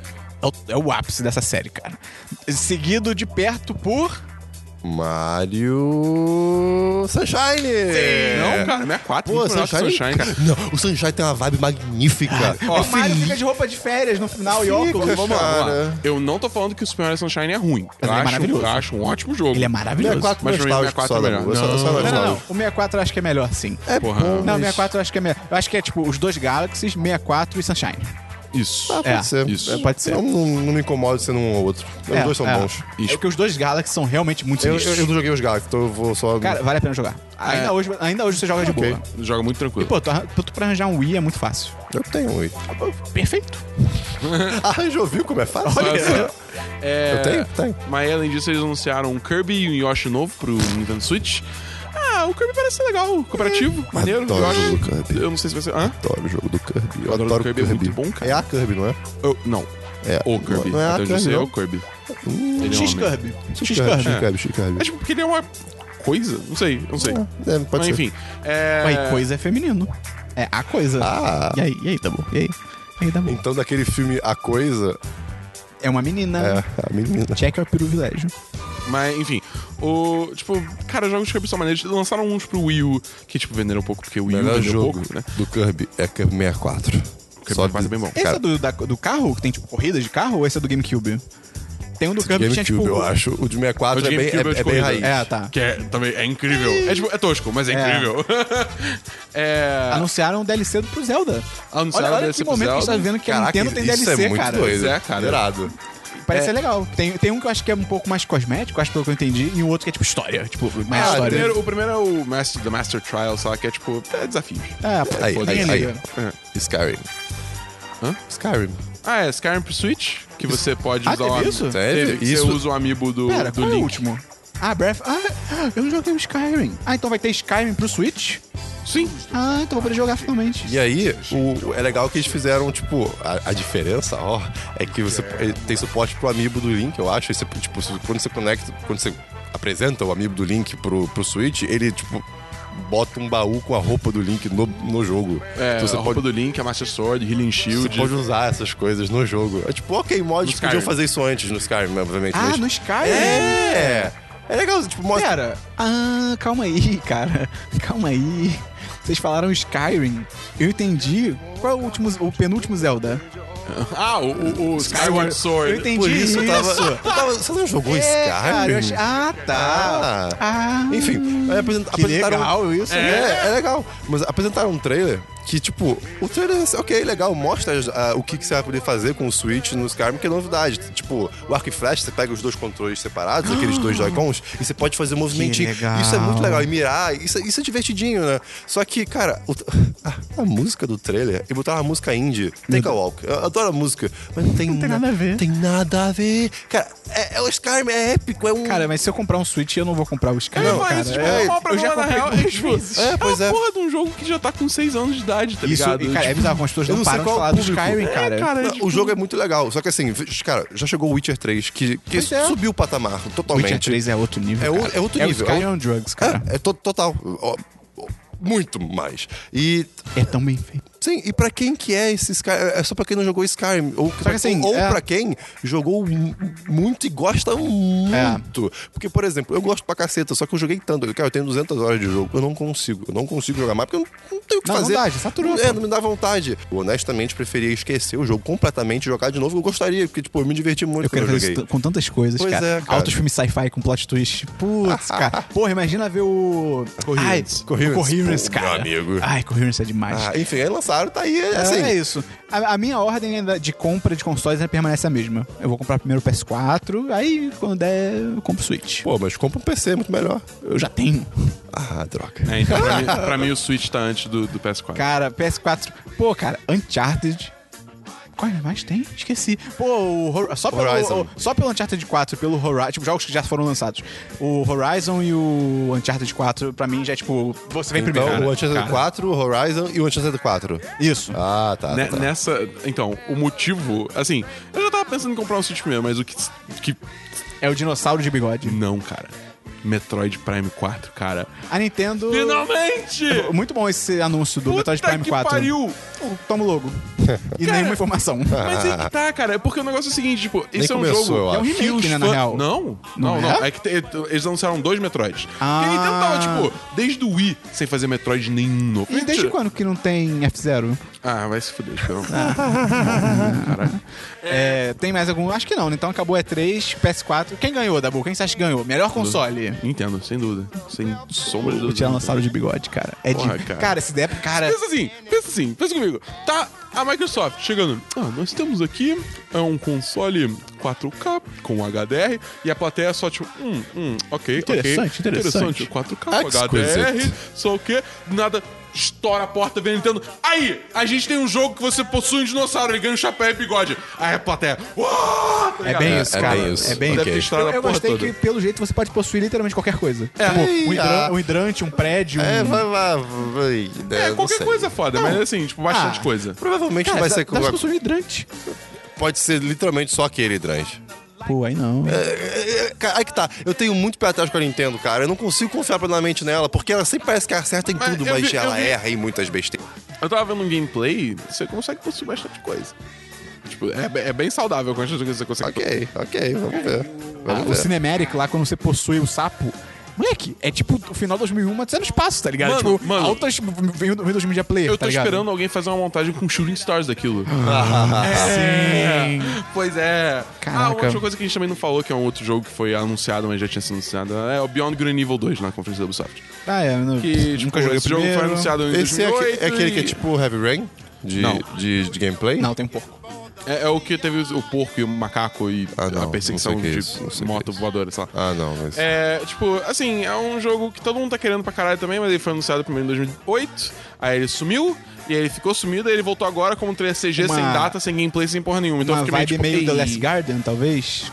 [SPEAKER 1] É o, é o ápice dessa série, cara. Seguido de perto por.
[SPEAKER 2] Mario Sunshine!
[SPEAKER 3] É, Não, cara, 64
[SPEAKER 2] Pô,
[SPEAKER 3] muito melhor que
[SPEAKER 2] Sunshine, É.
[SPEAKER 3] Sunshine, cara.
[SPEAKER 2] Não, o Sunshine tem uma vibe magnífica.
[SPEAKER 1] o Mario fica de roupa de férias no final e óculos.
[SPEAKER 2] cara.
[SPEAKER 1] Vamos lá.
[SPEAKER 3] Vamos lá.
[SPEAKER 2] Cara.
[SPEAKER 3] Eu não tô falando que o Super Mario Sunshine é ruim.
[SPEAKER 1] ele
[SPEAKER 3] eu
[SPEAKER 1] é
[SPEAKER 3] acho,
[SPEAKER 1] maravilhoso.
[SPEAKER 3] Eu acho um ótimo jogo.
[SPEAKER 1] Ele é maravilhoso.
[SPEAKER 2] 64
[SPEAKER 3] Mas pra mim,
[SPEAKER 2] nostálgico
[SPEAKER 3] 64
[SPEAKER 2] só,
[SPEAKER 3] é melhor.
[SPEAKER 2] Dabu. Eu só- eu só
[SPEAKER 1] Não,
[SPEAKER 3] Não.
[SPEAKER 1] não, não.
[SPEAKER 2] nostálgico.
[SPEAKER 1] O 64 eu acho que é melhor, sim.
[SPEAKER 2] É
[SPEAKER 3] Porra.
[SPEAKER 2] bom,
[SPEAKER 1] Não, o
[SPEAKER 2] mas-
[SPEAKER 1] 64 eu acho que é melhor. Eu acho que é tipo os dois Galaxies, 64 e Sunshine.
[SPEAKER 3] Isso.
[SPEAKER 2] Ah, pode
[SPEAKER 1] É,
[SPEAKER 2] ser.
[SPEAKER 3] isso.
[SPEAKER 2] É, pode ser. Eu não, não me incomodo sendo um ou outro. Os
[SPEAKER 1] É,
[SPEAKER 2] dois são
[SPEAKER 1] é.
[SPEAKER 2] bons.
[SPEAKER 1] É porque os dois Galaxy são realmente muito
[SPEAKER 2] Eu,
[SPEAKER 1] sinistros.
[SPEAKER 2] eu- eu não joguei os Galaxy, então eu vou só.
[SPEAKER 1] Cara, vale a pena jogar. Ainda,
[SPEAKER 3] É.
[SPEAKER 1] hoje, ainda hoje você joga de boa.
[SPEAKER 3] Joga muito tranquilo.
[SPEAKER 1] Pô, tu, arran- tu pra arranjar um Wii é muito fácil.
[SPEAKER 2] eu tenho um. aí.
[SPEAKER 1] Perfeito.
[SPEAKER 2] Ah, já ouviu como é fácil?
[SPEAKER 3] Olha. É,
[SPEAKER 2] Eu tenho, tenho.
[SPEAKER 3] Mas além disso, eles anunciaram um Kirby e um Yoshi novo pro Nintendo Switch. Ah, o Kirby parece ser legal, cooperativo, maneiro.
[SPEAKER 2] É. adoro
[SPEAKER 3] Yoshi-
[SPEAKER 2] o Kirby.
[SPEAKER 3] Eu não sei se vai ser. Hã?
[SPEAKER 2] Adoro o jogo do Kirby. Eu
[SPEAKER 3] Adoro
[SPEAKER 2] adoro o
[SPEAKER 3] Kirby,
[SPEAKER 2] Kirby.
[SPEAKER 3] é muito bom, cara.
[SPEAKER 2] É a Kirby, não é?
[SPEAKER 3] Eu- não.
[SPEAKER 2] É.
[SPEAKER 3] O Kirby.
[SPEAKER 2] Não é a
[SPEAKER 3] Até onde eu
[SPEAKER 2] Kirby,
[SPEAKER 3] sei, é
[SPEAKER 2] não.
[SPEAKER 3] o Kirby. Ele é um homem.
[SPEAKER 1] X-Curb.
[SPEAKER 2] Kirby,
[SPEAKER 1] X-Curb.
[SPEAKER 3] É.
[SPEAKER 2] Kirby, Kirby.
[SPEAKER 3] É tipo, porque ele é uma coisa. Não sei, eu não sei.
[SPEAKER 2] É, pode
[SPEAKER 3] Mas
[SPEAKER 2] ser.
[SPEAKER 3] enfim. É...
[SPEAKER 1] Aí, coisa é feminino. É a coisa.
[SPEAKER 2] Ah.
[SPEAKER 1] E aí, e aí, tá bom. E aí? E aí, tá bom.
[SPEAKER 2] Então, daquele filme A Coisa,
[SPEAKER 1] É uma menina.
[SPEAKER 2] é a menina.
[SPEAKER 1] Check your privilégio.
[SPEAKER 3] Mas, enfim. O, tipo, cara, jogos de Kirby são maneiros. Lançaram uns pro Wii U, que, tipo, venderam um pouco, porque o Wii U
[SPEAKER 2] melhor
[SPEAKER 3] vendeu
[SPEAKER 2] jogo
[SPEAKER 3] pouco, né?
[SPEAKER 2] do Kirby é Kirby 64.
[SPEAKER 3] Kirby
[SPEAKER 2] Só
[SPEAKER 3] 64 é bem bom.
[SPEAKER 1] Esse é do, da- do carro, que tem, tipo, corridas de carro, ou esse é do GameCube? Tem um do Kirby que tinha, tipo...
[SPEAKER 2] GameCube, eu acho. O de 64
[SPEAKER 3] O
[SPEAKER 2] é
[SPEAKER 3] de
[SPEAKER 2] bem,
[SPEAKER 3] GameCube é o
[SPEAKER 2] é,
[SPEAKER 3] de
[SPEAKER 2] é bem
[SPEAKER 3] corrida.
[SPEAKER 2] raiz.
[SPEAKER 1] É, tá.
[SPEAKER 3] Que é, também é incrível. É, tipo, é tosco, mas é, incrível. é.
[SPEAKER 1] Anunciaram o DLC do pro Zelda.
[SPEAKER 3] Anunciaram
[SPEAKER 1] olha,
[SPEAKER 3] o
[SPEAKER 1] olha
[SPEAKER 3] DLC
[SPEAKER 1] que
[SPEAKER 3] pro
[SPEAKER 1] momento que a gente
[SPEAKER 3] Zelda.
[SPEAKER 1] tá vendo que a
[SPEAKER 2] Caraca,
[SPEAKER 1] Nintendo tem
[SPEAKER 2] isso
[SPEAKER 1] DLC,
[SPEAKER 2] é muito
[SPEAKER 1] cara.
[SPEAKER 2] doido.
[SPEAKER 3] Pois é, cara.
[SPEAKER 2] Irado.
[SPEAKER 1] Parece
[SPEAKER 3] É.
[SPEAKER 1] ser legal. Tem, tem um que eu acho que é um pouco mais cosmético, acho pelo que eu entendi, e um outro que é tipo história. Tipo, mais
[SPEAKER 3] Ah, o,
[SPEAKER 1] história.
[SPEAKER 3] primeiro, o primeiro é o Master, The Master Trial, sei lá, que é tipo, é desafio.
[SPEAKER 1] Ah, pô,
[SPEAKER 2] Aí,
[SPEAKER 1] ninguém
[SPEAKER 2] aí,
[SPEAKER 1] liga.
[SPEAKER 2] aí. Skyrim.
[SPEAKER 3] Hã?
[SPEAKER 2] Skyrim.
[SPEAKER 3] Ah, é Skyrim pro Switch, que você pode
[SPEAKER 1] Ah,
[SPEAKER 3] usar
[SPEAKER 1] teve
[SPEAKER 3] o ami-
[SPEAKER 1] isso?
[SPEAKER 2] Teve?
[SPEAKER 3] Teve, que
[SPEAKER 2] Isso-
[SPEAKER 3] Você usa o amiibo do,
[SPEAKER 1] Pera,
[SPEAKER 3] do
[SPEAKER 1] qual é o
[SPEAKER 3] Link.
[SPEAKER 1] último? Ah, Breath... Ah, eu não joguei o Skyrim. Ah, então vai ter Skyrim pro Switch?
[SPEAKER 3] Sim.
[SPEAKER 1] Ah, então vou poder jogar finalmente.
[SPEAKER 2] E aí, o, é legal que eles fizeram, tipo, a, a diferença, ó, é que você ele tem suporte pro amiibo do Link, eu acho. E você, tipo, se- quando você conecta, quando você apresenta o amiibo do Link pro, pro Switch, ele, tipo, bota um baú com a roupa do Link no, no jogo.
[SPEAKER 3] É,
[SPEAKER 2] Então
[SPEAKER 3] a
[SPEAKER 1] um
[SPEAKER 3] roupa do Link, a Master Sword, Healing
[SPEAKER 2] Você
[SPEAKER 3] Shield.
[SPEAKER 2] pode usar essas coisas no jogo. É tipo, ok, mods
[SPEAKER 3] No
[SPEAKER 2] podiam
[SPEAKER 3] Skyrim.
[SPEAKER 2] fazer isso antes no Skyrim, obviamente.
[SPEAKER 1] Ah,
[SPEAKER 2] mas-
[SPEAKER 1] no Skyrim?
[SPEAKER 2] É! É legal, tipo, mostra.
[SPEAKER 1] Pera. Ah, calma aí, cara. Calma aí. Vocês falaram Skyrim. Eu entendi. Qual é o último, o penúltimo Zelda?
[SPEAKER 3] Ah, o, o, o Skyward Sword.
[SPEAKER 1] Eu entendi
[SPEAKER 2] Por
[SPEAKER 1] isso.
[SPEAKER 2] isso, eu tava, eu tava- Você não jogou
[SPEAKER 1] É, cara, eu achei-
[SPEAKER 2] Skyrim?
[SPEAKER 1] Ah, tá.
[SPEAKER 2] Ah.
[SPEAKER 1] Ah.
[SPEAKER 2] Enfim, aí apresen-
[SPEAKER 1] Que
[SPEAKER 2] apresentaram.
[SPEAKER 1] legal isso. né?
[SPEAKER 2] É, é, legal. Mas apresentaram um trailer que, tipo, o trailer, é ok, legal, mostra ah, o que, que você vai poder fazer com o Switch no Skyrim, que é novidade. Tipo, o arco e flecha, você pega os dois controles separados, aqueles dois Joy-Cons, e você pode fazer um movimentinho.
[SPEAKER 1] Ah. legal.
[SPEAKER 2] Isso é muito legal. E mirar, isso, é- isso é divertidinho, né? Só que, cara, o- a, a música do trailer, e botaram uma música indie, Take a Walk. Eu adoro a música, mas não tem,
[SPEAKER 1] tem
[SPEAKER 2] na-
[SPEAKER 1] nada a ver.
[SPEAKER 2] Tem nada a ver. Cara, é, é o Skyrim, é épico, é um.
[SPEAKER 1] Cara, mas se eu comprar um Switch, eu não vou comprar o Skyrim,
[SPEAKER 3] Não,
[SPEAKER 1] cara.
[SPEAKER 3] isso, tipo,
[SPEAKER 2] é,
[SPEAKER 3] é,
[SPEAKER 2] eu
[SPEAKER 3] mal pra
[SPEAKER 1] já
[SPEAKER 3] na
[SPEAKER 1] comprei
[SPEAKER 3] real. É,
[SPEAKER 1] duas
[SPEAKER 3] tipo,
[SPEAKER 1] vezes.
[SPEAKER 3] é,
[SPEAKER 2] É, pois
[SPEAKER 3] uma
[SPEAKER 2] é.
[SPEAKER 3] porra de um jogo que já tá com 6 anos de idade, tá
[SPEAKER 1] Isso,
[SPEAKER 3] ligado?
[SPEAKER 1] e, cara, é bizarro, como as pessoas
[SPEAKER 2] eu
[SPEAKER 1] não
[SPEAKER 2] não sei
[SPEAKER 1] param de
[SPEAKER 2] qual
[SPEAKER 1] falar do
[SPEAKER 2] público.
[SPEAKER 1] Skyrim,
[SPEAKER 2] É,
[SPEAKER 1] cara. tipo,
[SPEAKER 3] cara,
[SPEAKER 2] Não, o jogo é muito legal, só que assim, cara, já chegou o Witcher 3, que, que
[SPEAKER 1] Pois é.
[SPEAKER 2] subiu o patamar totalmente.
[SPEAKER 1] Witcher 3 é outro nível,
[SPEAKER 2] É o-
[SPEAKER 1] cara.
[SPEAKER 2] é outro
[SPEAKER 1] é
[SPEAKER 2] nível,
[SPEAKER 1] o
[SPEAKER 2] é
[SPEAKER 1] Skyrim
[SPEAKER 2] o-
[SPEAKER 1] on Drugs, cara.
[SPEAKER 2] É, é to- total. ó, ó, Muito mais. E
[SPEAKER 1] É, tão bem feito.
[SPEAKER 2] Sim, e pra quem que é esse Skyrim? É só pra quem não jogou Skyrim. Ou, pra,
[SPEAKER 1] assim,
[SPEAKER 2] ou
[SPEAKER 1] é-
[SPEAKER 2] pra quem jogou mu- muito e gosta muito. Porque, por exemplo, eu gosto pra caceta, só que eu joguei tanto. Cara, eu tenho 200 horas de jogo. Eu não consigo. Eu não consigo jogar mais porque eu não, não tenho o que
[SPEAKER 1] Não, não
[SPEAKER 2] fazer.
[SPEAKER 1] dá, já saturou,
[SPEAKER 2] É,
[SPEAKER 1] pô.
[SPEAKER 2] não me dá vontade. Eu honestamente preferia esquecer o jogo completamente e jogar de novo. Eu gostaria, porque, tipo, eu me diverti muito
[SPEAKER 1] Eu quero
[SPEAKER 2] quando eu
[SPEAKER 1] fazer
[SPEAKER 2] joguei.
[SPEAKER 1] isso t- com tantas coisas,
[SPEAKER 2] Pois
[SPEAKER 1] cara.
[SPEAKER 2] é, cara.
[SPEAKER 1] Altos filmes sci-fi com plot twist. Putz, cara. Porra, imagina ver o.
[SPEAKER 2] Coherence.
[SPEAKER 1] Ai,
[SPEAKER 2] Coherence.
[SPEAKER 1] o Coherence,
[SPEAKER 2] Pô, meu
[SPEAKER 1] cara.
[SPEAKER 2] amigo.
[SPEAKER 1] Ai, Coherence é demais.
[SPEAKER 2] Ah, enfim, aí lançaram, tá aí, é
[SPEAKER 1] É,
[SPEAKER 2] assim.
[SPEAKER 1] é isso. A, a minha ordem ainda de compra de consoles ainda permanece a mesma. Eu vou comprar primeiro o PS4, aí quando der, eu compro o Switch.
[SPEAKER 2] Pô, mas compra um PC, muito melhor.
[SPEAKER 1] Eu já tenho.
[SPEAKER 2] Ah, droga.
[SPEAKER 3] É, então pra mim, pra mim o Switch tá antes do, do PS4.
[SPEAKER 1] Cara, PS4. Pô, cara, Uncharted. Qual é mais tem? Esqueci. Pô, o Hor- só, pelo,
[SPEAKER 2] Horizon.
[SPEAKER 1] o- só pelo Uncharted 4, pelo Horizon. Tipo, jogos que já foram lançados. O Horizon e o Uncharted 4, pra mim, já é tipo. Você vem
[SPEAKER 2] Então,
[SPEAKER 1] primeiro.
[SPEAKER 2] o Uncharted 4, o Horizon e o Uncharted 4.
[SPEAKER 1] Isso. Né?
[SPEAKER 2] Ah, tá.
[SPEAKER 3] Ne-
[SPEAKER 2] tá.
[SPEAKER 3] Né, Nessa. Então, o motivo. Assim, eu já tava pensando em comprar um Switch mesmo, mas o que. que
[SPEAKER 1] É o dinossauro de bigode.
[SPEAKER 3] não, cara. Metroid Prime 4, cara.
[SPEAKER 1] A Nintendo.
[SPEAKER 3] Finalmente!
[SPEAKER 1] Muito bom esse anúncio do
[SPEAKER 3] Puta
[SPEAKER 1] Metroid Prime né?
[SPEAKER 3] que
[SPEAKER 1] 4.
[SPEAKER 3] pariu!
[SPEAKER 1] Toma o logo. e
[SPEAKER 3] Cara,
[SPEAKER 1] nenhuma informação.
[SPEAKER 2] Ah.
[SPEAKER 3] Mas é que tá, cara. É porque o negócio é o seguinte, tipo, esse é um
[SPEAKER 2] começou, eu
[SPEAKER 3] jogo.
[SPEAKER 2] É
[SPEAKER 1] um acho. remake,
[SPEAKER 3] que os
[SPEAKER 1] né, na
[SPEAKER 3] fã-
[SPEAKER 1] real?
[SPEAKER 3] Não,
[SPEAKER 1] Não
[SPEAKER 3] não, não.
[SPEAKER 1] é?
[SPEAKER 3] É, que te- eles anunciaram dois Metroids.
[SPEAKER 1] Ah.
[SPEAKER 3] E a Nintendo tava, tipo, desde o Wii sem fazer Metroid nenhum novo.
[SPEAKER 1] E desde
[SPEAKER 3] Mentira.
[SPEAKER 1] quando que não tem F0?
[SPEAKER 3] Ah, vai se fuder, Esperão.
[SPEAKER 1] É, tem mais algum? Acho que não, né? Então acabou E3, PS4. Quem ganhou, Dabu? Quem você acha que ganhou? Melhor console.
[SPEAKER 3] Nintendo, sem dúvida. Sem sombra de
[SPEAKER 1] O
[SPEAKER 3] dúvida.
[SPEAKER 1] Tiranossauro de bigode, cara. É
[SPEAKER 3] né? Porra,
[SPEAKER 1] de. Cara.
[SPEAKER 3] cara.
[SPEAKER 1] esse ideia. Cara.
[SPEAKER 3] Pensa assim, pensa assim, pensa comigo. Tá a Microsoft chegando. Ah, nós temos aqui é um console 4K com HDR e a plateia só tipo, hum, hum, ok,
[SPEAKER 1] Interessante,
[SPEAKER 3] ok.
[SPEAKER 1] interessante.
[SPEAKER 3] 4K
[SPEAKER 2] Exquisite.
[SPEAKER 3] HDR, só o quê? Nada estoura a porta, vem Nintendo. Aí, a gente tem um jogo que você possui um dinossauro, ele ganha um chapéu e bigode. Aí a plateia, uau! Tá
[SPEAKER 1] É
[SPEAKER 3] ligado?
[SPEAKER 1] bem
[SPEAKER 2] É,
[SPEAKER 1] isso,
[SPEAKER 2] é
[SPEAKER 1] cara.
[SPEAKER 2] bem isso.
[SPEAKER 1] É bem
[SPEAKER 2] Deve
[SPEAKER 1] isso.
[SPEAKER 2] ter
[SPEAKER 3] estourado
[SPEAKER 1] Eu,
[SPEAKER 3] a
[SPEAKER 1] eu
[SPEAKER 3] porra
[SPEAKER 1] gostei
[SPEAKER 3] toda.
[SPEAKER 1] que, pelo jeito, você pode possuir literalmente qualquer coisa.
[SPEAKER 3] É.
[SPEAKER 1] Tipo, um,
[SPEAKER 2] Ai,
[SPEAKER 1] hidran-
[SPEAKER 2] ah.
[SPEAKER 1] um hidrante, um prédio.
[SPEAKER 2] É,
[SPEAKER 1] um...
[SPEAKER 2] vai, vai, vai. né,
[SPEAKER 3] É,
[SPEAKER 2] não
[SPEAKER 3] qualquer
[SPEAKER 2] sei.
[SPEAKER 3] coisa é foda, mas assim, tipo, bastante
[SPEAKER 1] Ah.
[SPEAKER 3] coisa.
[SPEAKER 2] Provavelmente
[SPEAKER 1] Cara,
[SPEAKER 2] vai
[SPEAKER 1] dá-
[SPEAKER 2] ser.
[SPEAKER 1] dá pra possuir um hidrante.
[SPEAKER 2] Pode ser literalmente só aquele hidrante.
[SPEAKER 1] Pô, aí não.
[SPEAKER 2] É, é, cara, Aí que tá. Eu tenho muito pé atrás com a Nintendo, cara. Eu não consigo confiar plenamente nela, porque ela sempre parece que acerta em
[SPEAKER 3] Mas
[SPEAKER 2] tudo,
[SPEAKER 3] eu
[SPEAKER 2] mas
[SPEAKER 3] vi- eu
[SPEAKER 2] ela
[SPEAKER 3] vi-
[SPEAKER 2] erra em muitas besteiras.
[SPEAKER 3] Eu tava vendo um gameplay, você consegue possuir bastante coisa. Tipo, é, be- é bem saudável quantas coisas você consegue
[SPEAKER 2] Ok, ok, vamos ver.
[SPEAKER 1] Ah,
[SPEAKER 2] Vamos
[SPEAKER 1] o
[SPEAKER 2] ver.
[SPEAKER 1] Cinematic lá, quando você possui o sapo. Moleque, é tipo o final de 2001, mas é no espaço, tá ligado?
[SPEAKER 3] Mano,
[SPEAKER 1] tipo,
[SPEAKER 3] mano.
[SPEAKER 1] altas Windows Media Player,
[SPEAKER 3] Eu tô
[SPEAKER 1] tá ligado?
[SPEAKER 3] esperando alguém fazer uma montagem com Shooting Stars daquilo.
[SPEAKER 2] Ah.
[SPEAKER 1] Sim.
[SPEAKER 3] Pois é. Ah,
[SPEAKER 1] Caraca.
[SPEAKER 3] uma outra coisa que a gente também não falou, que é um outro jogo que foi anunciado, mas já tinha sido anunciado, é o Beyond Green Evil 2 na conferência da Ubisoft.
[SPEAKER 1] Ah, é. não-
[SPEAKER 3] Que, tipo,
[SPEAKER 1] nunca joguei
[SPEAKER 3] esse
[SPEAKER 1] primeiro.
[SPEAKER 3] jogo foi anunciado em
[SPEAKER 2] Esse é, aque-
[SPEAKER 3] 2008
[SPEAKER 2] é aquele
[SPEAKER 3] e-
[SPEAKER 2] que é tipo Heavy Rain? De,
[SPEAKER 3] Não.
[SPEAKER 2] de, de gameplay?
[SPEAKER 1] Não, tem um porco.
[SPEAKER 3] É, é o que teve o porco e o macaco e
[SPEAKER 2] Ah, não,
[SPEAKER 3] a perseguição
[SPEAKER 2] não sei o que é isso, não
[SPEAKER 3] de
[SPEAKER 2] sei o que é
[SPEAKER 3] moto
[SPEAKER 2] isso.
[SPEAKER 3] voadora, sei lá.
[SPEAKER 2] Ah, não, mas.
[SPEAKER 3] É, tipo, assim, é um jogo que todo mundo tá querendo pra caralho também, mas ele foi anunciado primeiro em 2008, aí ele sumiu, e aí ele ficou sumido, aí ele voltou agora como 3CG
[SPEAKER 1] Uma-
[SPEAKER 3] sem data, sem gameplay, sem porra nenhuma. Então
[SPEAKER 1] Uma
[SPEAKER 3] eu fiquei meio,
[SPEAKER 1] vibe
[SPEAKER 3] tipo,
[SPEAKER 1] meio The
[SPEAKER 3] "Ei,
[SPEAKER 1] Last Garden, talvez.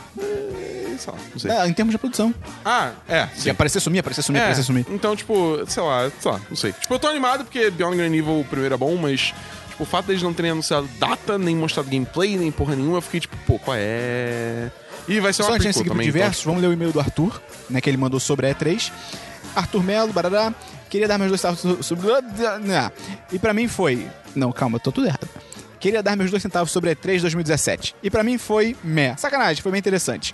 [SPEAKER 3] sei lá, não sei.
[SPEAKER 1] É, em termos de produção.
[SPEAKER 3] Ah, é,
[SPEAKER 1] Se
[SPEAKER 3] sim.
[SPEAKER 1] aparecer, sumir, aparecer, sumir,
[SPEAKER 3] É,
[SPEAKER 1] aparecer, sumir.
[SPEAKER 3] então, tipo, sei lá, sei lá, não sei. Tipo, eu tô animado porque Beyond Green Evil o primeiro é bom, mas tipo, o fato deles não terem anunciado data, nem mostrado gameplay, nem porra nenhuma, eu fiquei tipo, pô, qual é? E vai ser
[SPEAKER 1] Só
[SPEAKER 3] uma
[SPEAKER 1] antes de
[SPEAKER 3] prequel
[SPEAKER 1] seguir pro
[SPEAKER 3] também, então.
[SPEAKER 1] diversos, vamos ler o e-mail do Arthur, né, que ele mandou sobre a E3. Arthur Melo, barará, queria dar meus dois centavos so- sobre... Ah, E pra mim foi... Não, calma, tô tudo errado. Queria dar meus dois centavos sobre a E3 2017. E pra mim foi meh. Sacanagem, foi bem interessante.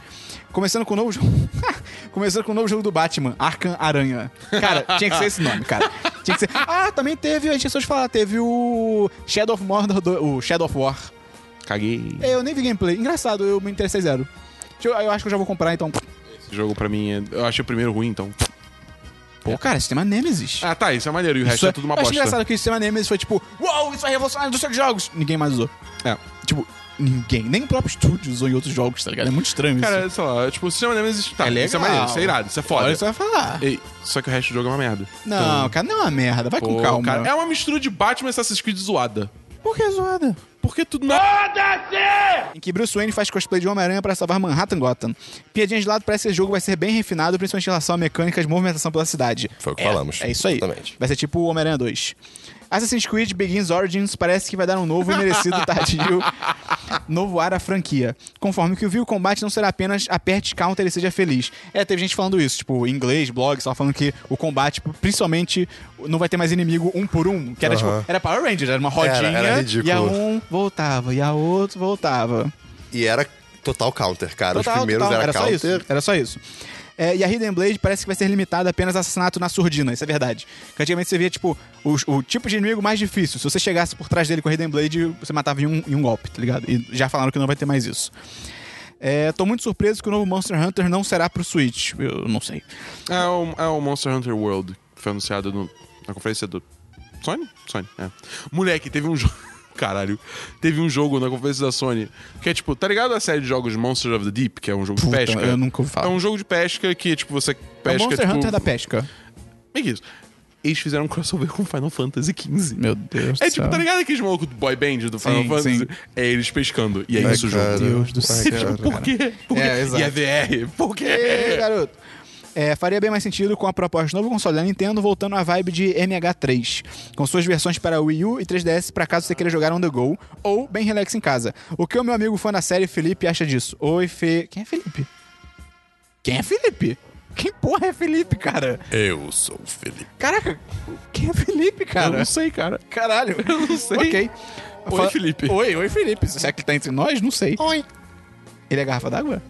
[SPEAKER 1] Começando com o novo jogo... Começando com o novo jogo do Batman, Arkham Aranha. Cara, tinha que ser esse nome, cara. Tinha que ser... Ah, também teve, a gente só de falar, teve o Shadow of Mordor, do- o Shadow of War.
[SPEAKER 3] então. Caguei.
[SPEAKER 1] É, Eu nem vi gameplay. Engraçado, eu me interessei zero. Deixa Eu, eu acho que eu já vou comprar, então.
[SPEAKER 3] Esse jogo pra mim, é- eu achei o primeiro ruim, então.
[SPEAKER 1] Pô, cara, sistema Nemesis.
[SPEAKER 3] Ah, tá, isso é maneiro, e o resto
[SPEAKER 1] Isso
[SPEAKER 3] é tudo uma
[SPEAKER 1] eu acho
[SPEAKER 3] bosta.
[SPEAKER 1] engraçado que o sistema Nemesis foi tipo, uou, isso é revolucionário dos seus jogos. Ninguém mais usou.
[SPEAKER 3] É.
[SPEAKER 1] Tipo, ninguém. Nem o próprio estúdio usou em outros jogos, tá ligado? É muito estranho isso.
[SPEAKER 3] Cara, sei lá, tipo, o sistema Nemesis tá,
[SPEAKER 1] É legal.
[SPEAKER 3] isso é maneiro, isso é irado, isso é foda.
[SPEAKER 1] Olha, você vai falar.
[SPEAKER 3] Ei, só que o resto do jogo é uma merda.
[SPEAKER 1] Não, cara, não é uma merda. Vai com calma.
[SPEAKER 3] cara, é uma mistura de Batman e Assassin's Creed zoada.
[SPEAKER 1] Por que é zoada?
[SPEAKER 3] Porque tudo é- na...
[SPEAKER 1] Ah! Em que Bruce Wayne faz cosplay de Homem-Aranha para salvar Manhattan Gotham. Piadinha de lado, parece que esse jogo vai ser bem refinado, principalmente em relação à mecânica de movimentação pela cidade.
[SPEAKER 2] Foi o que
[SPEAKER 1] É,
[SPEAKER 2] falamos.
[SPEAKER 1] É isso aí.
[SPEAKER 2] Exatamente.
[SPEAKER 1] Vai ser tipo o Homem-Aranha 2. Assassin's Creed Begins Origins parece que vai dar um novo e merecido tardio novo ar à franquia. Conforme que eu vi, o combate não será apenas aperte counter e seja feliz. É, teve gente falando isso, tipo, em inglês, blog, só falando que o combate, tipo, principalmente, não vai ter mais inimigo um por um. Que era tipo, era Power Rangers, era uma rodinha
[SPEAKER 2] Era- era
[SPEAKER 1] e a
[SPEAKER 2] ridículo.
[SPEAKER 1] um voltava, e a outro voltava.
[SPEAKER 2] E era total counter, cara.
[SPEAKER 1] Total,
[SPEAKER 2] Os primeiros
[SPEAKER 1] total,
[SPEAKER 2] era,
[SPEAKER 1] só
[SPEAKER 2] counter.
[SPEAKER 1] isso. Era só isso. É, e a Hidden Blade parece que vai ser limitada apenas a assassinato na surdina, isso é verdade. Porque antigamente você via, tipo, os- o, tipo de inimigo mais difícil. Se você chegasse por trás dele com a Hidden Blade, você matava em um, em um golpe, tá ligado? E já falaram que não vai ter mais isso. É, tô muito surpreso que o novo Monster Hunter não será pro Switch. Eu não sei.
[SPEAKER 3] É o, é o Monster Hunter World, que foi anunciado no- na conferência do. Sony? Sony, é. Moleque, teve um jogo. Caralho. Teve um jogo na conferência da Sony que é tipo, tá ligado a série de jogos Monster of the Deep, que é um jogo
[SPEAKER 1] Puta,
[SPEAKER 3] de pesca?
[SPEAKER 1] eu nunca ouvi falar.
[SPEAKER 3] É um jogo de pesca que, tipo, você
[SPEAKER 1] É o
[SPEAKER 3] pesca.
[SPEAKER 1] Monster
[SPEAKER 3] tipo,
[SPEAKER 1] Hunter da pesca.
[SPEAKER 3] Meio é que isso. Eles fizeram um crossover com Final Fantasy XV.
[SPEAKER 1] Meu Deus
[SPEAKER 3] É
[SPEAKER 1] do
[SPEAKER 3] tipo,
[SPEAKER 1] céu.
[SPEAKER 3] tá ligado aqueles malucos do boy band do Final
[SPEAKER 1] Sim,
[SPEAKER 3] Fantasy?
[SPEAKER 1] sim.
[SPEAKER 3] É eles pescando. E é isso o
[SPEAKER 2] cara.
[SPEAKER 3] jogo.
[SPEAKER 1] Deus do
[SPEAKER 2] Ai,
[SPEAKER 1] céu.
[SPEAKER 2] cara.
[SPEAKER 3] Por quê? Por quê?
[SPEAKER 1] É, exato.
[SPEAKER 3] E é VR. Por quê?
[SPEAKER 1] Ei, garoto. É, faria bem mais sentido com a proposta do novo console da Nintendo voltando à vibe de MH3, com suas versões para Wii U e 3DS para caso você queira jogar on the go ou bem relax em casa. O que o meu amigo fã da série Felipe acha disso? Oi, Fê. Quem é Felipe? Quem é Felipe? Quem porra é Felipe, cara?
[SPEAKER 2] Eu sou o Felipe.
[SPEAKER 1] Caraca, quem é Felipe,
[SPEAKER 3] Eu
[SPEAKER 1] cara?
[SPEAKER 3] não sei, cara.
[SPEAKER 1] Caralho, eu não sei. Ok.
[SPEAKER 3] Oi, Felipe.
[SPEAKER 1] Oi, oi, Felipe. Será que ele tá entre nós? Não sei. Oi. Ele é garrafa d'água?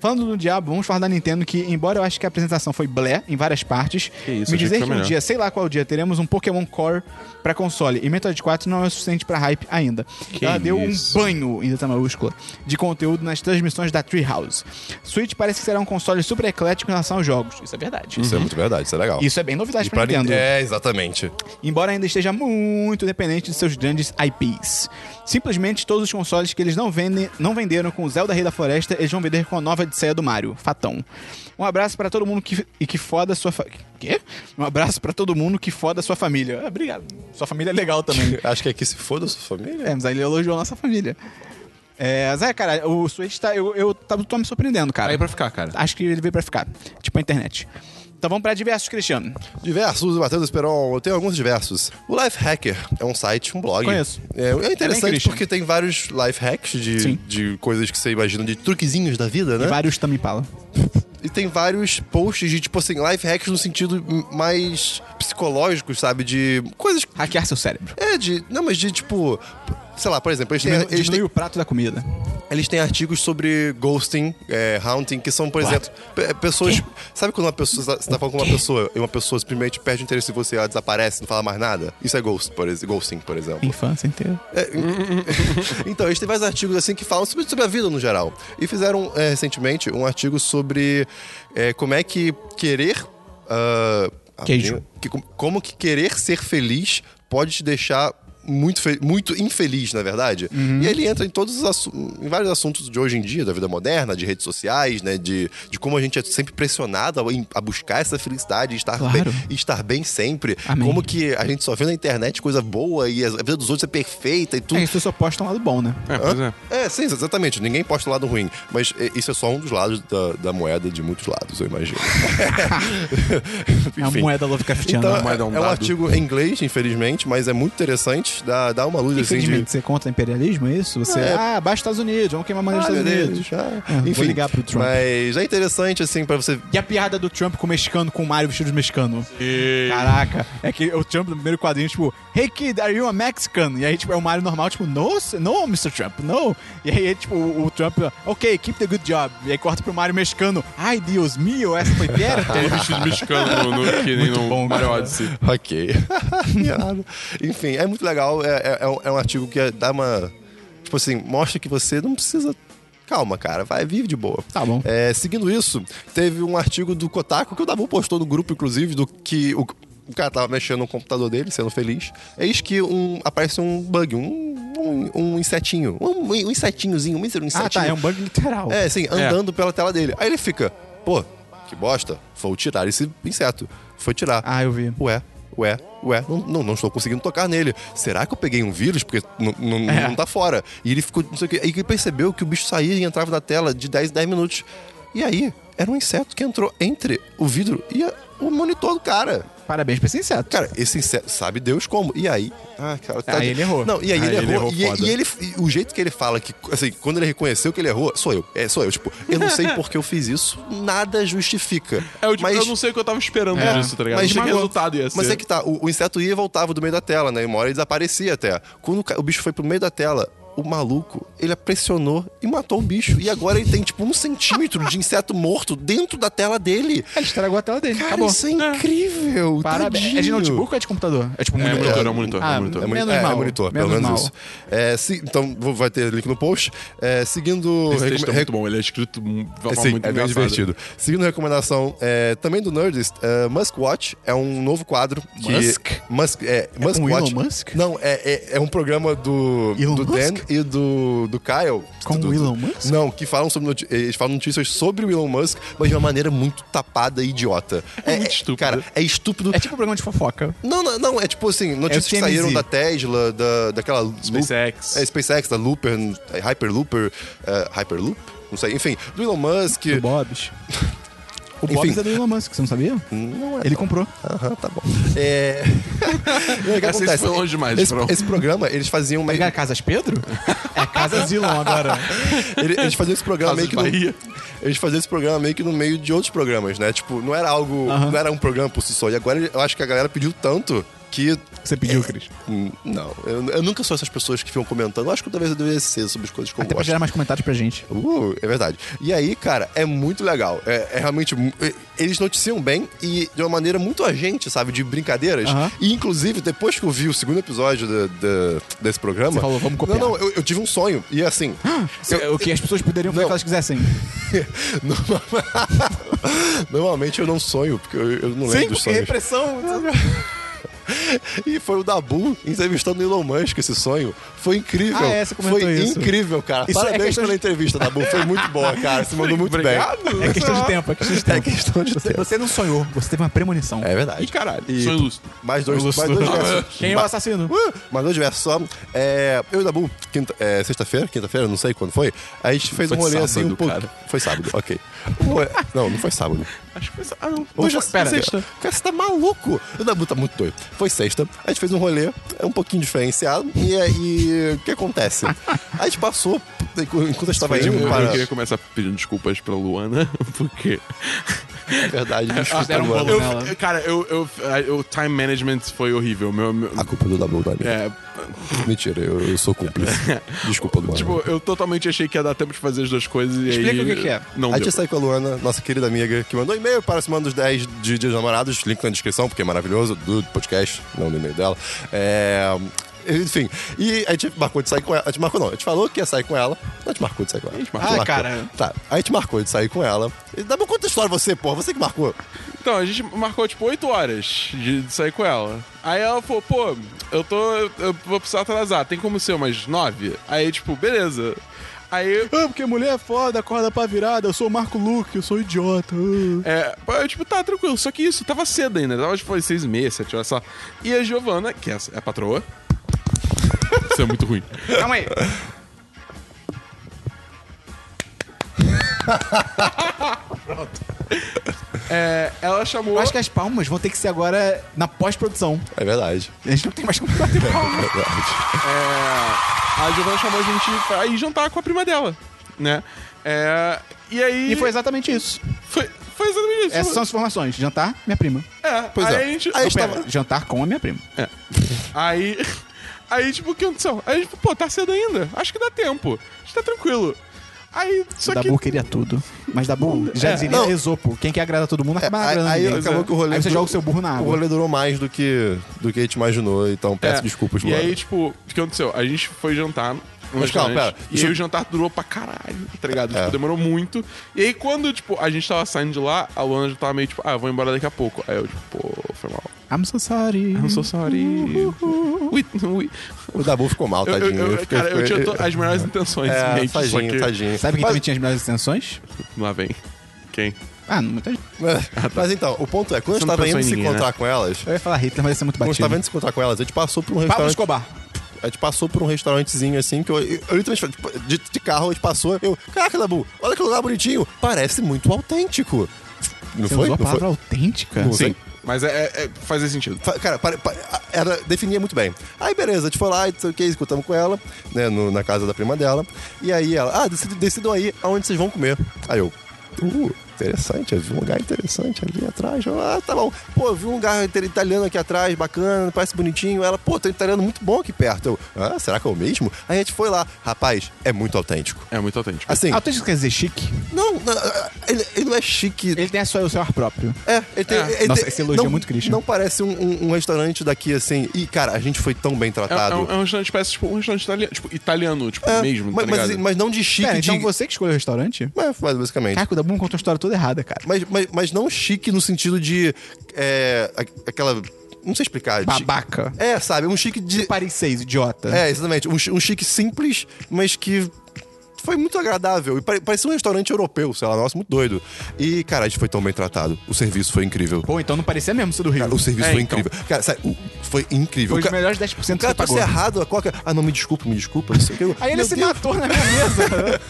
[SPEAKER 1] Falando do diabo, vamos falar da Nintendo que, embora eu acho que a apresentação foi blé em várias partes,
[SPEAKER 3] Que isso,
[SPEAKER 1] me
[SPEAKER 3] achei que
[SPEAKER 1] dizer
[SPEAKER 3] foi
[SPEAKER 1] que um
[SPEAKER 3] melhor.
[SPEAKER 1] dia, sei lá qual dia, teremos um Pokémon Core pra console e Metroid 4 não é o suficiente pra hype ainda. Ela deu
[SPEAKER 3] isso.
[SPEAKER 1] um banho, em letra maiúscula, de conteúdo nas transmissões da Treehouse. Switch parece que será um console super eclético em relação aos jogos. Isso é verdade.
[SPEAKER 2] Isso é muito verdade, isso é
[SPEAKER 3] Uhum.
[SPEAKER 2] legal.
[SPEAKER 1] Isso é bem novidade
[SPEAKER 2] E
[SPEAKER 1] pra,
[SPEAKER 2] pra
[SPEAKER 1] Nintendo.
[SPEAKER 2] Nintendo. É, exatamente.
[SPEAKER 1] embora ainda esteja muito dependente de seus grandes IPs. Simplesmente todos os consoles que eles não vendem, não venderam com o Zelda Rei da Floresta, eles vão vender com a nova Odisseia do Mario, Fatão. Um abraço pra todo mundo que e que foda sua fa... Quê? Um abraço pra todo mundo que foda sua família. Ah, obrigado. Sua família é legal também.
[SPEAKER 2] Acho que aqui se foda a sua família.
[SPEAKER 1] é, mas aí ele elogiou a nossa família. É, mas é, cara, o Switch tá eu, eu tá, tô me surpreendendo, cara.
[SPEAKER 3] Aí pra ficar, cara.
[SPEAKER 1] Acho que ele veio pra ficar, tipo a internet. Então vamos pra diversos, Cristiano.
[SPEAKER 2] Diversos, Matheus Esperon, eu tenho alguns diversos. O Life Hacker é um site, um blog.
[SPEAKER 1] Conheço.
[SPEAKER 2] É, é
[SPEAKER 1] É bem
[SPEAKER 2] interessante
[SPEAKER 1] Christian.
[SPEAKER 2] porque tem vários life hacks de,
[SPEAKER 1] Sim.
[SPEAKER 2] de coisas que você imagina, de truquezinhos da vida, né?
[SPEAKER 1] Vários também fala.
[SPEAKER 2] E tem vários posts de, tipo assim, life hacks no sentido mais psicológico, sabe? De coisas.
[SPEAKER 1] Hackear seu cérebro.
[SPEAKER 2] É, de. Não, mas de tipo. Sei lá, por exemplo, eles têm,
[SPEAKER 1] Diminu-
[SPEAKER 2] eles têm,
[SPEAKER 1] Diminuir o prato da comida.
[SPEAKER 2] eles têm artigos sobre ghosting, é, haunting, que são, por exemplo, pe- é, pessoas. Sabe quando uma pessoa. Você tá falando com uma pessoa e uma pessoa simplesmente perde o interesse em você, ela desaparece, não fala mais nada? Isso é ghost, por ex- ghosting, por exemplo.
[SPEAKER 1] Infância inteira.
[SPEAKER 2] Então, eles têm vários artigos assim que falam sobre, sobre a vida no geral. E fizeram é, recentemente um artigo sobre é, como é que querer. ah,
[SPEAKER 1] Queijo.
[SPEAKER 2] que- como que querer ser feliz pode te deixar. Muito, fe- muito infeliz, na verdade.
[SPEAKER 1] Uhum.
[SPEAKER 2] E ele entra em todos os assu- em vários assuntos de hoje em dia, da vida moderna, de redes sociais, né? De, de como a gente é sempre pressionado a, a buscar essa felicidade, estar,
[SPEAKER 1] Claro.
[SPEAKER 2] bem, estar bem sempre.
[SPEAKER 1] Amém.
[SPEAKER 2] Como que a gente só vê na internet coisa boa e a vida dos outros é perfeita e tudo.
[SPEAKER 1] É, isso só posta um lado bom, né?
[SPEAKER 3] É, pois é.
[SPEAKER 2] É, sim, exatamente. Ninguém posta o lado ruim. Mas é, isso é só um dos lados da, da moeda de muitos lados, eu imagino.
[SPEAKER 1] É uma
[SPEAKER 2] Enfim.
[SPEAKER 1] É moeda Lovecraftiana.
[SPEAKER 2] Então,
[SPEAKER 1] né?
[SPEAKER 3] moeda,
[SPEAKER 2] é
[SPEAKER 3] um
[SPEAKER 2] um
[SPEAKER 3] dado.
[SPEAKER 2] artigo em inglês, infelizmente, mas é muito interessante. Dá, dá uma luz assim de.
[SPEAKER 1] Infelizmente, você contra imperialismo, um é isso? Você,
[SPEAKER 2] É.
[SPEAKER 1] ah, baixa os Estados Unidos, vamos queimar a
[SPEAKER 2] Ah,
[SPEAKER 1] maneira dos
[SPEAKER 2] meu
[SPEAKER 1] Estados
[SPEAKER 2] Deus.
[SPEAKER 1] Unidos.
[SPEAKER 2] Ah,
[SPEAKER 1] É, vou
[SPEAKER 2] Enfim,
[SPEAKER 1] ligar pro Trump.
[SPEAKER 2] Mas é interessante, assim, pra você.
[SPEAKER 1] E a piada do Trump com o mexicano, com o Mario vestido de mexicano? Caraca, é que o Trump no primeiro quadrinho, tipo, Hey kid, are you a Mexican? E aí, tipo, é o Mario normal, tipo, no, s- no, Mr. Trump, no. E aí, tipo, o, o Trump, ok, keep the good job. E aí corta pro Mario mexicano, ai, Deus mío, essa foi tá,
[SPEAKER 3] Ele
[SPEAKER 1] perto.
[SPEAKER 3] vestido de mexicano no, no- que nem
[SPEAKER 1] Muito
[SPEAKER 3] no
[SPEAKER 1] bom,
[SPEAKER 3] Mario
[SPEAKER 1] cara.
[SPEAKER 3] Odyssey.
[SPEAKER 2] Ok. Irado. Enfim, é muito legal. É, é- é um, é um artigo que dá uma. Tipo assim, mostra que você não precisa. Calma, cara. Vai, vive de boa.
[SPEAKER 1] Tá bom.
[SPEAKER 2] É, seguindo isso, teve um artigo do Kotaku que o Dabu postou no grupo, inclusive, do que o, o cara tava mexendo no computador dele, sendo feliz. Eis que um, aparece um bug, um, um, um insetinho. Um, um insetinhozinho, um mísero
[SPEAKER 1] ah,
[SPEAKER 2] insetinho.
[SPEAKER 1] tá, é um bug literal.
[SPEAKER 2] É, assim, andando pela tela dele. Aí ele fica, pô, que bosta, vou tirar esse inseto. Foi tirar.
[SPEAKER 1] Ah, eu vi.
[SPEAKER 2] Ué, ué, ué, não, não, não estou conseguindo tocar nele. Será que eu peguei um vírus? Porque n- n-
[SPEAKER 1] É.
[SPEAKER 2] não tá fora. E ele ficou, não sei o quê. Aí ele percebeu que o bicho saía e entrava na tela de 10 em 10 minutos. E aí, era um inseto que entrou entre o vidro e a- o monitor do cara.
[SPEAKER 1] parabéns pra esse inseto.
[SPEAKER 2] Cara, esse inseto sabe Deus como. E aí? Ah, cara,
[SPEAKER 1] Aí ele errou.
[SPEAKER 2] Não, e aí,
[SPEAKER 1] Aí
[SPEAKER 2] ele,
[SPEAKER 1] ele
[SPEAKER 2] errou.
[SPEAKER 1] errou
[SPEAKER 2] e-
[SPEAKER 1] foda.
[SPEAKER 2] E, ele, e o jeito que ele fala que, assim, quando ele reconheceu que ele errou, sou eu. É, sou eu. Tipo, eu não sei porque eu fiz isso, nada justifica.
[SPEAKER 3] É, eu, tipo,
[SPEAKER 2] mas,
[SPEAKER 3] eu não sei o que eu tava esperando disso, tá ligado?
[SPEAKER 2] mas
[SPEAKER 3] Mas não sei que
[SPEAKER 2] chegou-
[SPEAKER 3] resultado ia ser.
[SPEAKER 2] Mas é que tá, o, o inseto ia e voltava do meio da tela, né? E uma hora ele desaparecia até. Quando o, ca- o bicho foi pro meio da tela, o maluco, ele pressionou e matou o bicho. E agora ele tem, tipo, um centímetro de inseto morto dentro da tela dele.
[SPEAKER 1] É, Ele estragou a tela dele.
[SPEAKER 2] Cara,
[SPEAKER 1] acabou.
[SPEAKER 2] isso é incrível.
[SPEAKER 1] Parabéns.
[SPEAKER 2] tadinho.
[SPEAKER 1] É de notebook ou é de computador? É tipo um
[SPEAKER 3] É,
[SPEAKER 1] monitor.
[SPEAKER 3] monitor, é um monitor, é um
[SPEAKER 1] Ah,
[SPEAKER 3] monitor.
[SPEAKER 2] É, moni-
[SPEAKER 1] Menos
[SPEAKER 2] é,
[SPEAKER 1] mal.
[SPEAKER 2] é monitor,
[SPEAKER 1] menos
[SPEAKER 2] pelo menos
[SPEAKER 1] mal.
[SPEAKER 2] isso. É, se- então, vou- vai ter link no post. É, seguindo.
[SPEAKER 3] Esse texto é
[SPEAKER 2] recome-
[SPEAKER 3] muito bom, ele é escrito de uma
[SPEAKER 2] é,
[SPEAKER 3] forma
[SPEAKER 2] sim,
[SPEAKER 3] muito
[SPEAKER 2] é bem
[SPEAKER 3] engraçada.
[SPEAKER 2] divertido. Seguindo a recomendação é, também do Nerdist, é, Musk Watch é um novo quadro que.
[SPEAKER 1] Musk?
[SPEAKER 2] Musk, é, Musk
[SPEAKER 1] com
[SPEAKER 2] Watch.
[SPEAKER 1] Elon Musk?
[SPEAKER 2] Não, é, é, é um programa do,
[SPEAKER 1] Elon
[SPEAKER 2] do Dan
[SPEAKER 1] Musk?
[SPEAKER 2] e do, do Kyle.
[SPEAKER 1] Com
[SPEAKER 2] do,
[SPEAKER 1] o Elon
[SPEAKER 2] do-
[SPEAKER 1] Musk?
[SPEAKER 2] Não, que falam sobre noti- eles falam notícias sobre o Elon Musk, mas de uma maneira muito tapada e idiota. É,
[SPEAKER 3] muito estúpido.
[SPEAKER 2] Cara, é estúpido.
[SPEAKER 1] É tipo um programa de fofoca.
[SPEAKER 2] Não, não, não, é tipo assim, notícias
[SPEAKER 1] É o TMZ.
[SPEAKER 2] que saíram da Tesla, da, daquela... Loop-
[SPEAKER 3] SpaceX.
[SPEAKER 2] é, SpaceX, da Looper, é, Hyperlooper, é, Hyperloop? Não sei, enfim, do Elon Musk.
[SPEAKER 1] Do Bob's. O
[SPEAKER 2] Enfim.
[SPEAKER 1] Bob's é do Elon Musk, você não sabia?
[SPEAKER 2] Não é.
[SPEAKER 1] Ele comprou.
[SPEAKER 2] Aham, tá bom. É... Não, o que
[SPEAKER 3] Essa
[SPEAKER 2] acontece?
[SPEAKER 3] foi longe demais,
[SPEAKER 2] esse,
[SPEAKER 3] Bruno.
[SPEAKER 2] esse programa, eles faziam meio...
[SPEAKER 1] Pegar Casas Pedro? É Casas Elon agora.
[SPEAKER 2] Ele- Eles faziam esse programa meio
[SPEAKER 3] Casas
[SPEAKER 2] que no,
[SPEAKER 3] Bahia.
[SPEAKER 2] Eles faziam esse programa meio que no meio de outros programas, né? Tipo, não era algo. Não era um programa por si só. E agora eu acho que a galera pediu tanto que.
[SPEAKER 1] Você pediu, Cris?
[SPEAKER 2] Hum, Não. Eu, eu nunca sou essas pessoas que ficam comentando. Eu acho que talvez eu deveria ser sobre as coisas que eu
[SPEAKER 1] Até pra
[SPEAKER 2] gosto.
[SPEAKER 1] gerar mais comentários pra gente.
[SPEAKER 2] Uh, é verdade. E aí, cara, é muito legal. É, é realmente. mu- e- Eles noticiam bem e de uma maneira muito agente, sabe? De brincadeiras.
[SPEAKER 1] Aham.
[SPEAKER 2] E, inclusive, depois que eu vi o segundo episódio da- da- desse programa.
[SPEAKER 1] Você falou, "Vamos copiar."
[SPEAKER 2] Não, não, eu, eu tive um sonho. E assim.
[SPEAKER 1] o que as pessoas poderiam fazer
[SPEAKER 2] Não.
[SPEAKER 1] o que elas quisessem.
[SPEAKER 2] Norma- Normalmente eu não sonho, porque eu, eu não lembro dos sonhos.
[SPEAKER 1] é repressão.
[SPEAKER 2] E foi o Dabu entrevistando o Elon Musk esse sonho. Foi incrível.
[SPEAKER 1] Ah, é, você comentou
[SPEAKER 2] foi
[SPEAKER 1] isso.
[SPEAKER 2] incrível, cara.
[SPEAKER 1] Isso é
[SPEAKER 2] Parabéns
[SPEAKER 1] questão
[SPEAKER 2] pela
[SPEAKER 1] de-
[SPEAKER 2] entrevista, Dabu. Foi muito boa, cara. Você mandou muito
[SPEAKER 3] Obrigado.
[SPEAKER 2] bem.
[SPEAKER 1] É questão de tempo, é questão de tempo.
[SPEAKER 2] É questão de
[SPEAKER 1] Você,
[SPEAKER 2] tempo.
[SPEAKER 1] você não sonhou, você teve uma premonição.
[SPEAKER 2] É verdade.
[SPEAKER 3] Ih, caralho.
[SPEAKER 2] E-
[SPEAKER 3] Sonho lúcido.
[SPEAKER 2] Mais dois, mais
[SPEAKER 1] Lúcido.
[SPEAKER 2] dois versos.
[SPEAKER 1] Quem é o assassino?
[SPEAKER 2] Uh, mais dois versos só. É, eu e o Dabu, quinta- é, sexta-feira, quinta-feira, não sei quando foi, a gente fez
[SPEAKER 3] Foi
[SPEAKER 2] um rolê
[SPEAKER 3] sábado,
[SPEAKER 2] assim um pouco.
[SPEAKER 3] cara.
[SPEAKER 2] Foi sábado, ok. Um rolê- Não, não foi sábado.
[SPEAKER 3] Acho que foi. Ah, não.
[SPEAKER 2] Hoje é
[SPEAKER 3] Não, pera.
[SPEAKER 2] sexta. Cara, você tá maluco? O Dabu tá muito doido. Foi sexta, a gente fez um rolê, é um pouquinho diferenciado, e aí o que acontece? A gente passou, enquanto a gente tava
[SPEAKER 3] Eu,
[SPEAKER 2] indo
[SPEAKER 3] tipo, eu
[SPEAKER 2] para...
[SPEAKER 3] queria começar pedindo desculpas pra Luana, porque.
[SPEAKER 2] É verdade,
[SPEAKER 3] Ah,
[SPEAKER 2] desculpa,
[SPEAKER 1] deram um
[SPEAKER 2] Luana.
[SPEAKER 1] bolo.
[SPEAKER 3] eu-
[SPEAKER 1] nela.
[SPEAKER 3] cara, eu, eu, eu- O time management foi horrível. Meu, meu-
[SPEAKER 2] A culpa do Dabu, Dani.
[SPEAKER 3] é,
[SPEAKER 2] Mentira, eu, eu sou cúmplice. Desculpa, Luana.
[SPEAKER 3] tipo, eu totalmente achei que ia dar tempo de fazer as duas coisas e
[SPEAKER 1] Explica
[SPEAKER 3] aí.
[SPEAKER 1] o que que é.
[SPEAKER 3] Não
[SPEAKER 2] a
[SPEAKER 3] deu.
[SPEAKER 2] gente sai com a Luana, nossa querida amiga, que mandou e-mail para a Semana dos 10 de Dias dos Namorados, link na descrição, porque é maravilhoso, do podcast, não do e-mail dela. É, Enfim, e a gente marcou de sair com ela. A gente marcou, não, a gente falou que ia sair com ela. Não, a gente marcou de sair com ela. A gente
[SPEAKER 3] marcou.
[SPEAKER 1] Ah, cara.
[SPEAKER 2] Tá, a gente marcou de sair com ela. E Dá pra conta a história você, porra, você que marcou.
[SPEAKER 3] Então, a gente marcou tipo 8 horas de de sair com ela. Aí ela falou, pô, eu tô. Eu vou precisar atrasar, tem como ser umas 9? Aí, tipo, beleza. Aí
[SPEAKER 1] Ah, porque mulher é foda, acorda pra virada, eu sou o Marco Luque, eu sou um idiota. ah.
[SPEAKER 3] É, pô, eu, tipo, tá, tranquilo. Só que isso, tava cedo ainda. Tava, tipo, às seis e meia, sete horas só. E a Giovana, que é a- é a patroa... isso é muito ruim.
[SPEAKER 1] Calma aí.
[SPEAKER 3] É, ela chamou...
[SPEAKER 1] Eu acho que as palmas vão ter que ser agora na pós-produção.
[SPEAKER 2] É verdade.
[SPEAKER 1] A gente não tem mais como bater palma.
[SPEAKER 2] É verdade.
[SPEAKER 3] é, a Giovana chamou a gente pra ir jantar com a prima dela, né? É, e aí...
[SPEAKER 1] E foi exatamente isso.
[SPEAKER 3] Foi, foi exatamente
[SPEAKER 2] É
[SPEAKER 3] isso.
[SPEAKER 1] Essas são as informações. Jantar, minha prima. Então,
[SPEAKER 3] É,
[SPEAKER 2] Pois
[SPEAKER 3] aí
[SPEAKER 2] é.
[SPEAKER 3] a gente...
[SPEAKER 2] Aí a gente
[SPEAKER 1] Pera,
[SPEAKER 2] tava-
[SPEAKER 1] jantar com a minha prima.
[SPEAKER 3] Aí. Aí, tipo, o que aconteceu? Aí, tipo, pô, tá cedo ainda. Acho que dá tempo. A gente tá tranquilo. Aí, só
[SPEAKER 1] o Dabu
[SPEAKER 3] que.
[SPEAKER 1] queria tudo. Mas Dabu já
[SPEAKER 3] É,
[SPEAKER 1] dizia
[SPEAKER 2] não. É,
[SPEAKER 1] Esopo. Quem quer agradar todo mundo acaba
[SPEAKER 2] aí
[SPEAKER 1] agradando
[SPEAKER 2] aí
[SPEAKER 1] ninguém.
[SPEAKER 2] acabou que o rolê.
[SPEAKER 1] Aí você
[SPEAKER 2] du-
[SPEAKER 1] joga o seu burro na
[SPEAKER 2] O
[SPEAKER 1] água.
[SPEAKER 2] rolê durou mais do que, do que a gente imaginou, então peço
[SPEAKER 3] É.
[SPEAKER 2] desculpas,
[SPEAKER 3] E
[SPEAKER 2] Luana.
[SPEAKER 3] aí, tipo, o que aconteceu? A gente foi jantar. no
[SPEAKER 2] Mas calma,
[SPEAKER 3] restaurante,
[SPEAKER 2] pera.
[SPEAKER 3] E
[SPEAKER 2] Isso-
[SPEAKER 3] aí o jantar durou pra caralho, tá ligado?
[SPEAKER 2] É.
[SPEAKER 3] Tipo, demorou muito. E aí, quando, tipo, a gente tava saindo de lá, a Luana já tava meio tipo, ah, eu vou embora daqui a pouco. Aí eu, tipo, pô, foi mal.
[SPEAKER 1] I'm so sorry.
[SPEAKER 3] I'm so sorry. Ui, ui.
[SPEAKER 2] O Dabu ficou mal,
[SPEAKER 3] Eu,
[SPEAKER 2] Uhum. tadinho.
[SPEAKER 3] eu- eu-
[SPEAKER 2] fiquei-
[SPEAKER 3] cara, eu tinha to-
[SPEAKER 2] eu-
[SPEAKER 3] as melhores intenções em
[SPEAKER 2] É,
[SPEAKER 3] mente, só
[SPEAKER 2] tadinho,
[SPEAKER 3] que...
[SPEAKER 2] tadinho.
[SPEAKER 1] Sabe quem
[SPEAKER 2] Mas-
[SPEAKER 1] também tinha as melhores intenções?
[SPEAKER 3] Lá vem. Quem?
[SPEAKER 1] Ah, não, muita gente.
[SPEAKER 2] Mas então, o ponto é, quando a gente
[SPEAKER 3] Ah, tá. Você não
[SPEAKER 2] tava
[SPEAKER 3] pensou
[SPEAKER 2] indo
[SPEAKER 3] em
[SPEAKER 2] se
[SPEAKER 3] ninguém, né?
[SPEAKER 2] encontrar com elas,
[SPEAKER 1] Eu ia falar Hitler, mas ia ser muito
[SPEAKER 2] quando a gente
[SPEAKER 1] batido.
[SPEAKER 2] tava indo se encontrar com elas, a gente passou por um
[SPEAKER 1] Pablo
[SPEAKER 2] restaurante.
[SPEAKER 1] Escobar.
[SPEAKER 2] A gente passou por um restaurantezinho assim, que eu, eu, eu literalmente falei, tipo, de, de carro, a gente passou, eu, caraca, Dabu, olha que lugar bonitinho, parece muito autêntico. Não
[SPEAKER 1] Você usou
[SPEAKER 2] foi?
[SPEAKER 1] a
[SPEAKER 2] Não
[SPEAKER 1] palavra
[SPEAKER 2] foi?
[SPEAKER 1] autêntica?
[SPEAKER 2] Não sei.
[SPEAKER 3] Mas é, é- é- fazer sentido.
[SPEAKER 2] Fa- Cara, pare- pa- era, definia muito bem. Aí, beleza, a gente foi lá, não sei o que, escutamos com ela, né, no- na casa da prima dela. E aí ela, ah, decidam, decidam aí aonde vocês vão comer. Aí eu, uh, interessante, eu vi um lugar interessante ali atrás. Eu, ah, tá bom. Pô, eu vi um lugar inter- italiano aqui atrás, bacana, parece bonitinho. Ela, pô, tem um italiano muito bom aqui perto. Eu, ah, será que é o mesmo? Aí a gente foi lá. Rapaz, é muito autêntico.
[SPEAKER 3] É muito autêntico.
[SPEAKER 2] Assim,
[SPEAKER 1] Autêntico quer dizer chique?
[SPEAKER 2] não, não, ele, ele não é chique.
[SPEAKER 1] Ele tem só o seu ar próprio.
[SPEAKER 2] É, ele
[SPEAKER 3] Ah.
[SPEAKER 2] tem. ele
[SPEAKER 1] Nossa,
[SPEAKER 2] tem-
[SPEAKER 1] esse elogio
[SPEAKER 2] não-
[SPEAKER 1] é muito Christian.
[SPEAKER 2] Não parece um, um- um restaurante daqui assim. E, cara, a gente foi tão bem
[SPEAKER 3] É, é
[SPEAKER 2] tratado.
[SPEAKER 3] um, é um restaurante, parece tipo um restaurante italiano, tipo, italiano, tipo,
[SPEAKER 2] É,
[SPEAKER 3] mesmo,
[SPEAKER 2] mas,
[SPEAKER 3] tá
[SPEAKER 2] mas-
[SPEAKER 3] ligado?
[SPEAKER 2] mas não de chique
[SPEAKER 1] Pera,
[SPEAKER 2] de.
[SPEAKER 1] então você Tá. que escolheu o restaurante?
[SPEAKER 2] É, mas basicamente.
[SPEAKER 1] Caraca, o Dabu me contou a história toda errada, cara.
[SPEAKER 2] Mas, mas, mas não chique no sentido de. É, a- aquela. Não sei explicar. chi-
[SPEAKER 1] Babaca.
[SPEAKER 2] É, sabe? Um chique de.
[SPEAKER 1] Paris 6, idiota.
[SPEAKER 2] É, exatamente. Um, chi- um chique simples, mas que. Foi muito agradável. E pare- parecia um restaurante europeu, sei lá, nossa, muito doido. E, cara, a gente foi tão bem tratado. O serviço foi incrível.
[SPEAKER 1] Pô, então não parecia mesmo ser do Rio.
[SPEAKER 2] Cara, o serviço
[SPEAKER 3] É,
[SPEAKER 2] foi
[SPEAKER 3] então.
[SPEAKER 2] incrível. Cara, sabe, o- foi incrível.
[SPEAKER 1] Foi os
[SPEAKER 2] O ca-
[SPEAKER 1] melhores 10%
[SPEAKER 2] O
[SPEAKER 1] que você
[SPEAKER 2] cara
[SPEAKER 1] pagou.
[SPEAKER 2] passou errado a coca. Ah, não, me desculpa, me desculpa. Não sei o que. Eu-
[SPEAKER 1] Aí ele
[SPEAKER 2] Meu
[SPEAKER 1] se
[SPEAKER 2] Deus,
[SPEAKER 1] matou na minha mesa.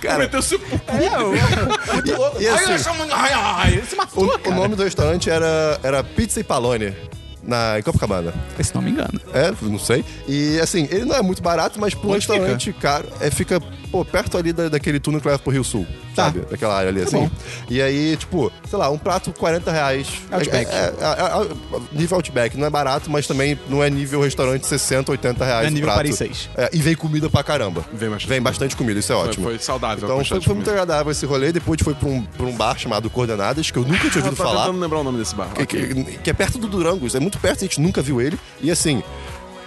[SPEAKER 2] cara.
[SPEAKER 3] Meteu-se pro cu.
[SPEAKER 1] é,
[SPEAKER 2] E, e assim,
[SPEAKER 3] Ai, ai,
[SPEAKER 1] ele se matou,
[SPEAKER 2] o, o
[SPEAKER 1] cara.
[SPEAKER 2] nome do restaurante era, era Pizza e Palone. Na em Copacabana.
[SPEAKER 1] Se não me engano.
[SPEAKER 2] É, não sei. E assim, ele não é muito barato, mas pro um
[SPEAKER 1] Onde fica?
[SPEAKER 2] restaurante caro, é, fica pô, perto ali da- daquele túnel que leva pro Rio Sul.
[SPEAKER 1] Tá.
[SPEAKER 2] Sabe? Daquela área ali, assim.
[SPEAKER 1] bom.
[SPEAKER 2] E aí, tipo, sei lá, um prato 40 reais.
[SPEAKER 1] Outback.
[SPEAKER 2] É, é, é, é, nível outback, não é barato, mas também não é nível restaurante 60, 80 reais.
[SPEAKER 1] É
[SPEAKER 2] o
[SPEAKER 1] nível
[SPEAKER 2] prato.
[SPEAKER 1] Paris 6.
[SPEAKER 2] É, e vem comida pra caramba.
[SPEAKER 3] Vem bastante
[SPEAKER 2] Vem bastante comida, isso é ótimo.
[SPEAKER 3] foi saudável, tipo,
[SPEAKER 2] Então foi,
[SPEAKER 3] bastante
[SPEAKER 2] foi muito
[SPEAKER 3] comida.
[SPEAKER 2] agradável esse rolê. Depois a gente foi pra um, pra um bar chamado Coordenadas, que eu nunca tinha
[SPEAKER 3] Eu
[SPEAKER 2] ouvido
[SPEAKER 3] tô
[SPEAKER 2] falar.
[SPEAKER 3] tentando lembrar o nome desse bar.
[SPEAKER 2] Que, que- que é perto do Durangos, é muito perto, a gente nunca viu ele. E assim,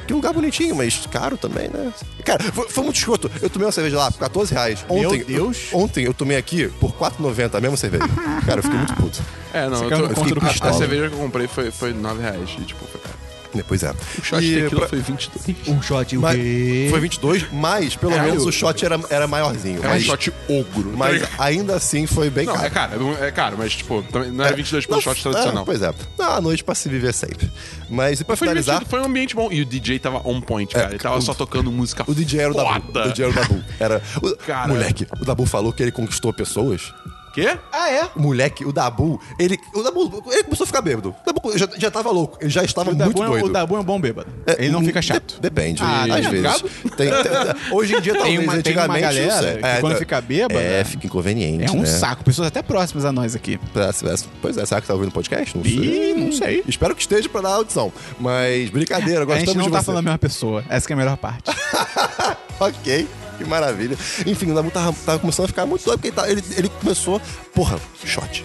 [SPEAKER 2] que lugar bonitinho, mas caro também, né? Cara, foi, foi muito escroto. Eu tomei uma cerveja lá por 14 reais. Ontem,
[SPEAKER 1] Meu Deus.
[SPEAKER 2] eu- ontem eu tomei aqui por 4,90 a mesma cerveja. Cara, eu fiquei muito puto.
[SPEAKER 3] É, não, eu
[SPEAKER 1] caiu
[SPEAKER 3] tô,
[SPEAKER 1] no
[SPEAKER 3] eu
[SPEAKER 1] conto
[SPEAKER 3] fiquei-
[SPEAKER 1] do
[SPEAKER 3] a- a,
[SPEAKER 1] pistola.
[SPEAKER 3] cerveja que eu comprei foi, foi 9 reais. E, tipo, foi caro.
[SPEAKER 2] Né, Pois é.
[SPEAKER 3] O shot
[SPEAKER 2] E
[SPEAKER 3] de tequila
[SPEAKER 2] pra-
[SPEAKER 3] foi 22.
[SPEAKER 1] Um shot e o
[SPEAKER 2] mas-
[SPEAKER 1] quê?
[SPEAKER 2] Foi 22, mas pelo
[SPEAKER 3] Caralho.
[SPEAKER 2] menos o shot era, era maiorzinho.
[SPEAKER 3] É um
[SPEAKER 2] mas,
[SPEAKER 3] shot ogro.
[SPEAKER 2] mas
[SPEAKER 3] tá ligado?
[SPEAKER 2] ainda assim foi bem
[SPEAKER 3] Não,
[SPEAKER 2] caro.
[SPEAKER 3] é caro, é caro, mas, tipo, também não é 22 pro
[SPEAKER 2] Não,
[SPEAKER 3] shot
[SPEAKER 2] é,
[SPEAKER 3] tradicional.
[SPEAKER 2] pois é. Não, a noite pra se viver sempre. Mas e pra
[SPEAKER 3] Foi
[SPEAKER 2] finalizar, É,
[SPEAKER 3] divertido, foi um ambiente bom. E o DJ tava on point, cara. Ele tava
[SPEAKER 2] o-
[SPEAKER 3] só tocando música
[SPEAKER 2] O DJ era o Dabu.
[SPEAKER 3] foda.
[SPEAKER 2] O DJ era o Dabu. Era. O,
[SPEAKER 3] Cara.
[SPEAKER 2] Moleque, o Dabu falou que ele conquistou pessoas.
[SPEAKER 3] Quê?
[SPEAKER 1] Ah, é?
[SPEAKER 2] Moleque, o Dabu, ele. O Dabu, ele começou a ficar bêbado. O Dabu já, já tava louco, ele já estava
[SPEAKER 1] O
[SPEAKER 2] muito
[SPEAKER 1] Dabu, é,
[SPEAKER 2] doido.
[SPEAKER 1] o Dabu é um bom bêbado.
[SPEAKER 2] É,
[SPEAKER 1] ele não
[SPEAKER 2] hum,
[SPEAKER 1] fica chato.
[SPEAKER 2] de- depende,
[SPEAKER 1] Ah, tá
[SPEAKER 2] às vezes.
[SPEAKER 1] ligado?
[SPEAKER 2] Tem- tem- hoje em dia, talvez,
[SPEAKER 1] uma- tem uma
[SPEAKER 2] antigamente.
[SPEAKER 1] galera
[SPEAKER 2] isso é-
[SPEAKER 1] que quando fica bêbada,
[SPEAKER 2] É, fica inconveniente.
[SPEAKER 1] É um
[SPEAKER 2] né?
[SPEAKER 1] saco. Pessoas até próximas a nós aqui.
[SPEAKER 2] Parece- parece- Pois é, será que tá ouvindo o podcast? Não
[SPEAKER 1] Ih,
[SPEAKER 2] sei.
[SPEAKER 1] não sei.
[SPEAKER 2] Espero que esteja pra dar audição. Mas, brincadeira,
[SPEAKER 1] A gente
[SPEAKER 2] gostamos
[SPEAKER 1] não
[SPEAKER 2] de
[SPEAKER 1] tá
[SPEAKER 2] você.
[SPEAKER 1] falando a mesma pessoa. Essa que é a melhor parte.
[SPEAKER 2] Ok, que maravilha. Enfim, o Dabu tava, tava começando a ficar muito doido, porque ele, tá- ele, ele começou. Porra, shot,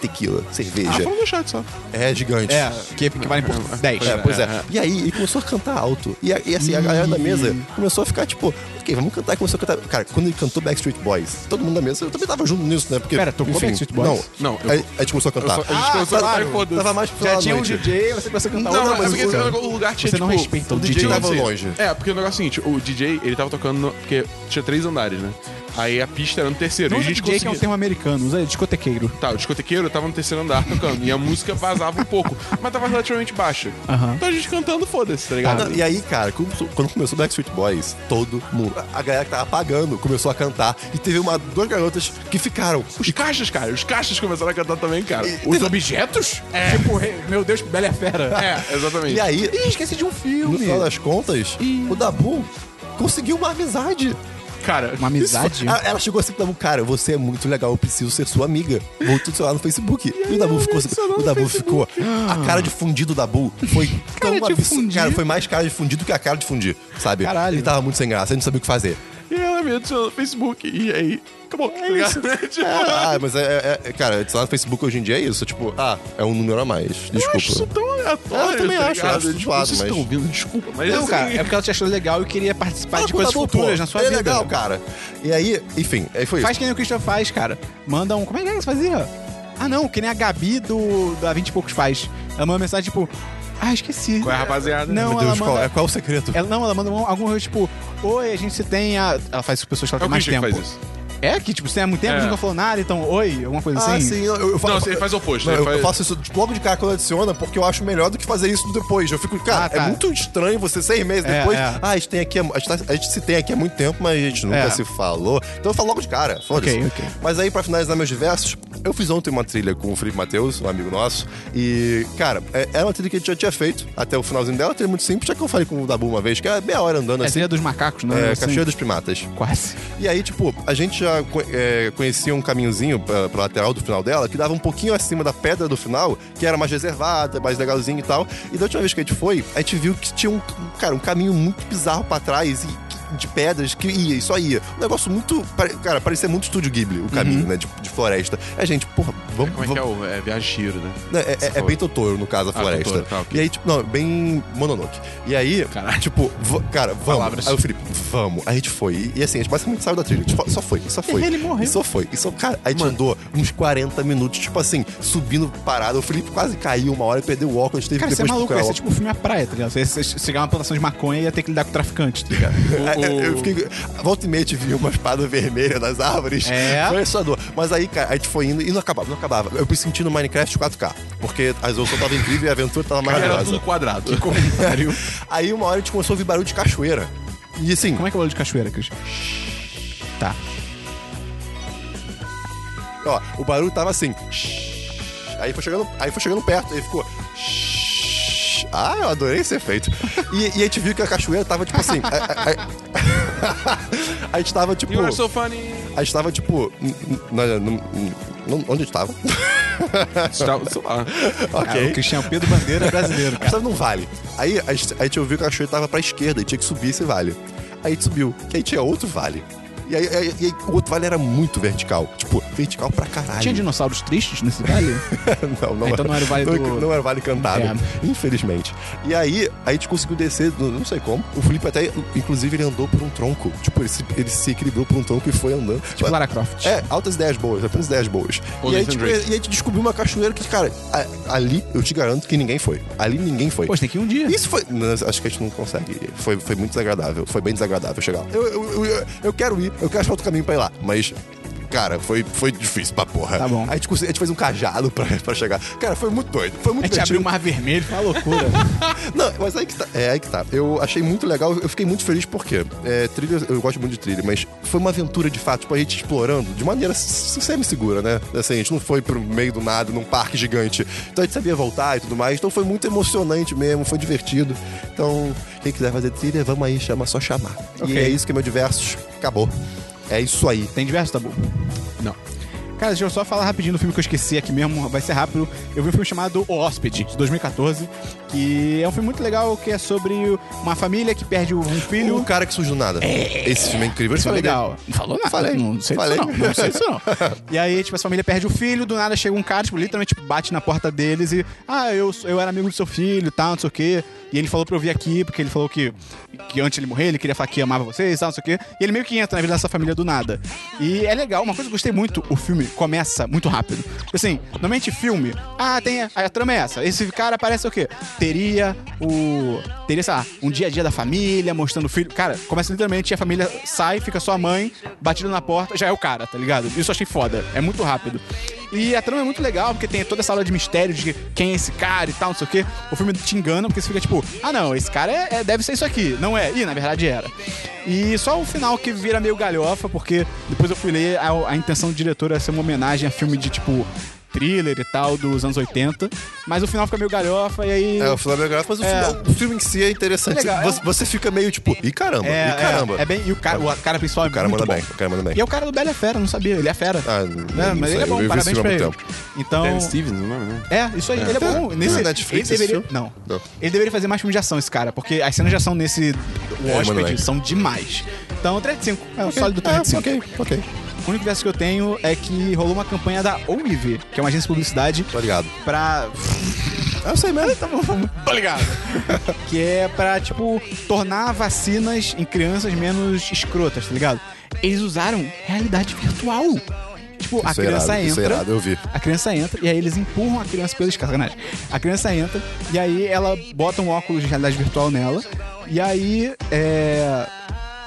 [SPEAKER 2] tequila,
[SPEAKER 3] Ah,
[SPEAKER 2] cerveja.
[SPEAKER 3] foi um shot só.
[SPEAKER 2] é gigante.
[SPEAKER 1] é, que, que vale por 10.
[SPEAKER 2] É, pois é. E aí, ele começou a cantar alto. E, a- e assim, a galera da mesa começou a ficar tipo, ok, vamos cantar. E Começou a cantar. Cara, quando ele cantou Backstreet Boys, todo mundo da mesa, eu também tava junto nisso, né? Porque,
[SPEAKER 1] Pera, tocou Backstreet Boys?
[SPEAKER 2] Não,
[SPEAKER 3] Não, eu-
[SPEAKER 2] aí- aí a gente começou a cantar. Ah,
[SPEAKER 3] só- a gente começou a cantar e foda-se.
[SPEAKER 2] Tava mais pro final
[SPEAKER 1] Já
[SPEAKER 2] da
[SPEAKER 1] tinha um
[SPEAKER 2] noite.
[SPEAKER 1] DJ, você começou a cantar
[SPEAKER 3] Não,
[SPEAKER 1] outra
[SPEAKER 3] mas
[SPEAKER 1] música.
[SPEAKER 3] porque o lugar tinha,
[SPEAKER 1] Você não
[SPEAKER 3] tipo,
[SPEAKER 1] respeita o tá
[SPEAKER 2] o DJ
[SPEAKER 1] DJ.
[SPEAKER 2] tava
[SPEAKER 1] você-
[SPEAKER 2] longe.
[SPEAKER 3] É, porque o negócio é o seguinte, o DJ, ele tava tocando, no- porque tinha três andares, né? Aí a pista era no terceiro,
[SPEAKER 1] Não
[SPEAKER 3] e a
[SPEAKER 1] usa
[SPEAKER 3] gente
[SPEAKER 1] DJ que é um
[SPEAKER 3] conseguia-
[SPEAKER 1] termo americano, usa discotequeiro.
[SPEAKER 3] Tá, o discotequeiro tava no terceiro andar tocando, e a música vazava um pouco, mas tava relativamente baixa.
[SPEAKER 1] Aham.
[SPEAKER 3] Então a gente cantando, foda-se, tá ligado?
[SPEAKER 2] Não, e aí, cara, quando, quando começou Backstreet Boys, todo mundo, a galera que tava pagando, começou a cantar. E teve uma, duas garotas que ficaram.
[SPEAKER 3] Os caixas, cara, os caixas começaram a cantar também, cara.
[SPEAKER 1] Os objetos? É. Tipo, re- meu Deus, que Bela e a Fera.
[SPEAKER 3] É,
[SPEAKER 2] E
[SPEAKER 3] exatamente.
[SPEAKER 2] aí,
[SPEAKER 1] Ih, esqueci de um
[SPEAKER 2] no
[SPEAKER 1] filme.
[SPEAKER 2] final das contas, o Dabu conseguiu uma amizade.
[SPEAKER 3] Cara,
[SPEAKER 1] Uma amizade?
[SPEAKER 2] Isso. Ela, ela chegou assim pro Dabu, cara, você é muito legal, eu preciso ser sua amiga. Vou te adicionar no Facebook. E, o Dabu ficou assim, o Dabu ficou. "Ah, A cara de fundido do Dabu foi
[SPEAKER 1] Cara
[SPEAKER 2] tão
[SPEAKER 1] de
[SPEAKER 2] absurda.
[SPEAKER 1] fundido.
[SPEAKER 2] Cara, foi mais cara de fundido que a cara de fundir, sabe?
[SPEAKER 1] Caralho.
[SPEAKER 2] Ele tava muito sem graça, ele não sabia o que fazer.
[SPEAKER 3] e ela me adicionou no Facebook, e aí, acabou, tá ligado? Tipo,
[SPEAKER 2] Ah, mas é, é- é- Cara, adicionar no Facebook hoje em dia é isso. Tipo, ah, é um número a mais.
[SPEAKER 3] eu acho
[SPEAKER 2] Desculpa.
[SPEAKER 3] tão aleatório,
[SPEAKER 2] Eu também
[SPEAKER 3] tá
[SPEAKER 2] acho,
[SPEAKER 3] ligado?
[SPEAKER 2] acho
[SPEAKER 3] Tipo,
[SPEAKER 2] zoado,
[SPEAKER 3] vocês
[SPEAKER 2] mas-
[SPEAKER 3] estão ouvindo, desculpa, mas
[SPEAKER 1] Não,
[SPEAKER 3] assim,
[SPEAKER 1] cara, é porque ela te achou legal e queria participar
[SPEAKER 2] Fala
[SPEAKER 1] de
[SPEAKER 2] com o
[SPEAKER 1] coisas
[SPEAKER 2] Dabu, pô.
[SPEAKER 1] futuras na sua
[SPEAKER 2] Ele
[SPEAKER 1] vida.
[SPEAKER 2] tipo, É legal, cara. E aí, enfim, aí foi
[SPEAKER 1] Faz
[SPEAKER 2] isso.
[SPEAKER 1] que nem o Christian faz, cara. Manda um. Como é que você fazia? Ah, não, que nem a Gabi do da 20 e poucos faz. Ela manda uma mensagem tipo. Ah, esqueci.
[SPEAKER 3] Qual é, rapaziada?
[SPEAKER 1] Não,
[SPEAKER 2] Meu
[SPEAKER 1] ela
[SPEAKER 2] Deus, qual,
[SPEAKER 1] manda.
[SPEAKER 2] é, qual é o segredo?
[SPEAKER 1] Ela, não, ela manda um- algum tipo. Oi, a gente se tem. A... Ela faz isso com pessoas que ela
[SPEAKER 3] É
[SPEAKER 1] tem
[SPEAKER 3] o
[SPEAKER 1] mais
[SPEAKER 3] Christian
[SPEAKER 1] tempo.
[SPEAKER 3] que faz isso.
[SPEAKER 1] É que, tipo, você é há muito tempo,
[SPEAKER 3] É.
[SPEAKER 1] nunca falou nada, então, oi, alguma coisa
[SPEAKER 2] Ah,
[SPEAKER 1] assim.
[SPEAKER 2] sim, eu, eu
[SPEAKER 3] Não,
[SPEAKER 2] faço.
[SPEAKER 3] ele faz o oposto,
[SPEAKER 2] Não,
[SPEAKER 3] ele
[SPEAKER 2] eu,
[SPEAKER 3] faz-
[SPEAKER 2] eu faço isso logo de cara quando adiciona, porque eu acho melhor do que fazer isso depois. Eu fico, cara,
[SPEAKER 1] Ah, tá.
[SPEAKER 2] é muito estranho você seis meses
[SPEAKER 1] É,
[SPEAKER 2] depois.
[SPEAKER 1] é.
[SPEAKER 2] Ah, a gente tem aqui, há- a gente, tá- a gente se tem aqui há muito tempo, mas a gente nunca
[SPEAKER 1] É.
[SPEAKER 2] se falou. Então eu falo logo de cara, foda-se.
[SPEAKER 1] Ok, ok.
[SPEAKER 2] Mas aí, pra finalizar meus diversos, eu fiz ontem uma trilha com o Felipe Matheus, um amigo nosso, e, cara, é- era uma trilha que a gente já tinha feito até o finalzinho dela, uma trilha muito simples, já que eu falei com o Dabu uma vez, que é meia hora andando
[SPEAKER 1] É
[SPEAKER 2] assim.
[SPEAKER 1] seria dos macacos, não
[SPEAKER 2] É,
[SPEAKER 1] Assim,
[SPEAKER 2] Cachoeira dos Primatas.
[SPEAKER 1] Quase.
[SPEAKER 2] E aí, tipo, a gente já co- é, conhecia um caminhozinho pra, pra lateral do final dela, que dava um pouquinho acima da pedra do final, que era mais reservada, mais legalzinho e tal. E da última vez que a gente foi, a gente viu que tinha um, cara, um caminho muito bizarro pra trás e de pedras que ia e só ia. Um negócio muito. pare- Cara, parecia muito estúdio Ghibli, o caminho, né? De, de floresta. A gente, porra, vamos.
[SPEAKER 3] Como Uhum. é que é o é, Viagem de Chihiro, né?
[SPEAKER 2] Não, é, é- é bem Totoro, no caso, a
[SPEAKER 3] Ah,
[SPEAKER 2] floresta.
[SPEAKER 3] Totoro, tá, ok.
[SPEAKER 2] E aí, tipo, não, bem Mononoke. E aí,
[SPEAKER 3] Caralho.
[SPEAKER 2] tipo, v- cara, vamos.
[SPEAKER 3] Palavras.
[SPEAKER 2] Aí o Felipe, vamos. Aí a gente foi. E, e assim, a gente basicamente saiu da trilha. Tipo, só foi, só foi.
[SPEAKER 1] Ele morreu.
[SPEAKER 2] E só foi. E só, cara, aí a gente andou uns 40 minutos, tipo assim, subindo parado. O Felipe quase caiu uma hora e perdeu o óculos. A gente teve
[SPEAKER 1] Cara,
[SPEAKER 2] que
[SPEAKER 1] você é
[SPEAKER 2] depois
[SPEAKER 1] maluco, ia
[SPEAKER 2] procurar
[SPEAKER 1] ser tipo um filme à praia, tá ligado? Você ia você ia chegar numa plantação de maconha e ia ter que lidar com o traficante, tá ligado?
[SPEAKER 2] o óculos. É, é, Eu fiquei. Volta e meia, a gente viu uma espada vermelha nas árvores.
[SPEAKER 1] É.
[SPEAKER 2] Foi assustador. Mas aí, cara, a gente foi indo e não acabava, não acabava. Eu me senti no Minecraft 4K. Porque a resolução tava incrível e a aventura tava maravilhosa.
[SPEAKER 3] Era tudo um quadrado.
[SPEAKER 2] Aí uma hora a gente começou a ouvir barulho de cachoeira. E assim,
[SPEAKER 1] Como é que é o olho de cachoeira, Cris? Tá.
[SPEAKER 2] ó, o barulho tava assim. Aí foi chegando, aí foi chegando perto, aí ficou. Ah, eu adorei esse efeito. E, e a gente viu que a cachoeira tava tipo assim. A, a- a- a gente tava tipo.
[SPEAKER 3] You are so funny.
[SPEAKER 2] A gente tava tipo. n- n- na- n- n- n- Onde a gente tava?
[SPEAKER 3] Está- Sei lá.
[SPEAKER 1] Cara, o
[SPEAKER 2] ok.
[SPEAKER 1] Cristiano Pedro Bandeira é brasileiro,
[SPEAKER 2] A gente
[SPEAKER 1] cara.
[SPEAKER 2] tava num vale. Aí a gente, a gente ouviu que a cachoeira tava pra esquerda e tinha que subir esse vale. Aí a gente subiu, que aí tinha outro vale. E aí, aí- e aí o outro vale era muito vertical. Tipo, vertical pra caralho.
[SPEAKER 1] Tinha dinossauros tristes nesse vale?
[SPEAKER 2] não, não,
[SPEAKER 1] Ah, então não era o Vale
[SPEAKER 2] não,
[SPEAKER 1] do-
[SPEAKER 2] não era o Vale Cantado,
[SPEAKER 1] Inferno.
[SPEAKER 2] infelizmente. E aí, a gente conseguiu descer, não não sei como. O Felipe até, inclusive, ele andou por um tronco. Tipo, ele se, ele se equilibrou por um tronco e foi andando.
[SPEAKER 1] tipo Lara Croft.
[SPEAKER 2] É, altas ideias boas, apenas ideias boas.
[SPEAKER 3] Ou
[SPEAKER 2] E aí,
[SPEAKER 3] Nathan
[SPEAKER 2] tipo, e
[SPEAKER 3] Drake.
[SPEAKER 2] aí a gente descobriu uma cachoeira que, cara, a- ali eu te garanto que ninguém foi. Ali ninguém foi.
[SPEAKER 1] Pô, tem que ir um dia.
[SPEAKER 2] Isso foi. não, acho que a gente não consegue. Foi, foi muito desagradável. Foi bem desagradável chegar lá. Eu, eu, eu, eu quero ir, eu quero achar outro caminho pra ir lá. Mas. Cara, foi, foi difícil pra porra.
[SPEAKER 1] Tá bom.
[SPEAKER 2] A gente, consegui- a gente fez um cajado pra, pra chegar. Cara, foi muito doido. Foi muito
[SPEAKER 1] A gente
[SPEAKER 2] divertido.
[SPEAKER 1] abriu o mar vermelho, foi uma loucura.
[SPEAKER 2] Não, mas aí que tá. É, aí que tá. Eu achei muito legal, eu fiquei muito feliz porque é, trilha, eu gosto muito de trilha, mas foi uma aventura de fato, tipo, a gente explorando de maneira s- semi-segura, né? Assim, a gente não foi pro meio do nada, num parque gigante. Então a gente sabia voltar e tudo mais. Então foi muito emocionante mesmo, foi divertido. Então, quem quiser fazer trilha, vamos aí, chama, só chamar.
[SPEAKER 1] Ok.
[SPEAKER 2] E é isso que é meu diversos. Acabou. É isso aí.
[SPEAKER 1] Tem diversos, Tabu?
[SPEAKER 3] Não.
[SPEAKER 1] Cara, deixa eu só falar rapidinho do filme que eu esqueci aqui mesmo, vai ser rápido. Eu vi um filme chamado O Hóspede, de 2014, que é um filme muito legal, que é sobre uma família que perde um filho.
[SPEAKER 2] O cara que surge do nada. Esse filme é incrível.
[SPEAKER 1] Isso é
[SPEAKER 2] Esse filme é
[SPEAKER 1] legal. Não falou nada.
[SPEAKER 2] Falei.
[SPEAKER 1] Não sei
[SPEAKER 2] Falei.
[SPEAKER 1] disso não. Não sei disso não. e aí, tipo, essa família perde o filho, do nada chega um cara, tipo, literalmente bate na porta deles e... Ah, eu, eu era amigo do seu filho e tal, não sei o quê. E ele falou pra eu vir aqui, porque ele falou que, que antes de ele morrer, ele queria falar que amava vocês e tal, não sei o quê. E ele meio que entra na vida dessa família do nada. E é legal, uma coisa que eu gostei muito, o filme começa muito rápido. Assim, normalmente filme... Ah, tem... A, a trama é essa. Esse cara parece o quê? Teria o... Teria, sei lá, um dia a dia da família, mostrando o filho. Cara, começa literalmente, a família sai, fica só a mãe, batida na porta, já é o cara, tá ligado? Isso eu achei foda. É muito rápido. E a trama é muito legal, porque tem toda essa aula de mistério de quem é esse cara e tal, não sei o quê. O filme te engana, porque você fica tipo, ah não, esse cara é, é- deve ser isso aqui. Não é. E na verdade era. E só o final que vira meio galhofa, porque depois eu fui ler, a, a intenção do diretor era ser uma homenagem a filme de tipo thriller e tal dos anos 80. Mas o final fica meio galhofa e aí.
[SPEAKER 2] É, o filme é biográfico, mas o,
[SPEAKER 1] É.
[SPEAKER 2] filme, o filme em si é interessante.
[SPEAKER 1] É legal,
[SPEAKER 2] você, você fica meio tipo, e caramba,
[SPEAKER 1] É,
[SPEAKER 2] e caramba.
[SPEAKER 1] É, é bem, e o cara, o cara principal é
[SPEAKER 2] O cara
[SPEAKER 1] muito
[SPEAKER 2] manda
[SPEAKER 1] bom.
[SPEAKER 2] bem, o cara manda bem.
[SPEAKER 1] E é o cara do Bela é Fera, não sabia, ele é fera.
[SPEAKER 2] Ah,
[SPEAKER 1] né?
[SPEAKER 2] não
[SPEAKER 1] Mas ele é
[SPEAKER 2] sei, eu vi
[SPEAKER 1] bom,
[SPEAKER 2] esse
[SPEAKER 1] parabéns
[SPEAKER 2] filme
[SPEAKER 1] pra
[SPEAKER 2] há
[SPEAKER 1] ele.
[SPEAKER 2] muito
[SPEAKER 1] Então,
[SPEAKER 3] Dan Stevens, o nome, né?
[SPEAKER 1] é, isso aí, ele é bom. Nesse,
[SPEAKER 2] É, Netflix
[SPEAKER 1] ele deveria,
[SPEAKER 2] assistiu?
[SPEAKER 1] não.
[SPEAKER 2] Não.
[SPEAKER 1] Ele deveria fazer mais filme de ação, esse cara, porque as cenas de ação nesse O
[SPEAKER 2] É, manda
[SPEAKER 1] Hóspede
[SPEAKER 2] bem.
[SPEAKER 1] são demais. Então, 35, é um
[SPEAKER 2] Ok.
[SPEAKER 1] sólido
[SPEAKER 2] Ah,
[SPEAKER 1] 35.
[SPEAKER 2] ok, ok.
[SPEAKER 1] O único verso que eu tenho é que rolou uma campanha da Olive, que é uma agência de publicidade,
[SPEAKER 2] Tô ligado.
[SPEAKER 1] pra
[SPEAKER 2] Eu sei mesmo.
[SPEAKER 1] tá bom. Tô ligado. que é pra, tipo, tornar vacinas em crianças menos escrotas, tá ligado? Eles usaram realidade virtual. Tipo, a
[SPEAKER 2] Isso é
[SPEAKER 1] criança
[SPEAKER 2] irado, isso é
[SPEAKER 1] entra.
[SPEAKER 2] irado, eu vi.
[SPEAKER 1] A criança entra e aí eles empurram a criança pelos sacanagem. A criança entra e aí ela bota um óculos de realidade virtual nela. E aí é.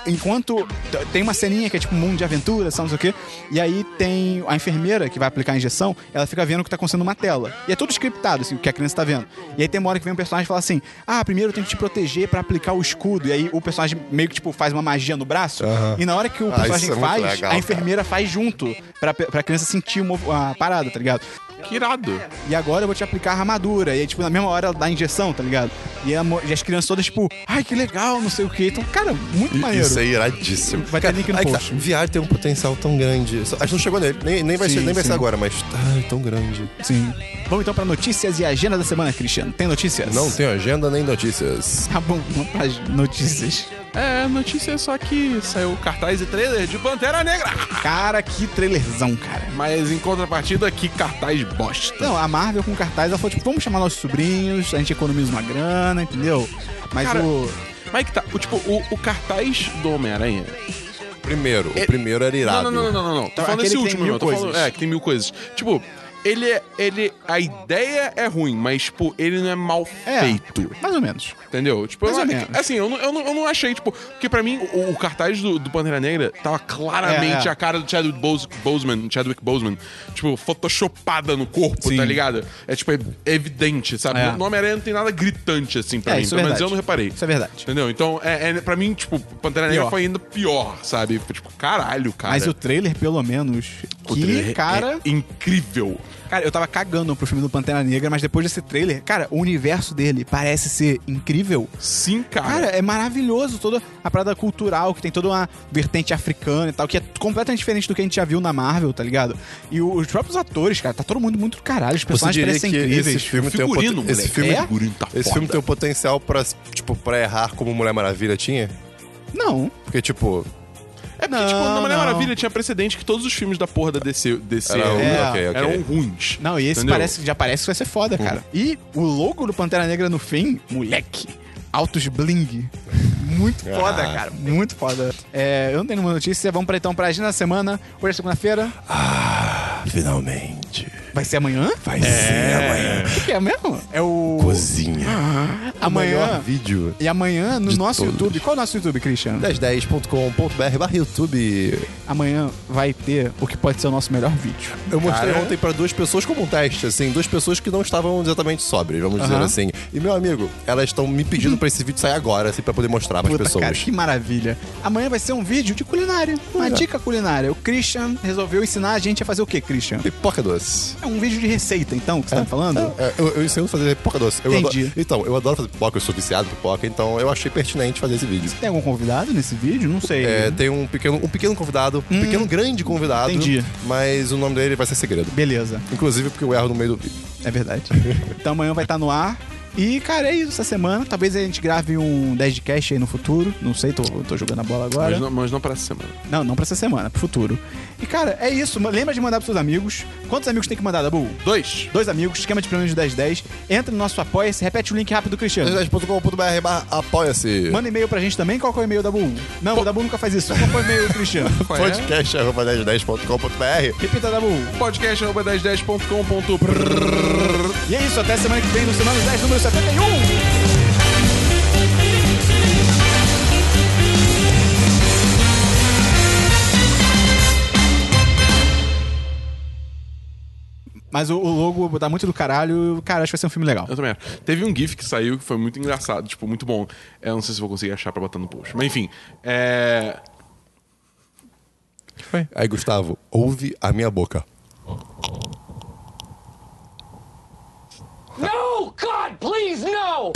[SPEAKER 1] enquanto t- tem uma ceninha que é tipo um mundo de aventura, sabe, não sei o quê. E aí tem a enfermeira que vai aplicar a injeção, ela fica vendo o que tá acontecendo numa tela. E é tudo scriptado, assim, o que a criança tá vendo. E aí tem uma hora que vem um personagem e fala assim: Ah, primeiro eu tenho que te proteger pra aplicar o escudo. E aí o personagem meio que tipo faz uma magia no braço. E na hora que o
[SPEAKER 2] Ah, isso
[SPEAKER 1] personagem
[SPEAKER 2] é muito
[SPEAKER 1] faz,
[SPEAKER 2] legal,
[SPEAKER 1] a
[SPEAKER 2] cara.
[SPEAKER 1] enfermeira faz junto pra, pe- pra criança sentir o mov- a parada, tá ligado?
[SPEAKER 3] Que irado.
[SPEAKER 1] e agora eu vou te aplicar a armadura. E aí, tipo, na mesma hora ela dá a injeção, tá ligado? E, a mo- e as crianças todas, tipo, ai, que legal, não sei o quê. Então, cara, muito maneiro.
[SPEAKER 2] Isso é iradíssimo.
[SPEAKER 1] Vai ter link no
[SPEAKER 2] aí que
[SPEAKER 1] post.
[SPEAKER 2] Tá. VR tem um potencial tão grande. Só- A gente não chegou nele, nem, nem vai,
[SPEAKER 1] Sim,
[SPEAKER 2] ser, nem vai
[SPEAKER 1] sim.
[SPEAKER 2] ser agora, mas tá, é tão grande.
[SPEAKER 1] Sim. Vamos então pra notícias e agenda da semana, Cristiano. Tem notícias?
[SPEAKER 2] Não tem agenda nem notícias.
[SPEAKER 1] Tá bom, vamos pras notícias.
[SPEAKER 3] É, notícia é só que saiu cartaz e trailer de Pantera Negra.
[SPEAKER 1] Cara, que trailerzão, cara.
[SPEAKER 3] Mas em contrapartida, que cartaz bosta.
[SPEAKER 1] Não, a Marvel com cartaz, ela falou, tipo, vamos chamar nossos sobrinhos, a gente economiza uma grana, entendeu? Mas
[SPEAKER 3] Cara,
[SPEAKER 1] o...
[SPEAKER 3] Mas que tá, o, tipo, o, o cartaz do Homem-Aranha.
[SPEAKER 2] Primeiro, o primeiro era
[SPEAKER 3] Não,
[SPEAKER 2] irado.
[SPEAKER 3] não, não, não, não, não. Tô
[SPEAKER 1] Aquele
[SPEAKER 3] falando esse
[SPEAKER 1] que tem
[SPEAKER 3] último,
[SPEAKER 1] mil
[SPEAKER 3] meu. Tô falando,
[SPEAKER 1] coisas.
[SPEAKER 3] é, que tem mil coisas. Tipo, ele é. Ele, a ideia é ruim, mas, tipo, ele não é mal
[SPEAKER 1] É,
[SPEAKER 3] feito.
[SPEAKER 1] mais ou menos.
[SPEAKER 3] Entendeu? Tipo,
[SPEAKER 1] Mais
[SPEAKER 3] eu,
[SPEAKER 1] ou
[SPEAKER 3] não-
[SPEAKER 1] menos.
[SPEAKER 3] assim, eu não, eu, não, eu não achei, tipo, porque pra mim o, o cartaz do, do Pantera Negra tava claramente
[SPEAKER 1] É, é.
[SPEAKER 3] a cara do Chadwick Bos- Boseman, Chadwick Boseman, tipo, photoshopada no corpo,
[SPEAKER 1] Sim.
[SPEAKER 3] tá ligado? É tipo, é evidente, sabe?
[SPEAKER 1] É.
[SPEAKER 3] No Homem-Aranha não tem nada gritante assim pra
[SPEAKER 1] É,
[SPEAKER 3] mim,
[SPEAKER 1] isso é
[SPEAKER 3] pelo menos
[SPEAKER 1] verdade.
[SPEAKER 3] eu não reparei.
[SPEAKER 1] Isso é verdade.
[SPEAKER 3] Entendeu? Então, é, é, pra mim, tipo, Pantera Negra
[SPEAKER 1] Pior.
[SPEAKER 3] foi ainda pior, sabe? Foi tipo, caralho, cara.
[SPEAKER 1] Mas o trailer, pelo menos,
[SPEAKER 3] O trailer
[SPEAKER 1] que,
[SPEAKER 3] é
[SPEAKER 1] cara...
[SPEAKER 3] incrível.
[SPEAKER 1] Cara, eu tava cagando pro filme do Pantera Negra, mas depois desse trailer, cara, o universo dele parece ser incrível.
[SPEAKER 3] Sim,
[SPEAKER 1] Cara, é maravilhoso toda a parada cultural, que tem toda uma vertente africana e tal, que é completamente diferente do que a gente já viu na Marvel, tá ligado? E o- os próprios atores, cara, tá todo mundo muito do caralho, os
[SPEAKER 2] Você
[SPEAKER 1] personagens
[SPEAKER 2] diria
[SPEAKER 1] parecem
[SPEAKER 2] que
[SPEAKER 1] incríveis.
[SPEAKER 2] esse filme tem um
[SPEAKER 3] Figurino,
[SPEAKER 2] poten- esse
[SPEAKER 3] moleque.
[SPEAKER 2] filme,
[SPEAKER 1] É?
[SPEAKER 3] figurino tá
[SPEAKER 2] esse filme
[SPEAKER 3] foda.
[SPEAKER 2] tem o potencial pra, tipo, pra errar como Mulher Maravilha tinha?
[SPEAKER 1] Não.
[SPEAKER 2] Porque, tipo,
[SPEAKER 3] É porque,
[SPEAKER 1] Não,
[SPEAKER 3] tipo, na Mulher
[SPEAKER 1] não.
[SPEAKER 3] Maravilha tinha precedente que todos os filmes da porra da DC, DC
[SPEAKER 2] Era
[SPEAKER 3] eram,
[SPEAKER 2] ruim,
[SPEAKER 1] É.
[SPEAKER 2] ok, ok.
[SPEAKER 3] eram ruins.
[SPEAKER 1] Não, e esse
[SPEAKER 3] Entendeu?
[SPEAKER 1] parece que já parece que vai ser foda, cara. E o logo do Pantera Negra no fim, moleque, altos bling. Muito foda, cara. Muito foda. É, eu não tenho nenhuma notícia. Vamos pra, então pra agenda da semana. Hoje é segunda-feira.
[SPEAKER 2] Ah,
[SPEAKER 8] Finalmente.
[SPEAKER 1] Vai ser amanhã?
[SPEAKER 8] Vai ser amanhã.
[SPEAKER 1] O que é mesmo? É o.
[SPEAKER 8] Cozinha.
[SPEAKER 1] Amanhã.
[SPEAKER 2] melhor vídeo.
[SPEAKER 1] E amanhã no nosso YouTube. Qual é o nosso YouTube, Christian?
[SPEAKER 2] 1010.com.br barra YouTube.
[SPEAKER 1] Amanhã vai ter o que pode ser o nosso melhor vídeo.
[SPEAKER 2] Eu mostrei
[SPEAKER 1] Cara.
[SPEAKER 2] ontem pra duas pessoas como um teste, assim, duas pessoas que não estavam exatamente sóbrias, vamos dizer
[SPEAKER 1] Aham.
[SPEAKER 2] assim. E meu amigo, elas estão me pedindo pra esse vídeo sair agora, assim, pra poder mostrar pras
[SPEAKER 1] Puta,
[SPEAKER 2] pessoas.
[SPEAKER 1] cara, que maravilha. Amanhã vai ser um vídeo de culinária. Uma dica culinária. O Christian resolveu ensinar a gente a fazer o que, Christian?
[SPEAKER 2] Pipoca doce.
[SPEAKER 1] É um vídeo de receita, então, que você tá falando?
[SPEAKER 2] É, eu, eu ensino a fazer pipoca doce. Eu
[SPEAKER 1] Entendi.
[SPEAKER 2] adoro- então, eu adoro fazer pipoca, eu sou viciado em pipoca, então eu achei pertinente fazer esse vídeo.
[SPEAKER 1] Tem algum convidado nesse vídeo? Não sei.
[SPEAKER 2] É, tem um pequeno, um pequeno convidado, um pequeno grande convidado.
[SPEAKER 1] Hum. entendi.
[SPEAKER 2] Mas o nome dele vai ser segredo.
[SPEAKER 1] Beleza,
[SPEAKER 2] Inclusive porque eu erro no meio do vídeo.
[SPEAKER 1] é verdade. então amanhã vai estar no ar. E, cara, é isso essa semana. Talvez a gente grave um 10 de cast aí no futuro. Não sei, tô, tô jogando a bola agora.
[SPEAKER 3] Mas não, mas não pra essa semana.
[SPEAKER 1] Não, não pra essa semana, pro futuro. E, cara, é isso. Ma- Lembra de mandar pros seus amigos. Quantos amigos tem que mandar, Dabu?
[SPEAKER 3] Dois.
[SPEAKER 1] Dois amigos, esquema de prêmio de 1010. Entra no nosso apoia-se, repete o link rápido do Cristiano.
[SPEAKER 2] 1010.com.br barra apoia-se.
[SPEAKER 1] Manda e-mail pra gente também. Qual que é o e-mail, Dabu? Não, o Dabu nunca faz isso. Qual que é o e-mail, do Cristiano?
[SPEAKER 2] Podcast arroba 1010.com.br
[SPEAKER 1] Repita, Dabu.
[SPEAKER 3] Podcast 1010.com.br
[SPEAKER 1] E é isso, até semana que vem, no Semana 10, número 71. Mas o, o logo tá muito do caralho. Cara, acho que vai ser um filme legal.
[SPEAKER 3] Eu também acho. Teve um GIF que saiu que foi muito engraçado, tipo, muito bom. Eu não sei se vou conseguir achar pra botar no post. Mas enfim, é.
[SPEAKER 2] Aí, Gustavo, ouve a minha boca.
[SPEAKER 4] No, God, please, no!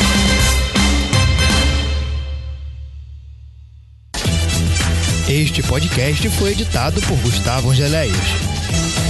[SPEAKER 7] Este podcast foi editado por Gustavo Angeléias.